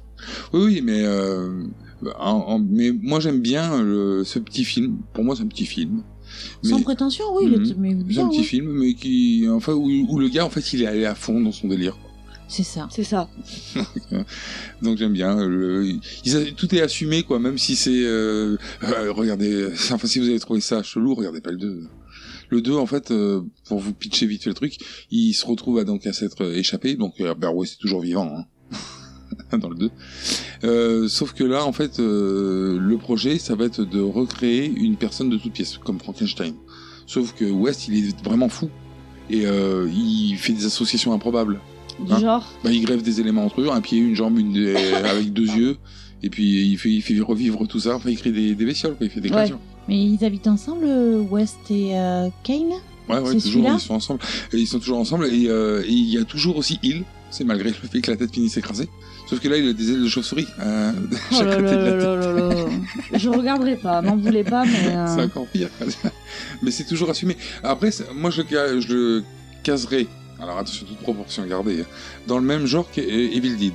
Oui, oui, mais, euh, en- en- mais moi j'aime bien le- ce petit film. Pour moi, c'est un petit film. Sans Mais- prétention, oui, il est- Mhm. mais C'est bien, un petit oui. film, mais qui, enfin, où, où le gars, en fait, il est allé à fond dans son délire. quoi. C'est ça. C'est ça. Donc j'aime bien. euh, le- ils a- tout est assumé, quoi. Même si c'est, euh, euh, regardez, enfin, si vous avez trouvé ça chelou, regardez pas le 2. Le 2, en fait, euh, pour vous pitcher vite fait le truc, il se retrouve à, donc à s'être échappé. Donc euh, Herbert West est toujours vivant. Hein. dans le 2. Euh, sauf que là, en fait, euh, le projet, ça va être de recréer une personne de toutes pièces, comme Frankenstein. Sauf que West, il est vraiment fou. Et euh, il fait des associations improbables. Du genre bah, Il greffe des éléments entre eux, un pied, une jambe, une, euh, avec deux yeux. Et puis il fait, il fait revivre tout ça. Enfin, il crée des, des bestioles, quoi. il fait des créations. Mais ils habitent ensemble, euh, West et euh, Kane Ouais, ouais, C'est toujours, celui-là ils sont ensemble. Et ils sont toujours ensemble. Et euh, et il y a toujours aussi il, c'est malgré le fait que la tête finisse écrasée. Sauf que là, il a des ailes de chauve-souris. euh, de Oh chaque là côté de la là tête. là là là là. Je regarderai pas, m'en voulez pas, mais. euh, C'est encore pire. Mais c'est toujours assumé. Après, c'est- moi, je le, ca- je le caserai. Alors attention, toute proportion gardée. hein, Dans le même genre qu'Evil Dead.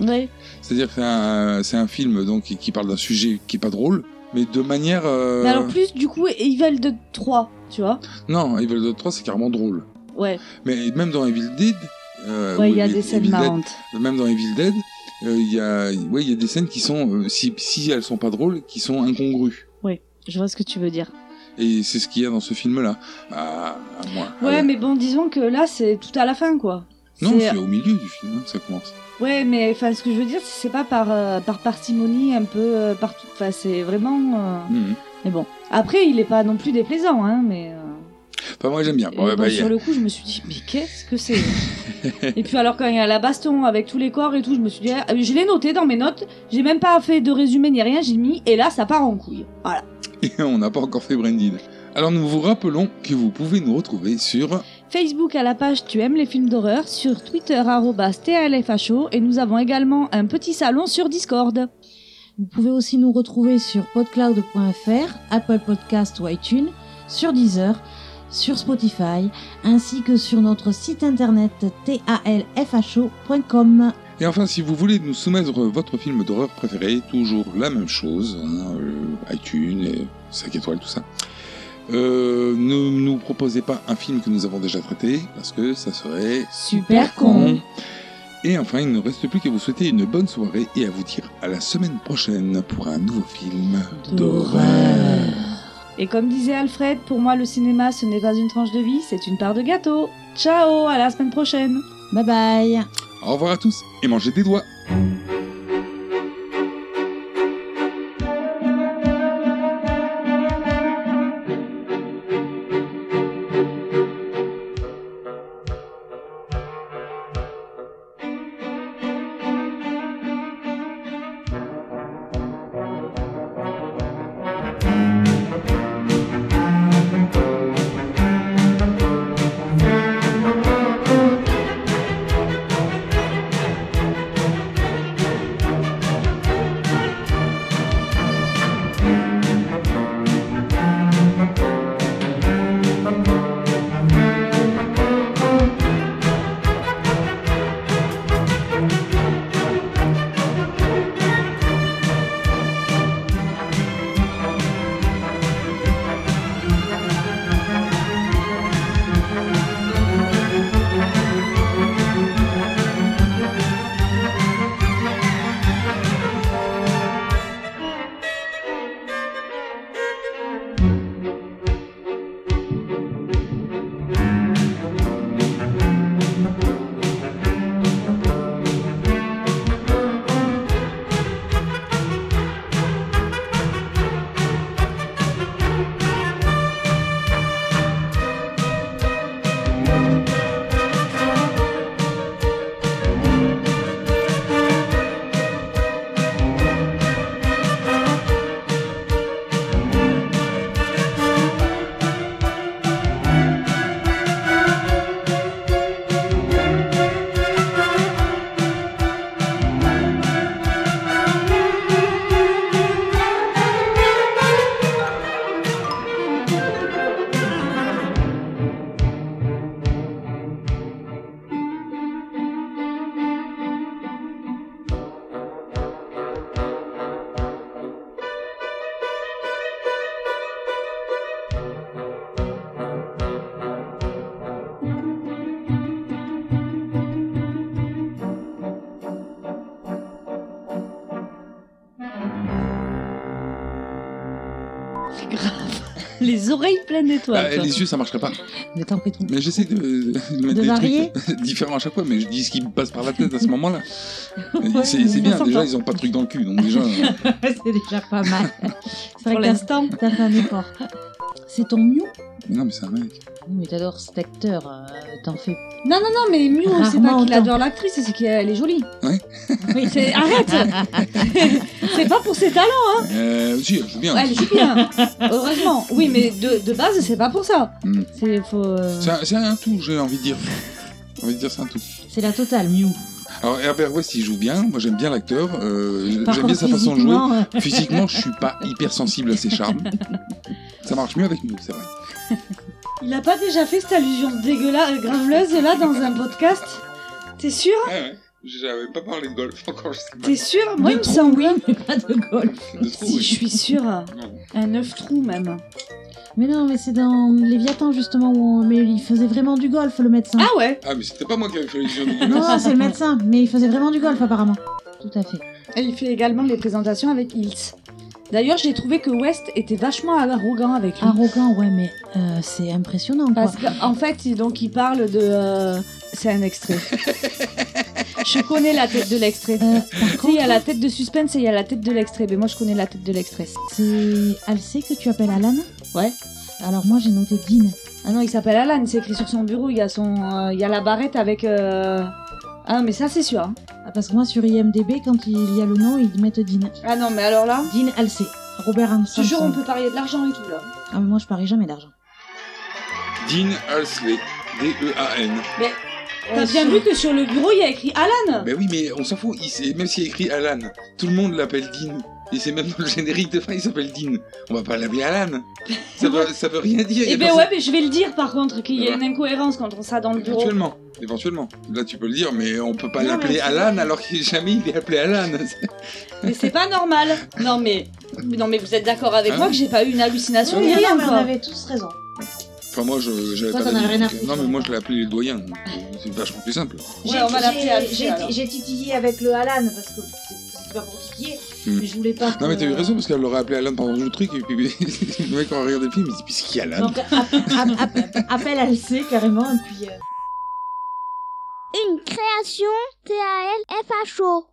Oui. C'est-à-dire que c'est un, c'est un film donc, qui qui parle d'un sujet qui est pas drôle, mais de manière. euh, Mais alors, plus, du coup, Evil de 3, tu vois Non, Evil Dead 3, c'est carrément drôle. Ouais. Mais même dans Evil Dead. euh, Ouais, ou il y a Evil- des scènes Evil Dead- marrantes. même dans Evil Dead, euh, il y, a, ouais, il y a des scènes qui sont, euh, si, si elles sont pas drôles, qui sont incongrues. Oui, je vois ce que tu veux dire. Et c'est ce qu'il y a dans ce film-là. À, à moi. Ah Ouais, mais bon, disons que là, c'est tout à la fin, quoi. Non, C'est- c'est au milieu du film hein, que ça commence. Ouais, mais enfin, ce que je veux dire, c'est pas par, euh, par parcimonie, un peu euh, partout. Enfin, c'est vraiment. euh, Mhm. Mais bon. Après, il est pas non plus déplaisant, hein, mais. euh, Enfin, moi j'aime bien. Bon, bon, ouais, bah, y sur a- le coup, je me suis dit, mais qu'est-ce que c'est Et puis, alors, quand il y a la baston avec tous les corps et tout, je me suis dit, ah, je l'ai noté dans mes notes, j'ai même pas fait de résumé ni rien, j'ai mis, et là, ça part en couille. Voilà. Et on n'a pas encore fait Branded. Alors nous vous rappelons que vous pouvez nous retrouver sur Facebook à la page Tu aimes les films d'horreur, sur Twitter arrobas TLFHO, et nous avons également un petit salon sur Discord. Vous pouvez aussi nous retrouver sur podcloud.fr, Apple Podcast ou iTunes, sur Deezer, sur Spotify, ainsi que sur notre site internet talfho.com. Et enfin, si vous voulez nous soumettre votre film d'horreur préféré, toujours la même chose, hein, euh, iTunes, et 5 étoiles, tout ça. Euh, ne nous proposez pas un film que nous avons déjà traité, parce que ça serait super con. Et enfin, il ne reste plus qu'à vous souhaiter une bonne soirée et à vous dire à la semaine prochaine pour un nouveau film d'horreur. Et comme disait Alfred, pour moi, le cinéma, ce n'est pas une tranche de vie, c'est une part de gâteau. Ciao, à la semaine prochaine. Bye bye. Au revoir à tous et mangez des doigts. Thank you. les oreilles pleines d'étoiles. Bah, toi. les yeux, ça marcherait pas. Mais t'en prie, Mais j'essaie de, de mettre des varier. trucs différents à chaque fois, mais je dis ce qui me passe par la tête à ce moment-là. Ouais, c'est c'est on bien, s'entend. déjà, ils ont pas de truc dans le cul, donc déjà. euh, c'est déjà pas mal. C'est Pour que t'as- t'as fait un effort. C'est ton mieux mais non, mais c'est un mec. Mais t'adores cet acteur, euh, t'en fais. Non, non, non, mais Mew, c'est Rarement pas qu'il autant. adore l'actrice, c'est qu'elle est jolie. Ouais. C'est- Arrête C'est pas pour ses talents, hein Euh, si, elle joue bien. Elle joue bien, heureusement. Oui, mais de, de base, c'est pas pour ça. Mm. C'est faut. euh, C'est un- C'est un tout, j'ai envie de dire. J'ai envie de dire, c'est un tout. C'est la totale, Mew. Alors Herbert West, il joue bien. Moi, j'aime bien l'acteur. euh, Par j'aime bien contre, sa façon de jouer. physiquement, euh. Physiquement, je suis pas hyper sensible à ses charmes. Ça marche mieux avec nous, c'est vrai. Ah. Il a pas déjà fait cette allusion dégueulasse, euh, graveleuse là dans un podcast T'es sûr Ah J'avais pas parlé de golf encore. T'es sûr Moi, il me semble oui. pas de golf. De Si, je suis sûre. Un neuf trous même. Mais non, mais c'est dans Léviathan justement où on- mais il faisait vraiment du golf le médecin. Ah ouais Ah, mais c'était pas moi qui avais fait les yeux de Ah Non, non, c'est le médecin, mais il faisait vraiment du golf apparemment. Tout à fait. Et il fait également des présentations avec Hills. D'ailleurs, j'ai trouvé que West était vachement arrogant avec lui. Arrogant, ouais, mais euh, c'est impressionnant quoi. Parce qu'en fait, il- donc il parle de. euh, C'est un extrait. je connais la tête de l'extrait. Euh, tu sais, il y a la tête de suspense et il y a la tête de l'extrait. Mais moi, je connais la tête de l'extrait. C'est Alcé que tu appelles Alan Ouais. Alors moi, j'ai noté Dean. Ah non, il s'appelle Alan, c'est écrit sur son bureau. Il y a, son, euh, il y a la barrette avec. euh, Ah, mais ça, c'est sûr. hein. Ah, parce que moi sur IMDB, quand il y a le nom, ils mettent Dean. Ah non, mais alors là Dean Alcé. Robert Hanson. Toujours, on peut parier de l'argent et tout là. Ah, mais moi je parie jamais d'argent. Dean Halsley. E D-E-A-N. Mais t'as bien Euh, vu que sur le bureau, il y a écrit Alan Ben oui, mais on s'en fout. Il, s'est- même s'il y a écrit Alan, tout le monde l'appelle Dean. Et c'est même dans le générique de fin, il s'appelle Dean. On va pas l'appeler Alan. Ça veut, ça veut rien dire. il y a Eh ben personne- ouais, mais je vais le dire par contre, qu'il y a Voilà. une incohérence contre ça dans le bureau. Éventuellement. Éventuellement. Là, tu peux le dire, mais on peut pas Non, mais l'appeler c'est Alan alors qu'il jamais il est appelé Alan. Mais c'est pas normal. Non mais, non mais vous êtes d'accord avec Ah moi oui. que j'ai pas eu une hallucination Oui, ni non, rien mais on quoi. avait tous raison. Enfin, moi, je, j'avais Toi, pas t'en as d'avis, rien à donc, euh, foutre, Non, mais moi, je l'ai appelé le doyen. donc, euh, C'est vachement plus simple. J'ai- on va l'appeler j'ai- Alcé, j'ai- alors. J'ai titillé avec le Alan parce que c'est- c'est pas pour titiller, Hmm. mais je voulais pas. Non, mais que- t'as eu raison parce qu'elle l'aurait appelé Alan pendant tout le truc. Et puis, le mec, en regardant le film, il dit Puis c'est qui Alan Donc, app- app- app- appel Alcé carrément, et puis. euh, Une création T-A-L-F-H-O.